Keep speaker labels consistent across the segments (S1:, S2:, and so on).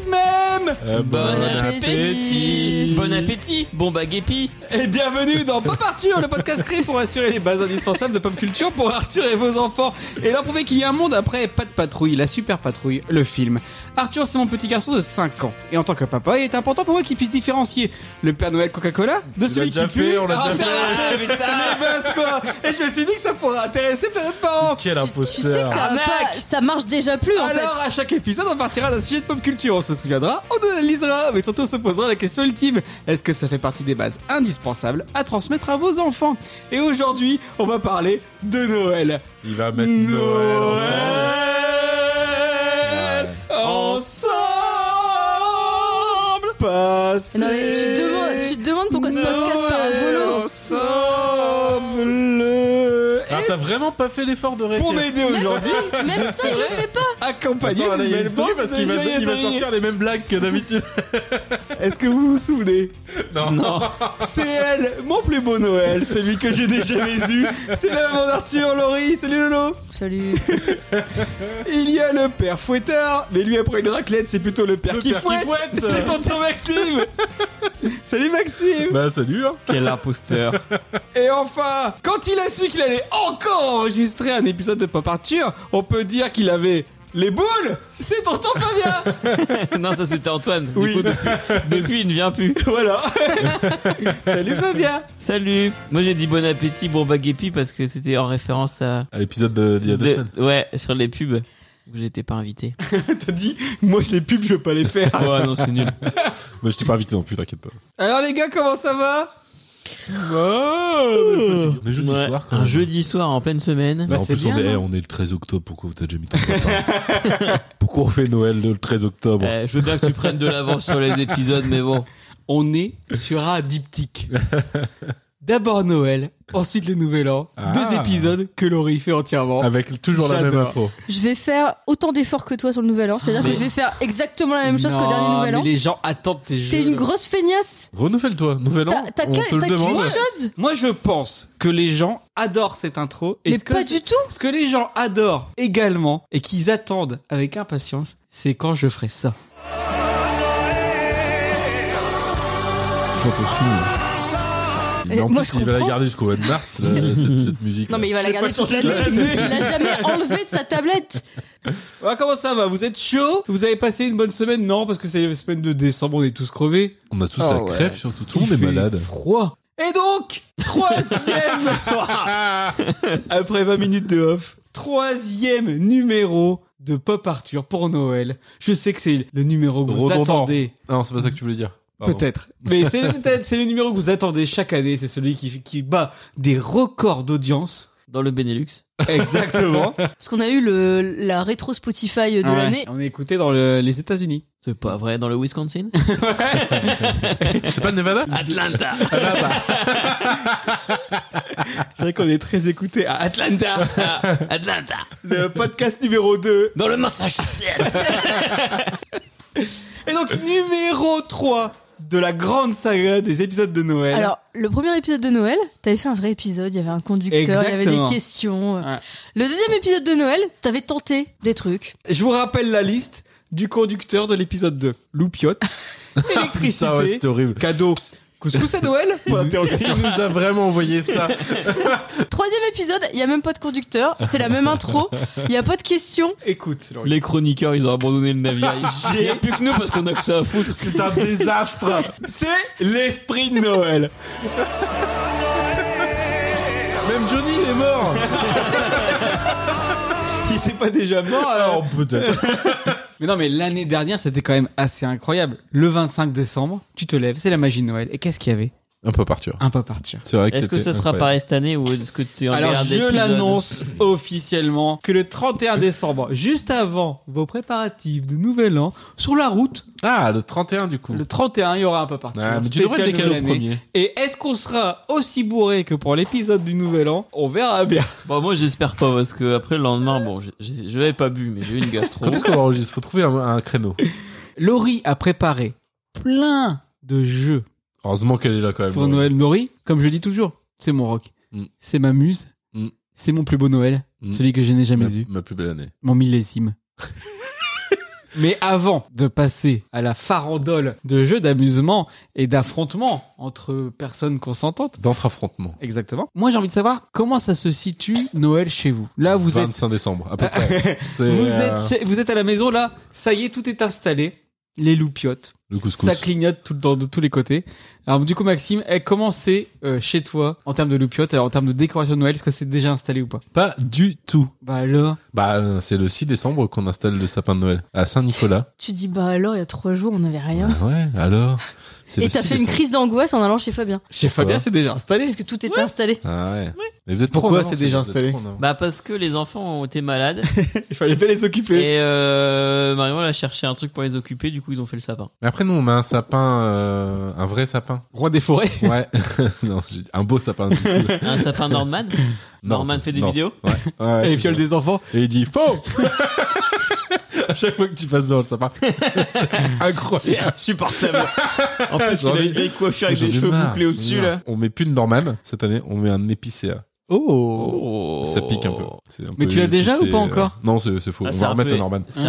S1: Guillaume
S2: Euh, bon, appétit.
S3: Bon appétit, bon bah guépi.
S1: Et bienvenue dans Pop Arthur, le podcast créé pour assurer les bases indispensables de pop culture pour Arthur et vos enfants. Et leur prouver qu'il y a un monde après Pas de patrouille, la super patrouille, le film. Arthur, c'est mon petit garçon de 5 ans. Et en tant que papa, il est important pour moi qu'il puisse différencier le Père Noël Coca-Cola de celui
S2: déjà
S1: qui
S2: fait,
S1: pue.
S2: on l'a
S1: Ah,
S2: déjà
S1: putain, les bosses, quoi. Et je me suis dit que ça pourrait intéresser plein d'autres parents.
S2: Oh, Quel
S4: Tu sais que
S2: imposteur
S4: ça, va
S1: Arnaque.
S4: pas- ça marche déjà plus en
S1: Alors,
S4: fait.
S1: à chaque épisode, on partira d'un sujet de pop culture. On se souviendra, on analysera, mais surtout on se posera la question ultime est-ce que ça fait partie des bases indispensables à transmettre à vos enfants Et aujourd'hui, on va parler de Noël.
S2: Il va mettre Noël ensemble.
S1: Noël Oh, ensemble.
S2: ah,
S1: Passer
S4: Non, mais tu, te demandes, tu te demandes pourquoi ce podcast part en
S1: Noël
S4: volo.
S1: ensemble.
S2: Alors Ah, t'as vraiment pas fait l'effort de
S1: Et pour
S2: répondre
S1: m'aider
S4: Même
S1: aujourd'hui,
S4: ça, même ça, il le fait pas.
S1: accompagné
S2: Attends, là,
S1: d'une
S2: il y a
S1: belle
S2: une souris
S1: bande
S2: parce
S1: de
S2: qu'il va,
S1: joyeux
S2: il va
S1: terriers.
S2: sortir les mêmes blagues que d'habitude.
S1: Est-ce que vous vous souvenez
S2: Non.
S1: C'est elle, mon plus beau Noël, celui que je n'ai jamais eu. C'est la maman d'Arthur, Laurie, salut Lolo.
S4: Salut.
S1: Il y a le père fouettard, mais lui après une raclette, c'est plutôt le père,
S2: Le
S1: qui,
S2: père qui
S1: fouette.
S2: fouette.
S1: C'est tonton Maxime. salut Maxime.
S2: Bah salut. hein.
S1: Quel imposteur Et enfin, quand il a su qu'il allait encore enregistrer un épisode de Pop Arthur, on peut dire qu'il avait les boules C'est tonton Fabien
S3: non, ça c'était Antoine. Du
S1: Oui.
S3: coup, depuis, depuis, il ne vient plus.
S1: Voilà Salut Fabien
S3: Salut. Moi j'ai dit bon appétit, bon bah guépi parce que c'était en référence à.
S2: À l'épisode de- d'il y a deux
S3: de-
S2: semaines.
S3: Ouais, sur les pubs où j'étais pas invité.
S1: T'as dit, moi je les pubs, je veux pas les faire
S2: Ah.
S3: Ouais, non, c'est nul.
S2: Moi je t'ai pas invité non plus, t'inquiète pas.
S1: Alors les gars, comment ça va Bah,
S2: Euh, On est jeudi
S3: Ouais,
S2: soir quand
S3: un
S2: même.
S3: jeudi soir en pleine semaine.
S2: Bah,
S1: Bah,
S2: en
S1: c'est
S2: plus, on,
S1: bien,
S2: est,
S1: non
S2: eh, on est le 13 octobre, pourquoi t'as déjà mis ton sapin Pourquoi on fait Noël le 13 octobre
S3: Euh, je veux bien que tu prennes de l'avance sur les épisodes, mais bon.
S1: On est sur un diptyque. D'abord Noël, ensuite le Nouvel An.
S2: Ah.
S1: Deux épisodes que Laurie fait entièrement.
S2: Avec toujours la même
S1: J'adore.
S2: intro.
S4: Je vais faire autant d'efforts que toi sur le nouvel an. C'est-à-dire
S3: Mais-
S4: que je vais faire exactement la même chose
S1: Non,
S4: qu'au dernier nouvel
S1: mais
S4: an.
S1: les gens attendent tes jeux.
S4: T'es une
S1: là.
S4: grosse feignasse.
S2: Renouvelle-toi, nouvel an,
S4: T'as t'as
S2: on
S4: qu'à-
S2: te le
S4: t'as qu'une
S2: demande.
S4: chose.
S1: Moi je pense que les gens adorent cette intro.
S4: Mais
S1: Est-ce que
S4: pas
S1: c'est-
S4: du tout.
S1: Ce que les gens adorent également et qu'ils attendent avec impatience, c'est quand je ferai ça.
S2: J'en peux plus. Mais
S4: Et
S2: en
S4: moi,
S2: plus,
S4: je
S2: il va la
S4: comprends.
S2: garder jusqu'au mois de mars, là, cette, cette musique.
S4: Non, mais il va la garder toute l'année. Il l'a jamais enlevé de sa tablette.
S1: Ah, comment ça va Vous êtes chaud Vous avez passé une bonne semaine Non, parce que c'est la semaine de décembre, on est tous crevés.
S2: On a tous
S1: Ah
S2: la
S1: ouais.
S2: crève, surtout. Tout le
S1: Il
S2: monde est
S1: fait
S2: malade.
S1: Froid. Et donc, troisième. Après 20 minutes de off, troisième numéro de Pop Arthur pour Noël. Je sais que c'est le numéro que vous
S2: Redondant.
S1: attendez.
S2: Ah Non, c'est pas ça que tu voulais dire. Pardon.
S1: Peut-être. Mais c'est le- peut-être, c'est le numéro que vous attendez chaque année. C'est celui qui, qui bat des records d'audience.
S3: Dans le Benelux.
S1: Exactement.
S4: Parce qu'on a eu le, la rétro Spotify de
S1: Ouais.
S4: l'année.
S1: On est écouté dans le- les États-Unis.
S3: C'est pas vrai, dans le Wisconsin
S2: C'est pas Nevada
S3: Atlanta
S1: C'est vrai qu'on est très écouté à Atlanta.
S3: Atlanta
S1: le podcast numéro 2
S3: Dans le Massachusetts
S1: Et donc, numéro 3 de la grande saga des épisodes de Noël.
S4: Alors, le premier épisode de Noël, t'avais fait un vrai épisode, il y avait un conducteur, il y avait
S1: Exactement.
S4: des questions.
S1: Ouais.
S4: Le deuxième épisode de Noël, t'avais tenté des trucs.
S1: je vous rappelle la liste du conducteur de l'épisode 2. Loupiote, électricité,
S2: Putain, Ah ouais, c'était horrible.
S1: cadeau. Couscous à Noël Point
S2: Il
S1: d'interrogation.
S2: nous a vraiment envoyé ça.
S4: Troisième épisode, il y a même pas de conducteur, c'est la même intro, il y a pas de questions.
S1: Écoute, Laurie.
S3: Les chroniqueurs, ils ont abandonné le navire. Il y a plus que nous parce qu'on a que ça à foutre.
S2: C'est un désastre.
S1: c'est l'esprit de Noël.
S2: Même Johnny, il est mort.
S1: Il était pas déjà mort alors.
S2: Alors, peut-être.
S1: Mais non, mais l'année dernière, c'était quand même assez incroyable. Le 25 décembre, tu te lèves, c'est la magie de Noël. Et qu'est-ce qu'il y avait
S2: Un peu partir.
S1: Un pas partir.
S2: C'est vrai que
S3: Est-ce que
S2: c'était
S3: ce sera
S2: incroyable.
S3: pareil cette année ou est-ce que tu en
S1: Alors
S3: regardes
S1: je
S3: l'épisode
S1: l'annonce officiellement que le 31 décembre, juste avant vos préparatifs de Nouvel An, sur la route,
S2: Ah, le 31 du coup.
S1: le 31, il y aura un peu partout.
S2: Ah, mais tu devrais le décaler au premier.
S1: Et est-ce qu'on sera aussi bourré que pour l'épisode du Nouvel An On verra bien.
S3: Bon, moi j'espère pas parce que après le lendemain, bon, j'ai- j'ai- je l'avais pas bu, mais j'ai eu une gastro.
S2: Quand est-ce qu'on enregistre Faut trouver un, un créneau.
S1: Laurie a préparé plein de jeux
S2: Heureusement qu'elle est là quand même.
S1: pour Noël. Laurie, comme je dis toujours, c'est mon rock.
S2: Mm.
S1: C'est ma muse.
S2: Mm.
S1: C'est mon plus beau Noël.
S2: Mm.
S1: Celui que je n'ai
S2: Ma,
S1: jamais eu.
S2: ma plus belle année.
S1: Mon millésime. Mais avant de passer à la farandole de jeux d'amusement et d'affrontements entre personnes consentantes,
S2: D'entre affrontements.
S1: exactement, moi j'ai envie de savoir comment ça se situe Noël chez vous. Là, vous êtes
S2: 25 décembre, à peu près. C'est,
S1: vous,
S2: euh,
S1: êtes chez- vous êtes à la maison, là, ça y est, tout est installé. Les loupiottes,
S2: le couscous.
S1: ça clignote tout, dans, de tous les côtés. Alors du coup, Maxime, eh, comment c'est euh, chez toi en termes de loupiottes, alors, en termes de décoration de Noël, est-ce que c'est déjà installé ou pas
S2: Pas du tout.
S1: Bah alors
S2: Bah, euh, c'est le 6 décembre qu'on installe le sapin de Noël à Saint-Nicolas.
S4: Tu dis, bah alors, il y a trois jours, on n'avait
S1: Ah.
S4: rien.
S2: Bah ouais, alors. C'est
S4: Et
S2: le
S4: t'as
S2: 6
S4: fait une
S2: décembre.
S4: crise d'angoisse en allant chez Fabien.
S1: Chez Fabien,
S2: Pourquoi
S1: c'est déjà installé.
S4: Parce que tout était installé.
S2: Ah ouais. Mais vous êtes
S1: Pourquoi
S2: trop en avance,
S1: c'est déjà
S2: vous êtes
S1: installé
S2: trop en avance.
S3: Bah parce que les enfants ont été malades
S1: Il fallait pas les occuper.
S3: et euh, Marion elle a cherché un truc pour les occuper, du coup ils ont fait le sapin.
S2: Mais après, nous, on met un sapin, euh, un vrai sapin.
S1: Roi des forêts.
S2: Ouais. non, j'ai dit un beau sapin. du coup.
S3: Un sapin Norman. Norman fait des
S2: non.
S3: vidéos.
S2: Ouais. Ouais,
S1: Et
S2: c'est
S1: les viols
S2: ça.
S1: des enfants.
S2: Et il dit faux. à chaque fois que tu passes dans le sapin.
S1: Incroyable.
S3: insupportable. En
S2: plus, il a une
S3: vieille coiffure
S2: J'en ai marre, j'en ai marre. On met plus de Norman cette année, on met un épicéa.
S1: Oh.
S2: Ça pique un peu. C'est un
S1: Mais
S2: peu
S1: tu l'as déjà
S2: épicé,
S1: ou pas
S2: euh,
S1: encore
S2: Non, c'est Oh. Ah, c'est faux. on va remettre un Norman.
S3: Ah, C'est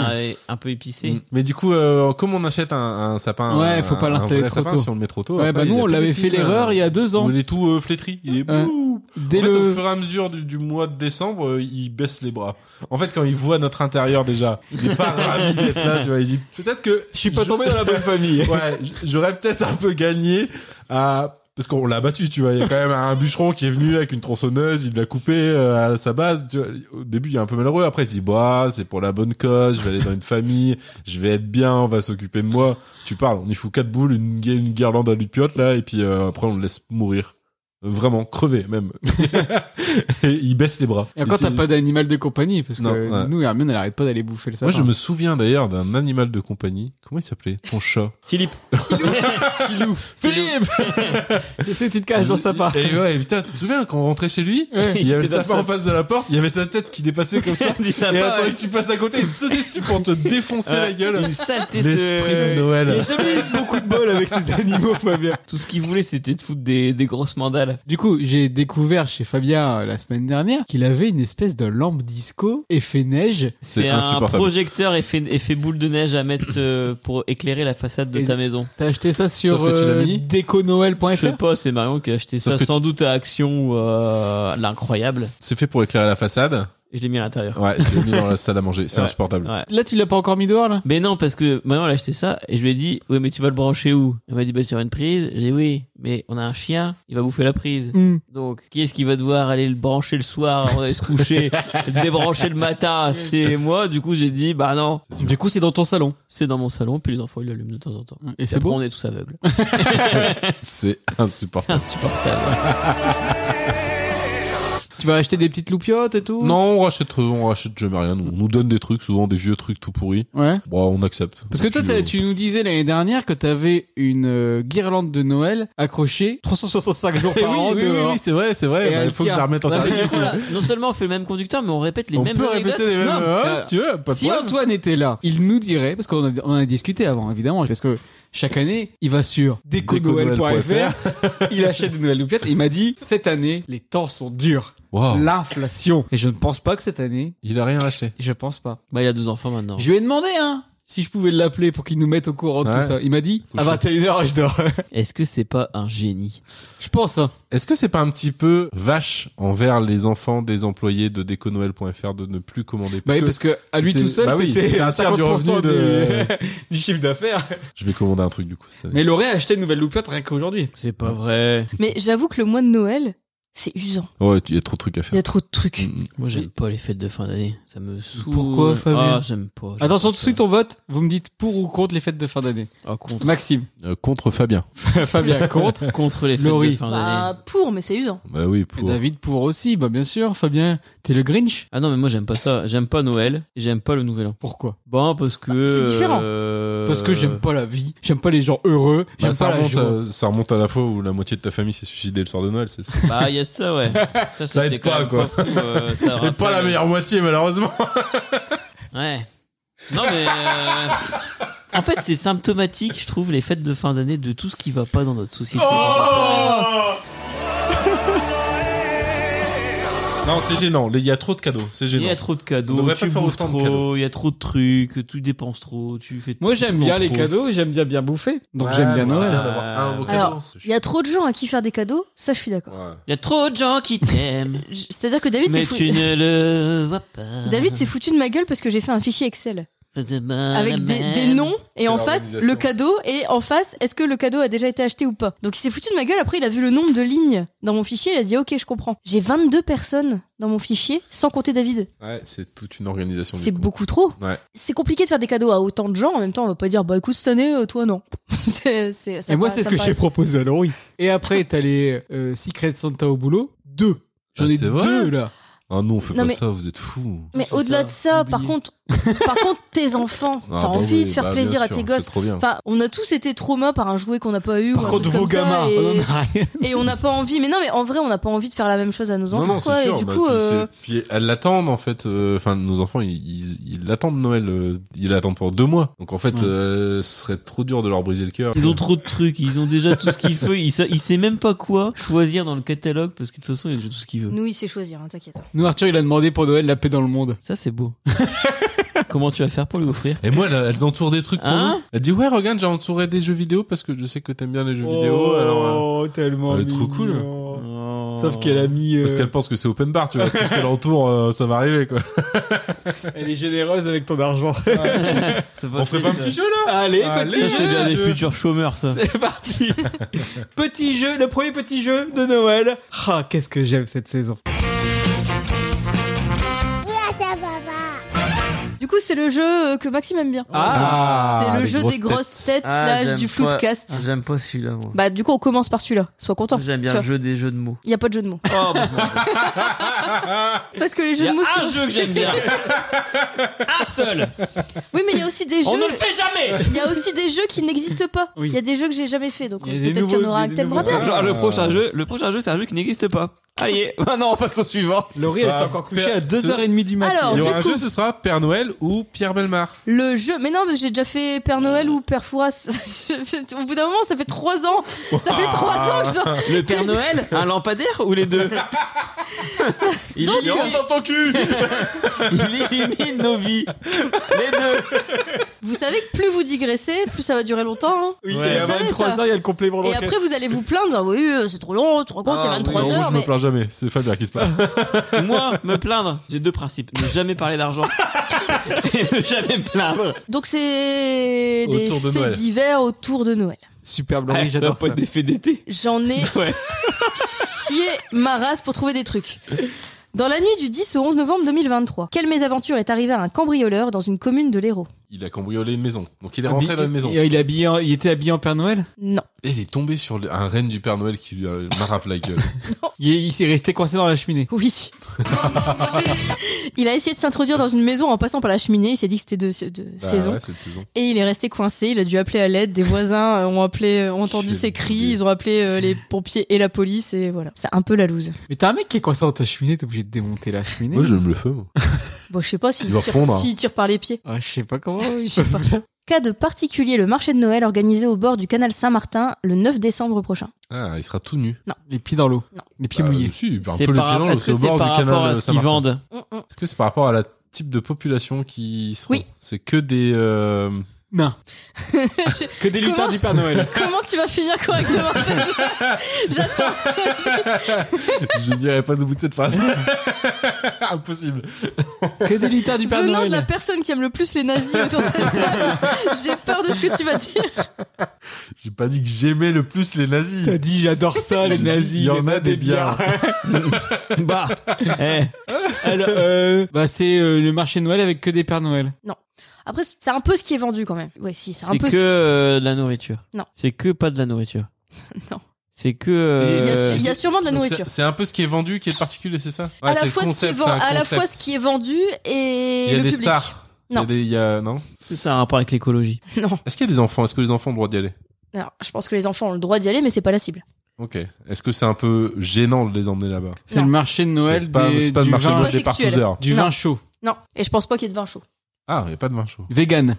S3: un, un peu épicé.
S2: Mm. Mais du coup, euh, comme on achète un, un sapin,
S1: Ouais,
S2: un-
S1: faut pas
S2: un
S1: l'installer
S2: vrai
S1: trop
S2: sapin,
S1: tôt.
S2: Si on le met trop tôt,
S1: Ouais, bah
S2: après,
S1: nous,
S2: il a
S1: on
S2: plus
S1: l'avous
S2: de
S1: fait
S2: pépines,
S1: l'erreur
S2: euh,
S1: il y a deux ans.
S2: Il est tout euh, flétri. Il est
S1: Ouais.
S2: bouh.
S1: Dès
S2: en fait, au
S1: le.
S2: fur et à mesure du, du mois de décembre, euh, il baisse les bras. En fait, quand il voit notre intérieur déjà, il est pas ravi d'être là. Tu vois, il dit peut-être que
S1: Je suis pas tombé dans la bonne famille.
S2: Ouais, j- j'aurais peut-être un peu gagné à parce qu'on l'a battu, tu vois. Il y a quand même un bûcheron qui est venu avec une tronçonneuse, il l'a coupé euh, à sa base. Tu vois. Au début, il est un peu malheureux. Après, il se dit, bah, c'est pour la bonne cause, je vais aller dans une famille, je vais être bien, on va s'occuper de moi. Tu parles, on y fout quatre boules, une, gu- une guirlande à lupiote, là, et puis euh, après, on le laisse mourir. Vraiment, crever, même. et il baisse les bras.
S1: Et encore,
S2: Et
S1: t'as
S2: tu-
S1: pas d'animal de compagnie, parce que
S2: Non, ouais.
S1: nous, Hermione, elle arrête pas d'aller bouffer le sapin.
S2: Moi, je me souviens d'ailleurs d'un animal de compagnie. Comment il s'appelait Ton chat.
S3: Philippe.
S1: Philippe Qu'est-ce que tu te caches dans le sapin
S2: Et ouais, putain, tu te souviens quand on rentrait chez lui,
S1: Ouais.
S2: il y avait le
S3: Il faisait
S2: sapin
S3: ça.
S2: en face de la porte, il y avait sa tête qui dépassait comme ça.
S3: Du sapin.
S2: Et
S1: Ah,
S2: attends,
S3: ouais.
S2: que tu passes à côté, il te sautait dessus pour te défoncer
S3: Ouais.
S2: la gueule.
S3: Une saleté
S2: L'esprit de
S3: ce...
S1: Il y a
S2: Noël.
S1: jamais eu beaucoup de bol avec ces animaux, Fabien.
S3: Tout ce qu'il voulait c'était de foutre des, des grosses mandales.
S1: Du coup, j'ai découvert chez Fabien euh, la semaine dernière qu'il avait une espèce de lampe disco effet neige.
S3: C'est un projecteur effet, effet boule de neige à mettre euh, pour éclairer la façade de
S1: Et-
S3: ta maison.
S1: T'as acheté ça sur
S2: Sauf que tu l'as
S1: euh,
S2: mis
S1: déconoël.fr
S3: Je sais pas, c'est Marion qui a acheté
S2: Sauf
S3: ça
S2: que
S3: sans
S2: tu-
S3: doute à Action ou à l'incroyable.
S2: C'est fait pour éclairer la façade.
S3: Et je l'ai mis à l'intérieur.
S2: Ouais, tu l'as mis dans la salle à manger. C'est
S3: Ouais.
S2: insupportable.
S3: Ouais.
S1: Là, tu l'as pas encore mis dehors, là
S3: Mais non, parce que maman elle a acheté ça et je lui ai dit, oui, mais tu vas le brancher où Elle m'a dit, bah, sur une prise. J'ai dit, oui, mais on a un chien, il va bouffer la prise.
S1: Hmm.
S3: Donc, qui est-ce qui va devoir aller le brancher le soir avant d'aller se coucher, le débrancher le matin C'est moi. Du coup, j'ai dit, bah non,
S1: Du coup, c'est dans ton salon.
S3: c'est dans mon salon, puis les enfants ils l'allument de temps en temps.
S1: Et
S3: Et
S1: c'est
S3: après,
S1: bon
S3: on est tous aveugles.
S2: C'est insupportable.
S3: Insupportable.
S1: Tu vas acheter des petites loupiottes et tout
S2: Non, on rachète, on rachète jamais rien. On nous donne des trucs, souvent des vieux trucs tout pourris.
S1: Ouais.
S2: Bon, on accepte.
S1: Parce que toi,
S2: Puis,
S1: t'as-
S2: euh,
S1: tu nous disais l'année dernière que t'avais une euh, guirlande de Noël accrochée 365 jours
S2: Eh
S1: par
S2: oui,
S1: an.
S2: oui, oui,
S1: dehors.
S2: oui, c'est vrai, c'est vrai.
S1: Et
S2: Bah, Il
S1: elle
S2: faut que je
S1: tient.
S2: la remette en
S1: Non, mais
S2: service.
S3: Du coup, là, non seulement on fait le même conducteur, mais on répète les
S2: On
S3: mêmes
S2: peut répéter les mêmes.
S1: Non,
S2: euh,
S1: ça-
S2: si tu veux, pas de
S1: Si
S2: problème.
S1: Antoine était là, il nous dirait, parce qu'on a, on en a discuté avant, évidemment, parce que chaque année, il va sur déconoël.fr, il achète des nouvelles loupiottes, et il m'a dit, cette année, les temps sont durs,
S2: Wow.
S1: l'inflation. Et je ne pense pas que cette année,
S2: Il a rien acheté.
S1: je pense pas.
S3: Bah, il y a deux enfants maintenant.
S1: Je lui ai demandé, hein, si je pouvais l'appeler pour qu'il nous mette au courant de
S2: Ouais.
S1: tout ça. Il m'a dit,
S2: Faut
S1: à
S2: le
S1: 21h, je dors.
S3: Est-ce que c'est pas un génie
S1: je pense, hein.
S2: Est-ce que c'est pas un petit peu vache envers les enfants des employés de déconoël.fr de ne plus commander
S1: Bah
S2: Parce
S1: oui,
S2: que
S1: parce que à lui
S2: c'était-
S1: tout seul,
S2: bah oui,
S1: c'était
S2: c'était un tiers du
S1: 50%
S2: revenu de-
S1: du- du chiffre d'affaires.
S2: Je vais commander un truc du coup cette année.
S1: Mais il aurait acheté une nouvelle loupiote rien qu'aujourd'hui.
S3: C'est pas vrai.
S4: Mais j'avoue que le mois de Noël, c'est usant.
S2: Ouais, il y a trop de trucs à
S4: Il y
S2: faire.
S4: a trop de trucs.
S2: Mm, mm.
S3: Moi, j'aime pas les fêtes de fin d'année. Ça me saoule.
S1: Pourquoi, Fabien
S3: Ah, j'aime pas. j'aime
S1: Attention, tout
S3: pas
S1: de
S3: ça.
S1: suite on vote, vous me dites pour ou contre les fêtes de fin d'année.
S3: Ah, contre.
S1: Maxime,
S2: Euh, contre Fabien.
S1: Fabien contre.
S3: Contre les fêtes
S1: Laurie.
S3: de fin d'année.
S4: Bah, pour, mais c'est usant.
S2: Bah oui,
S1: Et
S2: pour.
S1: David pour aussi, bah bien sûr. Fabien, t'es le Grinch
S3: Ah non, mais moi j'aime pas ça. J'aime pas Noël et j'aime pas le Nouvel An.
S1: Pourquoi
S3: Bon, parce que.
S4: Bah, c'est différent.
S3: euh,
S1: Parce que j'aime pas la vie, j'aime pas les gens heureux,
S2: Bah,
S1: j'aime
S2: ça,
S1: pas la
S2: remonte
S1: joie.
S2: à, ça remonte à la fois où la moitié de ta famille s'est suicidée le soir de Noël. C'est c'est
S3: Bah, y a ça, ouais. Ça,
S2: Ça aide
S3: c'était quand
S2: pas,
S3: même
S2: quoi.
S3: fou, euh, ça rappelle-
S2: pas la meilleure moitié, malheureusement.
S3: Ouais. Non, mais. euh, En fait, c'est symptomatique, je trouve, les fêtes de fin d'année de tout ce qui va pas
S4: Oh
S3: dans notre société.
S2: Non, c'est gênant. Il y a trop de cadeaux. C'est
S3: Il y
S2: gênant.
S3: a trop de
S2: On
S3: cadeaux,
S2: devrait
S3: tu
S2: pas faire
S3: bouffes
S2: autant de
S3: trop,
S2: cadeaux.
S3: il y a trop de trucs, tu dépenses trop, tu fais
S1: Moi, j'aime
S3: tu
S1: bien
S3: en
S1: les
S3: trouves.
S1: cadeaux et j'aime bien bien bouffer. Donc, j'aime bien
S2: mais c'est
S1: Noël.
S2: bien d'avoir un beau cadeau.
S4: Alors,
S2: Ah, C'est
S4: Il y a trop de gens à qui faire des cadeaux, ça je suis d'accord.
S2: chiant. Ouais.
S3: Il y a trop de gens qui t'aiment,
S4: Je- C'est-à-dire que David
S3: mais
S4: s'est foutu...
S3: tu ne le vois pas.
S4: David s'est foutu de ma gueule parce que j'ai fait un fichier Excel
S3: Ah,
S4: avec des, des noms et
S2: Quelle
S4: en face
S2: organisation.
S4: le cadeau et en face est-ce que le cadeau a déjà été acheté ou pas. Donc il s'est foutu de ma gueule, après il a vu le nombre de lignes dans mon fichier, il a dit ok je comprends. J'ai 22 personnes dans mon fichier sans compter David.
S2: Ouais, c'est toute une organisation. du
S4: C'est
S2: coup.
S4: beaucoup trop.
S2: Ouais.
S4: C'est compliqué de faire des cadeaux à autant de gens en même temps on va pas dire bah écoute cette année euh, toi non. c'est, c'est- ça
S1: Et moi,
S4: paraît-
S1: c'est ce
S4: ça
S1: que
S4: paraît-
S1: j'ai proposé à Laurie. Et après, t'as les euh, Secret Santa au boulot. Deux. J'en
S2: Ah,
S1: ai
S2: c'est
S1: deux,
S2: vrai
S1: là.
S2: Ah non, fais
S4: Non,
S2: pas
S4: mais-
S2: ça, vous êtes fous.
S4: Mais
S3: C'est
S4: au-delà
S3: ça,
S4: de ça, par
S3: oublier.
S4: contre, par contre, tes enfants,
S2: Ah,
S4: t'as
S2: bah
S4: envie
S2: oui,
S4: de faire
S2: bah, bien
S4: plaisir à
S2: sûr,
S4: tes
S2: C'est
S4: gosses.
S2: trop bien.
S4: Enfin, on a tous été traumas par un jouet qu'on n'a pas eu. ou
S1: Par
S4: un
S1: contre,
S4: truc
S1: vos
S4: comme
S1: gamins.
S4: ça, et-
S1: on en a rien.
S4: Et on n'a pas envie, mais non, mais en vrai, on n'a pas envie de faire la même chose à nos enfants,
S2: non, non,
S4: quoi.
S2: c'est sûr.
S4: et du
S2: bah,
S4: coup,
S2: puis,
S4: euh,
S2: c'est- puis elles l'attendent en fait. euh, Enfin, nos enfants, ils, ils, ils l'attendent Noël. euh, ils l'attendent pour deux mois. Donc en fait,
S4: Mm.
S3: Ouais.
S2: euh, ce serait trop dur de leur briser le cœur.
S3: Ils ont trop de trucs, ils ont déjà tout ce qu'il faut, ils sa- il sait même pas quoi choisir dans le catalogue parce que de toute façon il a déjà tout ce qu'il veut.
S4: nous, il sait choisir, hein, t'inquiète.
S1: Nous, Arthur, il a demandé pour Noël la paix dans le monde.
S3: Ça c'est beau. Comment tu vas faire pour lui offrir
S2: Et moi, elles, elles entourent des trucs pour
S3: Hein
S2: nous. Elle dit ouais, regarde, j'ai entouré des jeux vidéo parce que je sais que t'aimes bien les jeux
S4: Oh.
S2: vidéo. Alors, euh,
S1: Oh, tellement.
S2: elle est trop cool. Oh.
S1: mignon.
S3: Oh.
S1: Sauf qu'elle a mis. euh,
S2: parce qu'elle pense que c'est open bar, tu vois. Tout ce qu'elle entoure, euh, ça va arriver quoi.
S1: euh, elle est généreuse avec ton argent.
S2: On ferait pas un petit jeu là
S1: Allez,
S2: Allez,
S1: petit
S3: Ça c'est
S1: jeu.
S3: bien des
S2: jeu.
S3: futurs chômeurs ça.
S1: C'est parti. petit jeu, le premier petit jeu de Noël. Ah, qu'est-ce que j'aime cette saison.
S5: Ah,
S4: Du coup, c'est le jeu euh, que Maxime aime bien.
S1: Ah,
S4: c'est le
S2: les
S4: jeu des grosses têtes, slash du flou de cast.
S3: Ah, J'aime pas celui-là moi.
S4: Bah, du coup, on commence par celui-là. Sois content.
S3: J'aime bien
S4: Tu
S3: le
S4: vois,
S3: jeu des jeux de mots.
S4: Il n'y a pas de jeu de mots.
S3: Oh, bah,
S4: Parce que les
S3: il y
S4: jeux
S3: a
S4: de mots
S3: un
S4: sont-
S3: jeu que j'aime bien. un seul.
S4: Oui, mais il y a aussi des
S3: On ne le
S4: jeux.
S3: fait jamais.
S4: Il y a aussi des jeux qui n'existent pas. Il
S1: Oui.
S4: y a des jeux que j'ai jamais fait, donc
S1: Il y a des
S4: peut-être qu'il y en
S1: nouveaux-
S4: aura un
S1: des
S4: que t'aimeras
S1: nouveaux-
S4: bien.
S3: Alors, le prochain jeu, le prochain jeu, c'est un jeu qui n'existe pas. Allez, maintenant on passe au suivant.
S1: Laurie,
S2: Ce
S1: elle s'est
S2: sera
S1: encore couchée
S2: per-
S1: à 2h30 du matin.
S4: Alors,
S2: Il y aura
S4: du
S2: un
S4: coup-
S2: jeu, ce sera Père Noël ou Pierre Belmar.
S4: Le jeu, mais non, parce que j'ai déjà fait
S2: Euh.
S4: Père Noël ou Père Fouras. Je- Au bout d'un moment, ça fait trois ans. Ça fait trois ans que je dois-
S3: Le Père Noël, un lampadaire ou les deux il,
S4: Donc,
S3: illumine,
S2: dans ton cul
S3: il illumine nos vies. Les deux.
S4: Vous savez que plus vous digressez, plus ça va durer longtemps. hein.
S1: Oui,
S3: Ouais.
S1: et à
S4: Vous savez,
S1: 23h,
S4: ça.
S1: il y a le complément
S4: Et
S1: d'enquête.
S4: après, vous allez vous plaindre. Ah Oui, euh, c'est trop long, tu te rends compte, il y a
S3: Ah,
S4: 23
S2: Non, moi,
S4: heures.
S2: je me
S4: Mais...
S2: plains jamais. C'est Fabien qui se plaint.
S3: Moi, me plaindre, j'ai deux principes. Ne jamais parler d'argent. Et ne jamais me plaindre.
S4: Donc, c'est des
S2: Autour de
S4: faits
S2: Noël.
S4: divers autour de Noël.
S1: Superbe,
S3: Ah,
S1: Laurie, Bah
S3: ça va
S1: j'adore
S3: pas
S1: ça.
S3: être des faits d'été.
S4: J'en ai
S3: Ouais.
S4: chié ma race pour trouver des trucs. Dans la nuit du 10 au 11 novembre 2023, quelle mésaventure est arrivée à un cambrioleur dans une commune de l'Hérault
S2: Il a cambriolé une maison. Donc il
S4: Ah,
S2: est rentré dans une maison.
S1: Il, il est habillé en- il était habillé en Père Noël
S4: Non.
S2: Et il est tombé sur le- un renne du Père Noël qui lui a marafle la gueule.
S1: Il, est- il s'est resté coincé dans la cheminée.
S4: Oui. il a essayé de s'introduire dans une maison en passant par la cheminée. Il s'est dit que c'était de, de
S2: Bah
S4: saison.
S2: ouais, cette saison.
S4: Et il est resté coincé. Il a dû appeler à l'aide. Des voisins euh, ont appelé, euh, ont entendu
S2: J'ai
S4: ses cris.
S2: oublié.
S4: Ils ont appelé euh, les pompiers et la police. Et voilà. C'est un peu la loose.
S1: Mais t'as un mec qui est coincé dans ta cheminée, t'es obligé de démonter la cheminée.
S2: Moi, j'aime le feu, moi.
S4: Bon, je sais pas s'il
S2: Il va
S4: tire,
S2: fondre.
S4: s'il tire par les pieds.
S1: Ah, je sais pas comment.
S4: Je sais pas. Cas de particulier, le marché de Noël organisé au bord du canal Saint-Martin le 9 décembre prochain.
S2: Ah, il sera tout nu.
S1: Les pieds dans l'eau.
S4: Non.
S1: Les pieds
S2: Bah,
S1: mouillés.
S2: Si, un peu les
S3: C'est
S2: pieds
S3: par,
S2: dans l'eau,
S3: est-ce
S2: c'est
S3: que
S2: au
S3: c'est
S2: bord
S3: par
S2: du canal
S3: rapport à ce qu'ils
S2: Saint-Martin.
S3: vendent
S4: Hum, hum.
S2: Est-ce que c'est par rapport à la type de population qui sont
S4: Oui.
S2: C'est que des. euh,
S1: Non. que des lutins
S4: Comment
S1: du Père Noël.
S4: Comment tu vas finir correctement cette phrase J'attends.
S2: Je dirais pas au bout de cette phrase. Impossible.
S1: que des lutins du Père
S4: Venant
S1: Noël.
S4: de la personne qui aime le plus les nazis autour de cette table, j'ai peur de ce que tu vas dire.
S2: J'ai pas dit que j'aimais le plus les nazis.
S1: T'as dit j'adore ça les
S2: J'ai dit,
S1: nazis.
S2: il y en
S1: les
S2: a des biens.
S1: bah,
S3: Eh,
S1: alors, euh, bah c'est euh, le marché de Noël avec que des Pères Noël.
S4: Après, c'est un peu ce qui est vendu quand même. Ouais, si, c'est un
S3: C'est
S4: peu.
S3: que
S4: ce-
S3: euh, de la nourriture.
S4: Non.
S3: C'est que pas de la nourriture.
S4: Non.
S3: C'est que. euh,
S4: Il y, a,
S2: Euh,
S4: il y a sûrement de la
S2: Donc,
S4: nourriture.
S2: C'est c'est un peu ce qui est vendu qui est particulier, c'est ça Ouais,
S4: à
S2: c'est
S4: la
S2: le
S4: fois, ce
S2: concept,
S4: qui est ven-
S2: c'est un
S4: à la
S2: concept.
S4: fois ce qui est vendu et
S2: Il y a
S4: le
S2: des
S4: public.
S2: stars. Il
S4: Non.
S2: y a des- il y a- non.
S3: c'est ça un rapport avec l'écologie.
S4: Non.
S2: Est-ce qu'il y a des enfants Est-ce que les enfants ont le droit d'y aller
S4: Alors, je pense que les enfants ont le droit d'y aller, mais c'est pas la cible.
S2: Ok. Est-ce que c'est un peu gênant de les emmener là-bas
S1: C'est
S4: Non.
S1: le marché de Noël
S2: C'est pas,
S1: des-
S2: c'est pas
S1: du,
S2: de marché
S1: vin,
S4: Noël.
S2: mangé par
S4: sexuel.
S2: 12 heures.
S1: du vin chaud,
S4: Non. Et je pense pas qu'il y ait de vin chaud.
S2: Ah, il n'y a pas de vin chaud.
S1: vegan.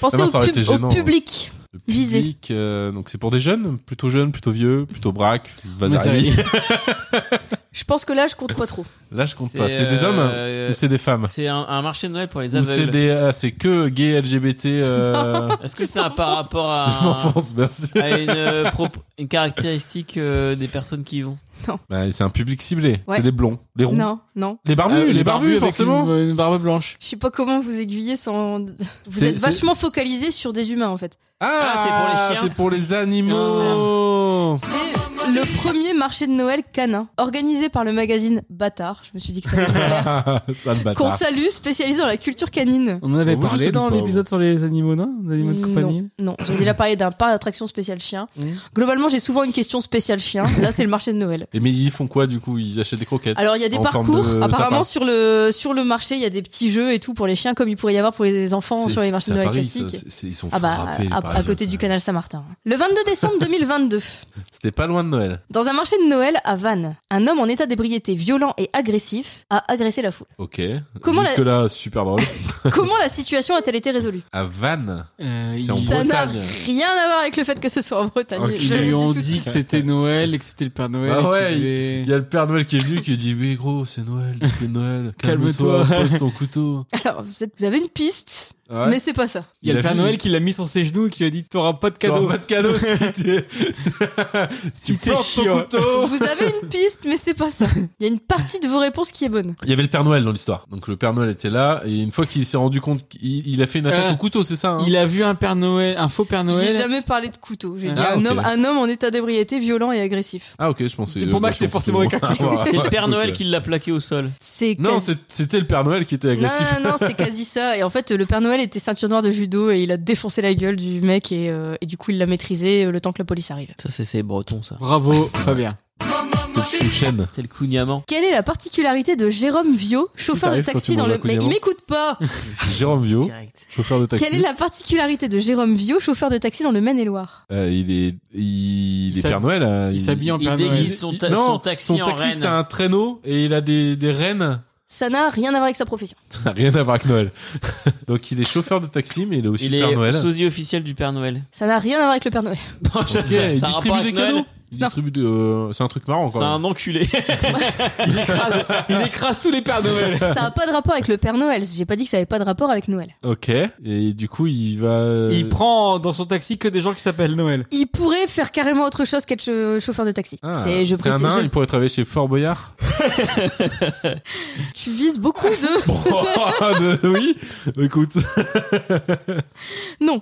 S4: Pensez
S2: Ah non,
S4: au,
S2: ça aurait
S4: pub-
S2: été gênant,
S4: au public.
S2: Le public,
S4: Visé.
S2: euh, donc c'est pour des jeunes, plutôt jeunes, plutôt vieux, plutôt braques,
S1: Mais ça-
S2: Vasari.
S4: Je pense que là, je compte pas trop.
S2: Là, je compte pas. C'est des hommes hein.
S3: euh,
S2: ou c'est des femmes
S3: C'est un, un marché de Noël pour les
S2: Ou c'est
S3: aveugles.
S2: des ah, c'est que gay LGBT euh...
S3: Est-ce que
S4: Tu
S3: c'est un par
S4: t'enfonces.
S3: rapport
S2: Je
S3: à,
S2: m'enfonce, merci.
S3: à une, euh, prop- une caractéristique euh, des personnes qui y vont
S2: Bah, c'est un public ciblé.
S4: Ouais.
S2: C'est les blonds, les ronds,
S4: Non, non.
S2: les barbus,
S1: Ah,
S2: les, barbus,
S1: avec
S2: forcément.
S1: Une, une barbe blanche.
S4: Je sais pas comment vous aiguiller sans. Vous
S2: C'est-
S4: êtes vachement focalisé sur des humains en fait.
S3: Ah, c'est pour les chiens.
S2: c'est pour les animaux.
S4: C'est le premier marché de Noël canin organisé par le magazine Bâtard. Je me suis dit que ça allait me plaire.
S2: Sale
S4: Qu'on
S2: bâtard.
S4: salue, spécialisé dans la culture canine.
S1: On en avait
S2: Bon, moi, je
S1: parlé
S2: sais
S1: dans
S2: pas,
S1: l'épisode sur les animaux, non Les animaux de compagnie.
S4: Non, non. j'ai déjà parlé d'un parc d'attraction spécial chien.
S1: Mm.
S4: Globalement, j'ai souvent une question spéciale chien. Là, c'est le marché de Noël.
S2: Et mais ils font quoi du coup Ils achètent des croquettes.
S4: Alors, il y a des
S2: En forme
S4: parcours.
S2: de sapin.
S4: Apparemment, sur le, sur le marché, il y a des petits jeux et tout pour les chiens, comme il pourrait y avoir pour les enfants
S2: C'est-
S4: sur les marchés
S2: c'est
S4: de
S2: à
S4: Noël
S2: Paris, ça,
S4: classiques.
S2: c'est- c'est- ils sont
S4: Ah bah,
S2: frappés.
S4: à,
S2: par
S4: à
S2: exemple.
S4: côté du canal Saint-Martin. Le 22 décembre 2022,
S2: C'était pas loin de Noël.
S4: dans un marché de Noël à Vannes, un homme en état d'ébriété violent et agressif a agressé la foule.
S2: Ok.
S4: Comment la-
S2: Jusque là, super drôle.
S4: Comment la situation a-t-elle été résolue
S2: À Vannes.
S1: Euh,
S2: C'est en
S1: ils-
S2: bois.
S4: Ça n'a
S2: Bretagne.
S4: rien à voir avec le fait que ce soit en Bretagne.
S2: Ok.
S4: je
S1: Ils
S4: le dis
S1: lui ont
S4: tout de
S1: dit
S4: suite.
S1: que c'était Noël et que c'était le Père Noël.
S2: Ah
S1: et
S2: ouais,
S1: qu'il
S2: Il
S1: devait-
S2: y a le Père Noël qui est venu qui dit mais gros c'est Noël, c'est Noël,
S1: Calme-toi.
S2: calme-toi, pose ton couteau.
S4: Alors, vous, êtes- vous avez une piste,
S2: Ouais.
S4: mais c'est pas ça.
S1: Il y a le
S2: a
S1: Père
S2: fini.
S1: Noël qui l'a mis sur ses genoux et qui lui a dit T'auras pas de
S2: T'auras
S1: cadeau.
S2: pas de cadeau si t'es si
S1: Si
S2: tu
S1: t'es
S2: plantes
S1: chiant.
S2: ton couteau.
S4: Vous avez une piste, mais c'est pas ça. Il y a une partie de vos réponses qui est bonne.
S2: Il y avait le Père Noël dans l'histoire. Donc le Père Noël était là et une fois qu'il s'est rendu compte qu'il il a fait une attaque
S1: Ah.
S2: au couteau, c'est ça hein
S1: Il a vu un Père Noël, un faux Père Noël.
S4: J'ai jamais parlé de couteau. J'ai
S1: Ah,
S4: dit
S2: ok.
S4: un, homme, un homme en état d'ébriété violent et agressif.
S2: Ah ok, je pensais.
S1: Pour
S2: euh,
S1: Max, c'est
S2: bah,
S1: forcément
S2: couteau.
S1: avec un couteau.
S2: Voilà,
S3: C'est le
S2: ouais,
S3: Père
S2: écoute,
S3: Noël
S2: euh,
S3: qui l'a plaqué au sol.
S4: C'est
S2: Non,
S4: quasi-
S2: c'est- c'était le Père Noël qui était
S4: non,
S2: agressif.
S4: non, non, c'est quasi ça. Et en fait, le Père Noël était ceinture noire de judo et il a défoncé la gueule du mec et, euh, et du coup, il l'a maîtrisé euh, le temps que la police arrive.
S3: Ça, c'est c'est breton, ça.
S1: Bravo, Fabien.
S2: C'est le chouchen.
S3: C'est le cugnaman.
S4: Quelle est la particularité de Jérôme Vio, chauffeur de
S2: t'arrives quand
S4: taxi
S2: tu
S4: dans le.
S2: demandes à
S4: Mais il
S2: Cognac.
S4: m'écoute pas
S2: Jérôme Vio,
S3: Direct.
S2: chauffeur de taxi.
S4: Quelle est la particularité de Jérôme Vio, chauffeur de taxi dans le Maine-et-Loire
S2: Euh, il est, il,
S1: Il
S2: est
S1: s'hab-
S2: Père Noël. hein,
S1: il s'habille en
S3: Il
S1: Père Noël.
S3: déguise son, ta-
S2: Non,
S3: son taxi
S2: son
S3: en
S2: taxi,
S3: reine.
S2: c'est un traîneau et il a des, des rennes.
S4: Ça n'a rien à voir avec sa profession.
S2: Ça n'a rien à voir avec Noël. Donc il est chauffeur de taxi, mais il est aussi
S3: Il
S2: Père
S3: est
S2: Noël.
S3: sosie officiel du Père Noël.
S4: Ça n'a rien à voir avec le Père Noël.
S3: Non,
S2: Ok,
S3: ça-
S2: il
S3: ça a rapport
S2: distribue des
S3: avec Noël.
S2: cadeaux. Il
S4: Non.
S2: distribue de, euh, c'est un truc marrant
S3: C'est
S2: quand même.
S3: un enculé.
S1: Il écrase, il écrase tous les Pères Noël.
S4: Ça n'a pas de rapport avec le Père Noël. J'ai pas dit que ça avait pas de rapport avec Noël.
S2: Ok. Et du coup, il va.
S1: Il prend dans son taxi que des gens qui s'appellent Noël.
S4: Il pourrait faire carrément autre chose qu'être che- chauffeur de taxi.
S2: Ah,
S4: c'est, je
S2: c'est un
S4: précise,
S2: nain,
S4: je-
S2: il pourrait travailler chez Fort Boyard.
S4: tu vises beaucoup de.
S2: Oh, de- oui, écoute,
S4: non,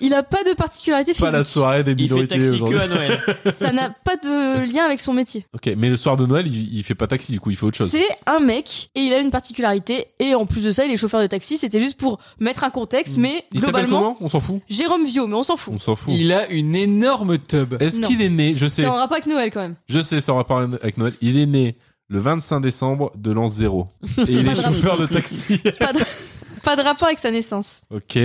S4: il a pas de particularité
S2: pas la
S4: physique.
S2: soirée des
S3: Il fait
S2: minorités
S3: taxi que
S2: aujourd'hui.
S3: à Noël.
S4: Ça n'a pas de lien avec son métier.
S2: Ok, mais le soir de Noël, il, il fait pas taxi, du coup, il fait autre chose.
S4: C'est un mec et il a une particularité et en plus de ça, il est chauffeur de taxi. C'était juste pour mettre un contexte, mais
S2: Hmm. Il s'appelle
S4: globalement,
S2: comment On s'en fout.
S4: Jérôme Vio, mais on s'en fout.
S2: On s'en fout.
S1: Il a une énorme tub.
S2: Est-ce
S4: Non.
S2: qu'il est né Je sais,
S4: C'est en rapport avec Noël quand même.
S2: je sais, ça aura pas avec Noël. Il est né le 25 décembre de l'an 0. Et il
S4: Pas
S2: est
S4: de
S2: chauffeur de taxi.
S4: Pas de, pas de rapport avec sa naissance.
S2: ok.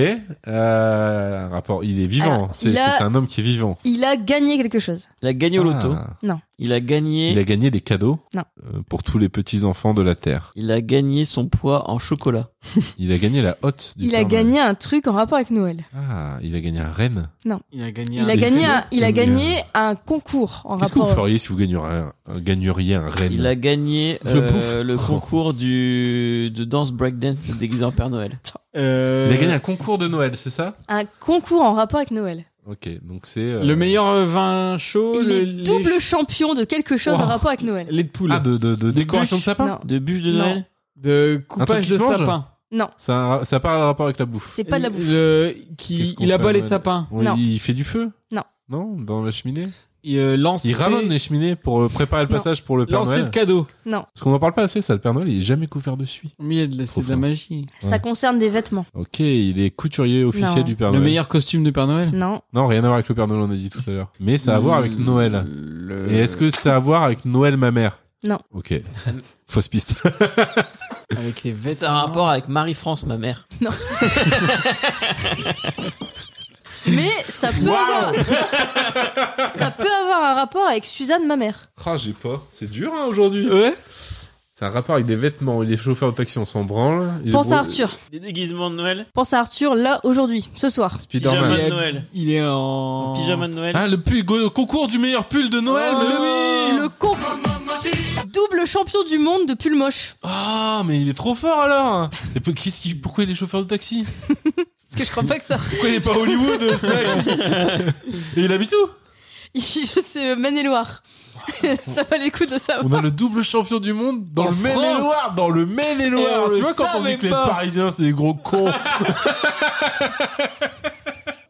S2: Euh, un rapport. Il est vivant.
S4: Alors,
S2: C'est
S4: il a-
S2: c'est un homme qui est vivant.
S4: Il a gagné quelque chose.
S3: Il a gagné au loto.
S2: Ah.
S3: Il a gagné.
S2: Il a gagné des cadeaux
S4: Non.
S2: euh, pour tous les petits enfants de la Terre.
S3: Il a gagné son poids en chocolat.
S2: Il a gagné la hotte du
S4: Il a
S2: Père Noël.
S4: gagné un truc en rapport avec Noël.
S2: Ah, il a gagné un renne.
S1: Il a gagné.
S4: Il
S1: un-
S4: a gagné, un, il a
S2: Une-
S4: gagné un concours en
S2: Qu'est-ce que vous
S4: rapport.
S2: feriez si vous gagneriez un, un- gagneriez un renne
S3: Il a gagné
S2: Je
S3: euh,
S2: bouffe.
S3: le
S2: Oh.
S3: concours du de danse breakdance déguisé en Père Noël.
S1: Euh,
S2: Il a gagné un concours de Noël, c'est ça
S4: Un concours en rapport avec Noël.
S2: Ok, donc c'est. euh,
S1: Le meilleur euh, vin chaud.
S4: Il
S1: le-
S4: est
S1: les-
S4: double champion de quelque chose en
S2: Oh.
S4: rapport avec Noël.
S1: Lait de poule.
S2: Ah, de, de, de décoration de
S1: bûches.
S2: sapin
S4: Non.
S3: De bûche de
S4: Non.
S3: Noël.
S1: De
S2: Un truc
S1: coupage
S2: qui
S1: de
S2: se mange
S1: sapin.
S4: Non,
S2: Ça a un ra- ça a pas un rapport avec la bouffe.
S4: c'est pas de la bouffe.
S1: Le- qui,
S2: Qu'est-ce qu'on
S1: il abat
S2: fait,
S1: les
S2: ouais.
S1: sapins.
S2: On-
S4: Non.
S2: Il fait du feu
S4: Non.
S2: Non, dans la cheminée
S1: Il euh, lance.
S2: Il ramène
S1: ses-
S2: les cheminées pour euh, préparer le
S4: Non.
S2: passage pour le Père
S1: lancer
S2: Noël.
S1: de cadeaux.
S4: Non,
S2: Parce qu'on en parle pas assez, ça, le Père Noël, il est jamais couvert de suie.
S1: Mais il y a de la- c'est de la
S2: fort.
S1: magie.
S4: ça
S2: Ouais.
S4: concerne des vêtements.
S2: Ok, il est couturier officiel
S4: Non.
S2: du Père
S1: Le
S2: Noël.
S1: meilleur costume de Père Noël.
S4: Non,
S2: Non, rien à voir avec le Père Noël, on a dit tout à l'heure. Mais ça a à voir avec Noël.
S1: Le-
S2: Euh, Et est-ce que ça a à voir avec Noël, ma mère
S4: Non.
S2: Ok. Fausse piste.
S1: Avec les vêtements.
S3: Ça a un rapport avec Marie-France, ma mère.
S4: mais ça peut avoir. ça peut avoir un rapport avec Suzanne, ma mère.
S2: Ah, j'ai pas. C'est dur, hein, aujourd'hui.
S1: Ouais.
S2: C'est un rapport avec des vêtements. Il est chauffeur de taxi, on s'en branle. Il est
S4: Pense
S2: bro-
S4: à Arthur.
S3: Des déguisements de Noël.
S4: Pense à Arthur là aujourd'hui, ce soir.
S1: Il
S2: Spider-Man.
S3: Pyjama de
S1: a-
S3: Noël.
S1: Il est en.
S3: Pyjama de Noël.
S2: Ah, le pull- go- concours du meilleur pull de Noël, mais oui
S4: Le con Oh, double le champion du monde de Pulmoche.
S2: Ah, mais il est trop fort alors Et pour- qu'est-ce qui- Pourquoi il est chauffeur de taxi
S4: Parce que je crois pas que ça.
S2: Pourquoi il est pas Hollywood, ce mec Et il habite où
S4: je sais, euh, Maine-et-Loire. ça valait le coup de
S2: On a
S4: savoir.
S2: le double champion du monde dans
S3: En
S2: le Maine-et-Loire Dans le
S1: Et on
S2: Maine-et-Loire
S1: le
S2: Tu vois, quand on
S1: savait
S2: dit que les
S1: pas.
S2: Parisiens, c'est des gros cons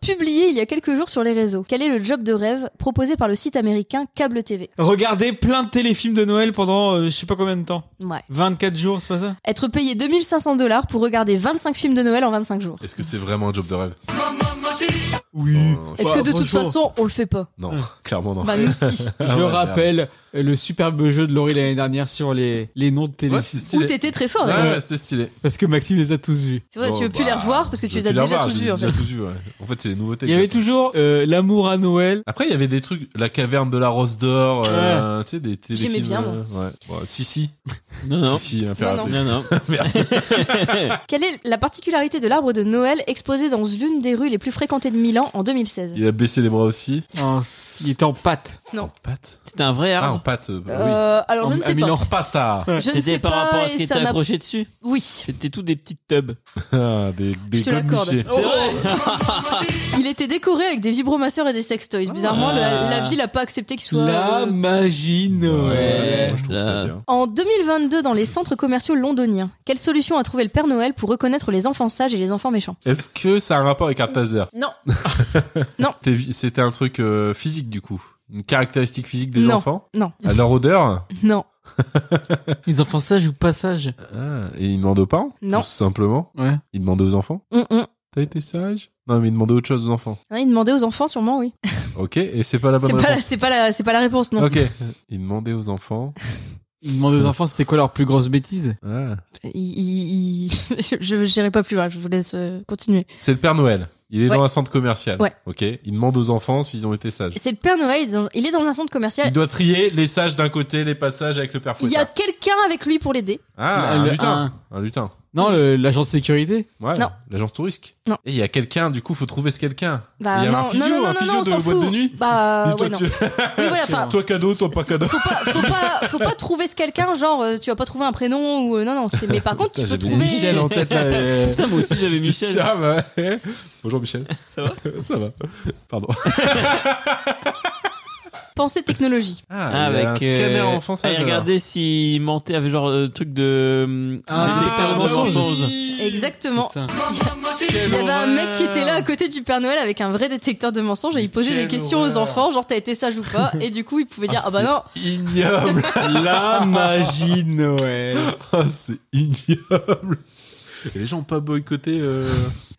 S4: Publié il y a quelques jours sur les réseaux. Quel est le job de rêve proposé par le site américain Câble TV
S1: Regardez plein de téléfilms de Noël pendant euh, je sais pas combien de temps.
S4: Ouais.
S1: 24 jours, c'est pas ça
S4: Être payé 2500 dollars pour regarder 25 films de Noël en 25 jours.
S2: Est-ce que c'est vraiment un job de rêve
S1: Oui.
S2: Euh,
S1: Bah,
S4: Est-ce que de toute façon, on le fait pas
S2: Non, clairement non.
S4: Bah, nous si.
S2: Ah
S1: Je
S2: ouais,
S1: rappelle euh, le superbe jeu de Laurie l'année dernière sur les, les noms de télé.
S2: Ouais, c'était
S4: Ou
S2: stylé.
S4: t'étais très fort,
S2: Ouais,
S4: d'ailleurs.
S2: ouais, c'était stylé.
S1: parce que Maxime les a tous vus.
S4: C'est vrai,
S2: Bon,
S4: tu veux plus les
S2: bah,
S4: revoir parce que tu
S2: je
S4: les as
S2: vais plus
S4: déjà
S2: revoir,
S4: tous
S2: je les
S4: vus,
S2: ai
S4: en fait.
S2: déjà tous vus, ouais. En fait, c'est les nouveautés.
S1: Il y avait toujours euh, l'amour à Noël.
S2: Après, il y avait des trucs, la caverne de la rose d'or, euh, tu sais, des téléfilms.
S4: J'aimais bien,
S2: euh, ouais. Ouais, Si, si.
S3: Non, non.
S2: Si, si, impératrice.
S3: Non, non.
S2: Merde.
S4: Quelle est la particularité de l'arbre de Noël exposé dans une des rues les plus fréquentées de Milan en 2016
S2: Il a baissé les bras aussi.
S1: En- il était en pâte.
S4: Non.
S2: En pâte
S3: C'était un vrai
S2: Ah, en
S3: arbre.
S2: pâte, euh, oui.
S4: Euh, alors je
S1: En-
S4: ne
S1: à
S4: sais pas.
S1: Milan.
S2: En pasta
S4: Je ne sais
S3: C'était par
S4: pas
S3: rapport à
S4: et
S3: ce qui était
S4: ça m'a-
S3: accroché dessus.
S4: Oui,
S3: C'était tout des petites tubs.
S2: Ah, Des, des
S4: Je te l'accorde.
S2: godemichés.
S3: C'est vrai.
S4: il était décoré avec des vibromasseurs et des sextoys. Bizarrement,
S3: Ah.
S4: le- la ville n'a pas accepté qu'il soit.
S1: La
S4: euh,
S1: magie
S2: Ouais,
S1: Noël.
S2: moi, je trouve ça
S3: Là.
S2: bien.
S4: En 2022, dans les centres commerciaux londoniens, quelle solution a trouvé le Père Noël pour reconnaître les enfants sages et les enfants méchants
S2: Est-ce que ça a un rapport avec un taser
S4: Non,
S2: T'es vi- C'était un truc euh, physique, du coup. Une caractéristique physique des
S4: Non.
S2: enfants
S4: non,
S2: À leur odeur
S4: non.
S1: Les enfants sages ou passage
S2: Ah, Et ils demandent aux parents
S4: Non.
S2: Tout simplement.
S1: Ouais.
S2: Ils demandent aux enfants
S4: Hum, hum.
S2: T'as été sage Non, mais ils demandaient autre chose aux enfants.
S4: Ah, Il demandait aux enfants, sûrement, oui.
S2: Ok, et c'est pas la Ah, bonne
S4: C'est pas,
S2: réponse.
S4: c'est pas, la- c'est pas la réponse, non.
S2: Ok. Ils demandaient aux enfants.
S1: Ils demandaient aux enfants c'était quoi leur plus grosse bêtise.
S2: Ah.
S4: Il- il- il- je n'irai pas plus loin, je vous laisse euh, continuer.
S2: C'est le Père Noël. Il est
S4: Ouais.
S2: dans un centre commercial.
S4: Ouais.
S2: Ok. Il demande aux enfants s'ils ont été sages.
S4: C'est le Père Noël, il est dans, il est dans un centre commercial.
S2: Il doit trier les sages d'un côté, les passages avec le père
S4: Il y a
S2: Fouettard.
S4: quelqu'un avec lui pour l'aider.
S2: Ah,
S1: Le-
S2: un
S1: le-
S2: lutin.
S1: un-
S2: Un, lutin.
S1: Non, le- l'agent de sécurité.
S2: Ouais.
S4: Non.
S2: L'agence touristique.
S4: Non.
S2: Et il y a quelqu'un, du coup, faut trouver ce quelqu'un.
S4: Bah,
S2: Il y a un
S4: non,
S2: physio,
S4: non, non,
S2: un
S4: non,
S2: physio
S4: non, on
S2: de
S4: s'en
S2: boîte de
S4: fout.
S2: nuit.
S4: Bah,
S2: Dis, toi,
S4: ouais, non.
S2: tu-
S4: Oui, voilà, enfin,
S2: toi cadeau, toi pas
S4: faut
S2: cadeau.
S4: pas, faut pas, faut pas trouver ce quelqu'un, genre, euh, tu vas pas trouver un prénom ou. euh, non, non, c'est. Mais par contre, tu
S2: Putain,
S4: peux
S2: j'avais
S4: trouver.
S2: Michel en tête là. et-
S1: Euh,
S3: Putain, moi aussi j'avais
S2: J'étais
S3: Michel.
S2: sûr, ouais. Bonjour Michel. Ça va Ça va. Pardon.
S4: Penser technologie.
S2: Ah,
S3: Ah,
S2: il y
S3: avec
S2: a un scanner
S3: euh,
S2: enfant sage.
S3: allez
S2: alors.
S3: regarder s'il mentait avec genre euh, truc de
S1: Ah,
S3: des
S1: bah
S3: détecteurs de
S1: oui.
S3: mensonges.
S4: Exactement.
S1: Putain.
S4: Il y avait un mec qui était là à côté du Père Noël avec un vrai détecteur de mensonges et il posait
S2: Quelle
S4: des questions aux
S2: horreur.
S4: enfants, genre t'as été sage ou pas, et du coup il pouvait dire ah,
S2: Ah,
S4: bah
S2: c'est-
S4: non,
S2: Ignoble.
S1: La magie Noël.
S2: Ah, c'est ignoble. Les gens ont pas boycotté. euh,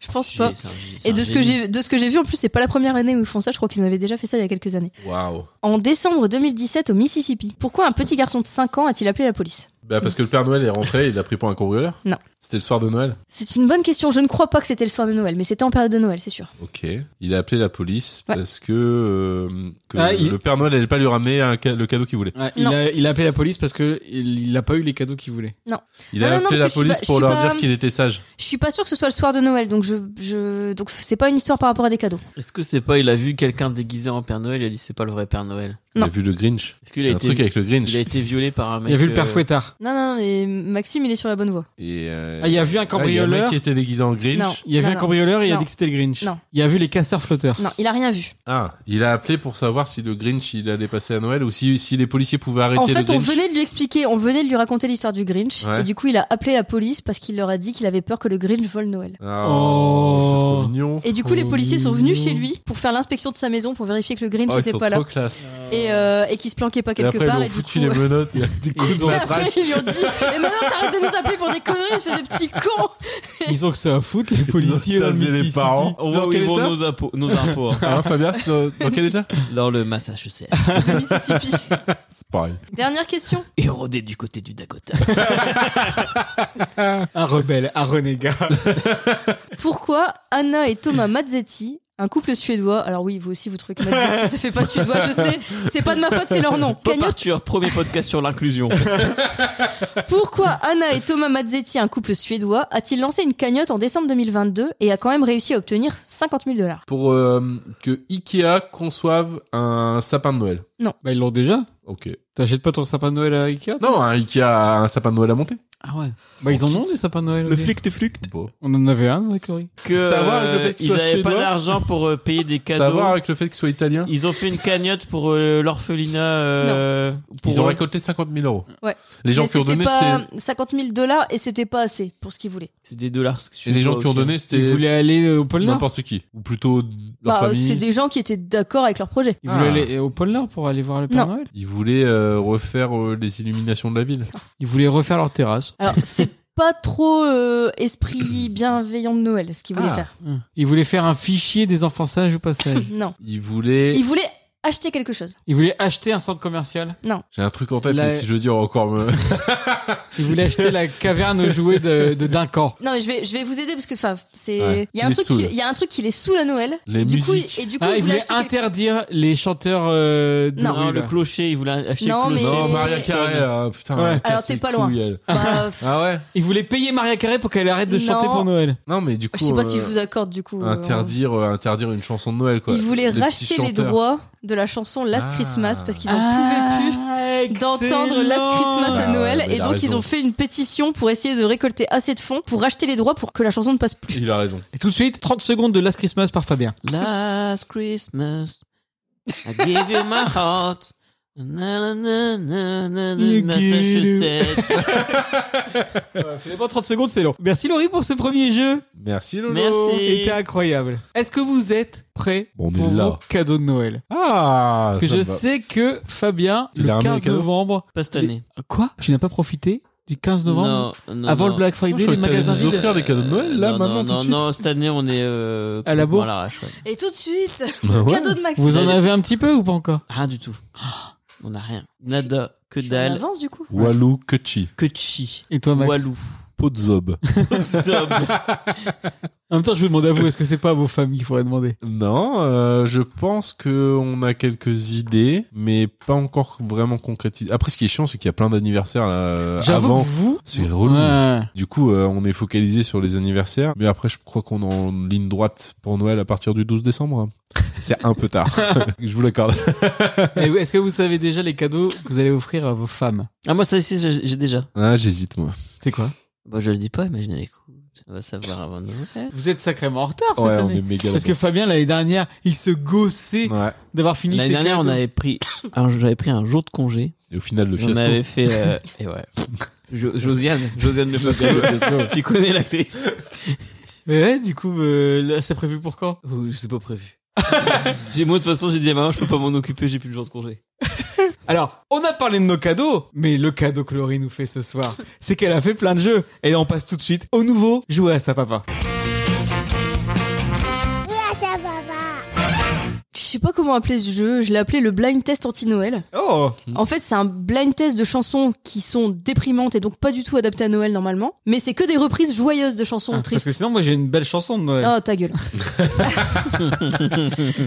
S4: je pense pas.
S3: Génie, c'est un génie, c'est
S4: Et
S3: un
S4: de ce que
S3: génie.
S4: j'ai de ce que j'ai vu en plus c'est pas la première année où ils font ça, je crois qu'ils en avaient déjà fait ça il y a quelques années.
S2: Waouh.
S4: En décembre 2017 au Mississippi, pourquoi un petit garçon de 5 ans a-t-il appelé la police
S2: Bah parce que le Père Noël est rentré, il l'a pris pour un cambrioleur.
S4: Non.
S2: C'était le soir de Noël.
S4: C'est une bonne question, je ne crois pas que c'était le soir de Noël, mais c'était en période de Noël, c'est sûr.
S2: Ok. Il a appelé la police
S4: Ouais.
S2: parce que, euh, que
S1: Ah, il-
S2: le Père Noël allait pas lui ramener un ca- le cadeau qu'il voulait.
S1: Ouais, il,
S4: Non.
S1: a, il a appelé la police parce que il, il a pas eu les cadeaux qu'il voulait.
S2: Il
S4: Ah, Non,
S2: a
S4: non, non,
S2: appelé
S4: parce
S2: la
S4: que je suis
S2: police
S4: pas- je
S2: pour
S4: suis
S2: leur
S4: pas-
S2: dire qu'il était sage.
S4: Je suis pas sûr que ce soit le soir de Noël, donc je, je donc c'est pas une histoire par rapport à des cadeaux.
S3: Est-ce que c'est pas il a vu quelqu'un déguisé en Père Noël, il a dit c'est pas le vrai Père Noël.
S2: Il a
S4: Non.
S2: vu le Grinch.
S3: Est-ce qu'il a
S2: Un
S3: été
S2: truc avec le Grinch.
S3: il a été violé par un mec
S1: Il a vu le père
S3: euh,
S1: Fouettard.
S4: Non non, mais Maxime il est sur la bonne voie.
S2: Et euh,
S1: Ah, il a vu un
S2: ah, il y a un mec
S1: cambrioleur.
S2: qui était déguisé en Grinch.
S4: Non.
S1: Il a vu un cambrioleur et il a
S4: Non.
S1: dit que c'était le Grinch.
S4: Non.
S1: Il a vu les casseurs flotteurs.
S4: Non, il a rien vu.
S2: Ah, il a appelé pour savoir si le Grinch il allait passer à Noël ou si, si les policiers pouvaient arrêter
S4: En
S2: le
S4: fait, on
S2: Grinch.
S4: venait de lui expliquer, on venait de lui raconter l'histoire du Grinch,
S2: Ouais.
S4: et du coup, il a appelé la police parce qu'il leur a dit qu'il avait peur que le Grinch vole Noël.
S2: Ah,
S1: Oh.
S2: c'est trop mignon.
S4: Et du coup,
S1: Trop
S4: les policiers sont venus
S1: mignon.
S4: chez lui pour faire l'inspection de sa maison pour vérifier que le Grinch
S2: Oh, ils
S4: n'était
S2: sont
S4: pas là
S2: trop classe.
S4: et, euh, et qu'il se planquait pas
S2: Et
S4: quelque
S2: après, ils
S4: part.
S2: lui
S4: Et
S2: ont
S4: du
S2: foutu
S4: coup,
S2: les menottes. et Des coups
S1: Ils
S2: de
S1: ont-
S4: et
S2: matraque.
S4: après, ils lui ont dit Et maintenant, t'arrêtes de nous appeler pour des conneries, espèce de petit con
S1: Ils ont que ça à foutre, les policiers.
S2: Ils ont
S1: au
S2: tasé les
S1: Mississippi.
S2: parents.
S3: On voit
S2: Dans
S3: où
S2: quel
S3: ils vont
S2: état
S3: nos impôts, nos impôts, hein.
S2: Hein, Fabien, c'est dans, dans quel état
S3: dans le Massachusetts.
S4: Le Mississippi.
S2: C'est pareil.
S4: Dernière question.
S3: Érodé du côté du Dakota.
S1: Un rebelle, un renégat.
S4: Pourquoi Anna et Thomas Mazzetti un couple suédois, alors oui, vous aussi vous trouvez que Mazzetti ça fait pas suédois, je sais, c'est pas de ma faute, c'est leur nom.
S3: Pop
S4: Cagnotte
S3: Arthur, premier podcast sur l'inclusion.
S4: Pourquoi Anna et Thomas Mazzetti, un couple suédois, a-t-il lancé une cagnotte en décembre 2022 et a quand même réussi à obtenir 50 000 dollars
S2: Pour euh, que Ikea conçoive un sapin de Noël.
S1: Bah, ils l'ont déjà.
S2: Ok.
S1: T'achètes pas ton sapin de Noël à Ikea toi
S2: Non, un Ikea a un sapin de Noël à monter.
S1: Ah ouais. Bah,
S2: Oh,
S1: ils en ont des sapins de Noël. ok.
S2: de flucte.
S1: On en avait un avec Laurie.
S3: que
S2: Ça a à voir avec le
S3: euh,
S2: fait qu'il
S3: ils
S2: soit
S3: avaient pas
S2: suédois
S3: d'argent pour euh, payer des
S2: Ça a à
S3: cadeaux.
S2: voir avec le fait qu'il soit italien.
S3: Ils ont fait une cagnotte pour euh, l'orphelinat. euh, pour
S2: Ils ont
S3: eux.
S2: récolté 50 000 euros.
S4: Ouais.
S2: Les gens
S4: Mais
S2: qui ont
S4: c'était
S2: donné,
S4: pas
S2: c'était.
S4: 50 000 dollars et c'était pas assez pour ce qu'ils voulaient.
S3: C'est des dollars. parce que je
S2: Et les
S3: suis
S2: gens
S3: pas
S2: qui ont
S3: aussi-
S2: donné,
S1: Ils
S2: c'était
S1: voulaient aller au pôle Nord.
S2: n'importe qui. Ou plutôt leur
S4: Bah,
S2: famille.
S4: c'est des gens qui étaient d'accord avec leur projet.
S1: Ils voulaient
S2: Ah.
S1: aller au pôle Nord pour aller voir le Père Noël.
S2: Ils voulaient euh, refaire euh, les illuminations de la ville.
S1: Ils voulaient refaire leur terrasse.
S4: Alors, c'est pas trop euh, esprit bienveillant de Noël ce qu'ils voulaient
S2: Ah.
S4: faire.
S1: Hein. Ils voulaient faire un fichier des enfants sages au passage.
S4: Non.
S2: Ils voulaient.
S4: Ils voulaient acheter quelque chose.
S1: Ils voulaient acheter un centre commercial.
S2: J'ai un truc en tête,
S1: La-
S2: mais si je veux dire encore. euh, me-
S1: Ils voulaient acheter la caverne aux jouets de, de Duncan.
S4: Non, mais je vais, je vais vous aider parce que enfin, c'est
S2: Ouais.
S4: il y a un
S2: Il est
S4: truc qui,
S2: saoul.
S4: il y a un truc qui les saoule à Noël.
S2: Les
S4: et du coup,
S2: musiques.
S4: et du coup,
S1: Ah,
S4: ils
S1: ils
S4: voulaient
S1: voulaient
S4: acheter quelque-
S1: interdire les chanteurs euh, de
S4: Non.
S1: rue,
S3: Non, le
S1: là.
S3: clocher, ils voulaient acheter
S4: Non,
S3: le
S4: mais-
S3: clocher.
S2: Non, Maria
S4: Et-
S2: Carré, là, putain.
S1: Ouais.
S2: elle
S1: Alors,
S2: casse
S4: t'es
S2: les
S4: pas loin.
S2: couilles, elle.
S4: Bah, pff,
S2: Ah ouais
S1: Ils voulaient payer Maria Carré pour qu'elle arrête de chanter
S4: Non.
S1: pour Noël.
S2: Non, mais du coup.
S4: je sais pas
S2: euh,
S4: si je vous accorde du coup. euh,
S2: Interdire, euh, interdire une chanson de Noël, quoi.
S4: Ils voulaient
S2: petits
S4: racheter les
S2: chanteurs.
S4: droits de la chanson Last
S2: Ah.
S4: Christmas parce qu'ils en
S1: Ah,
S4: pouvaient plus
S3: pouvaient
S4: d'entendre Last Christmas à
S2: Ah,
S4: Noël
S2: mais
S4: et
S2: il a
S4: donc ils
S2: raison.
S4: ont fait une pétition pour essayer de récolter assez de fonds pour acheter les droits pour que la chanson ne passe plus.
S2: Il a raison.
S1: Et tout de suite, 30 secondes de Last Christmas par Fabien.
S3: Last Christmas, I gave you my heart. Na, na, na, na, na, na,
S1: You
S3: Massachusetts.
S1: Finalement, 30 secondes, c'est long. Merci Laurie pour ce premier jeu.
S2: Merci, Lolo.
S3: Merci.
S1: C'était incroyable. Est-ce que vous êtes prêts
S2: Bon, on est
S1: pour
S2: là.
S1: vos cadeaux de Noël
S2: Ah
S1: Parce que
S2: ça
S1: je
S2: me va.
S1: sais que Fabien,
S2: Il a
S1: le
S2: ramené
S1: 15
S2: les cadeaux
S1: novembre.
S3: Pas cette année.
S1: Quoi Tu n'as pas profité du 15 novembre
S3: Non, non,
S1: Avant
S3: non. Euh,
S1: le Black
S2: Moi, je
S1: Friday,
S2: crois
S1: les
S2: que t'allais
S1: magasins
S2: nous
S1: vides.
S2: offrir des cadeaux de Noël, là,
S3: non,
S2: maintenant,
S3: non,
S2: tout de
S3: non,
S2: suite.
S3: non, cette année on est euh,
S1: À la
S3: complètement
S1: bourre
S3: l'arrache. ouais.
S4: Et tout de suite,
S2: Bah ouais.
S4: cadeau de Maxime.
S1: Vous en avez un petit peu ou pas encore
S3: Rien du tout. On a rien. Nada, que
S4: En
S3: dalle,
S4: avance du coup.
S2: Walou Kutchi.
S3: que chi.
S1: Et toi, Max
S3: Walou.
S2: Podzob.
S3: Sob.
S1: En même temps, je vous demande à vous, est-ce que c'est pas à vos familles qu'il faudrait demander
S2: Non, euh, je pense que on a quelques idées, mais pas encore vraiment concrétisées. Après, ce qui est chiant, c'est qu'il y a plein d'anniversaires là euh,
S1: J'avoue
S2: avant.
S1: que vous.
S2: C'est relou.
S1: Ouais.
S2: Du coup, euh, on est focalisé sur les anniversaires, mais après, je crois qu'on est en ligne droite pour Noël à partir du 12 décembre. C'est un peu tard. je vous l'accorde.
S1: Et Est-ce que vous savez déjà les cadeaux que vous allez offrir à vos femmes
S3: Ah, moi, ça ici, j'ai j'ai déjà.
S2: Ah, j'hésite moi.
S1: C'est quoi
S3: Bah, je le dis pas, imaginez les coups. On va savoir avant Noël.
S1: Vous êtes sacrément en retard cette
S2: Ouais, on est
S1: année.
S2: méga.
S1: Parce que Fabien, l'année dernière, il se gossait
S2: Ouais.
S1: d'avoir fini ses
S3: L'année dernière, on
S1: cadeaux.
S3: avait pris, un- j'avais pris un jour de congé.
S2: Et au final, le
S3: on
S2: fiasco.
S3: avait fait, euh, et ouais. Jo- Josiane, Josiane le
S2: Le fiasco.
S3: Tu connais l'actrice
S1: Mais ouais, du coup, euh, là, c'est prévu pour quand
S3: Je sais pas prévu. j'ai moi de toute façon j'ai dit à maman je peux pas m'en occuper j'ai plus le jour de congé.
S1: Alors, on a parlé de nos cadeaux, mais le cadeau que Laurie nous fait ce soir, c'est qu'elle a fait plein de jeux. Et là, on passe tout de suite au nouveau Jouer à sa papa.
S5: Ah,
S4: Je sais pas comment appeler ce jeu, je l'ai appelé le blind test anti-Noël.
S1: Oh
S2: Hmm.
S4: En fait, c'est un blind test de chansons qui sont déprimantes et donc pas du tout adaptées à Noël normalement, mais c'est que des reprises joyeuses de chansons
S1: Ah, Parce
S4: tristes.
S1: que sinon, moi, j'ai une belle chanson de Noël.
S4: Oh, ta gueule.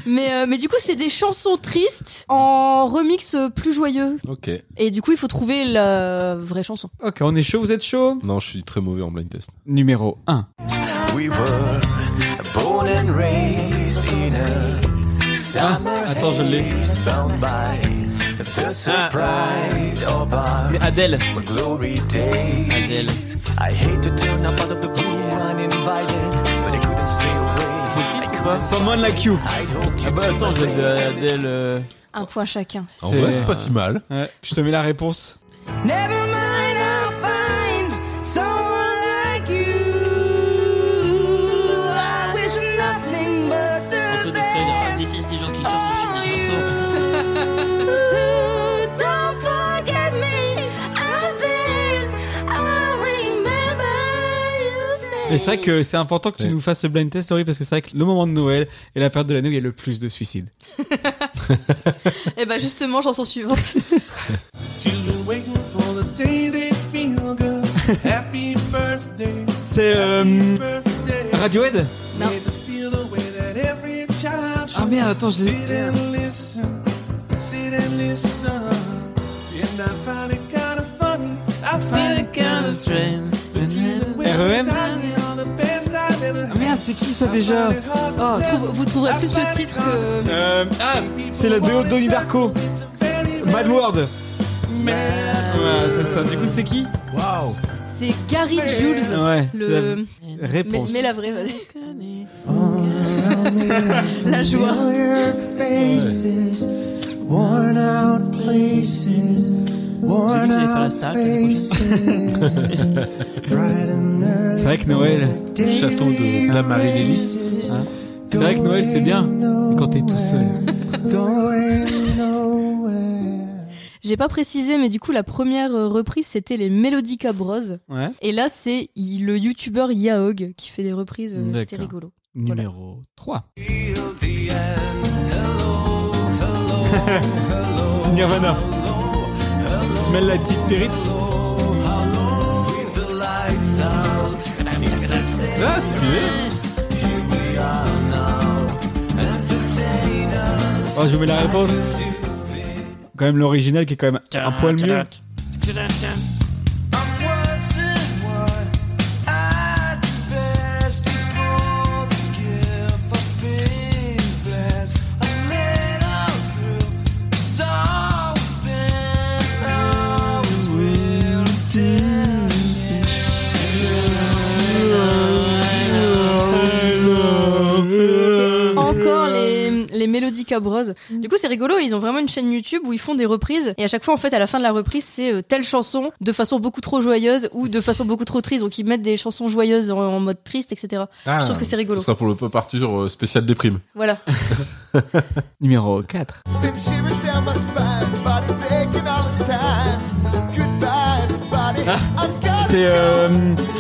S4: mais, euh, mais du coup, c'est des chansons tristes en remix euh, plus joyeux.
S2: Ok.
S4: Et du coup, il faut trouver la vraie chanson.
S1: Oh. Ok, on est chaud, vous êtes chaud
S2: Non, je suis très mauvais en blind test.
S1: Numéro 1.
S6: We were born and raised in a summer
S1: attends, je l'ai.
S6: haze, Bound by the surprise of our
S3: Adèle.
S6: glory days.
S3: Adèle.
S6: I hate to turn up out of the blue uninvited, but I couldn't stay away.
S1: Someone like you.
S6: I'd hoped
S3: Ah
S6: you'd
S3: bah
S6: see
S3: attends
S6: my
S3: je vais
S6: face.
S3: dire Adèle. euh,
S4: Un point chacun.
S2: En
S1: C'est-
S2: vrai, c'est pas si mal.
S1: Ouais, je te mets la réponse.
S7: Never mind, I'll find someone like you. I wish nothing but the
S3: Antoine Escalade,
S7: best
S3: déteste les gens qui
S7: for you. Too. Don't forget me. I think I'll remember you.
S1: Et c'est vrai que c'est important que tu
S2: Ouais.
S1: nous fasses ce blind test, Laurie, parce que c'est vrai que le moment de Noël est la période de l'année où il y a le plus de suicides.
S4: Et bah justement, chanson suivante.
S8: Children waiting for the day they feel good. Happy birthday,
S1: C'est euh,
S8: birthday.
S1: Radiohead
S4: Non.
S8: Made to feel the way that every child
S1: Ah
S8: should.
S1: merde, attends, je l'ai.
S8: Sit and listen, sit and listen. And I find it kind of funny. I find it kind of strange.
S1: REM? Ah
S8: Ah
S1: merde, c'est qui ça déjà Ah,
S4: Vous Ah, trouve- vous trouverez plus le titre que. euh,
S1: euh, Ah, c'est la BO de Donnie Darko. Mad World
S8: man.
S1: Ouais, c'est ça. Du coup, c'est qui
S2: Waouh
S4: C'est Gary Jules.
S1: Ouais.
S4: Le...
S1: c'est la
S4: Mais,
S1: Réponse.
S4: mais la vraie, vas-y. la joie.
S3: J'ai vu que j'allais faire la star.
S1: C'est vrai que Noël,
S2: Château de Damary Lélis.
S1: c'est vrai que Noël, c'est bien. mais quand t'es tout seul.
S4: J'ai pas précisé, mais du coup, la première euh, reprise, c'était les Mélodies Cabroses.
S1: Ouais.
S4: Et là, c'est il- le youtubeur Yahog qui fait des reprises. euh, C'était
S1: D'accord.
S4: rigolo.
S1: Numéro 3. C'est Nirvana. Smell like teen spirit.
S2: Ah, stylé
S1: Oh, je vous mets la réponse. Quand même l'original qui est quand même un poil mieux.
S4: C'est encore les, les Mélodies Cabroses. Du coup, c'est rigolo, ils ont vraiment une chaîne YouTube où ils font des reprises. Et à chaque fois, en fait, à la fin de la reprise, c'est euh, telle chanson de façon beaucoup trop joyeuse ou de façon beaucoup trop triste. Donc, ils mettent des chansons joyeuses en, en mode triste, etc.
S2: ah,
S4: Je trouve que c'est rigolo.
S2: Ce sera pour le pop Arthur euh, spécial déprime.
S4: Voilà.
S1: Numéro 4. Ah, C'est euh,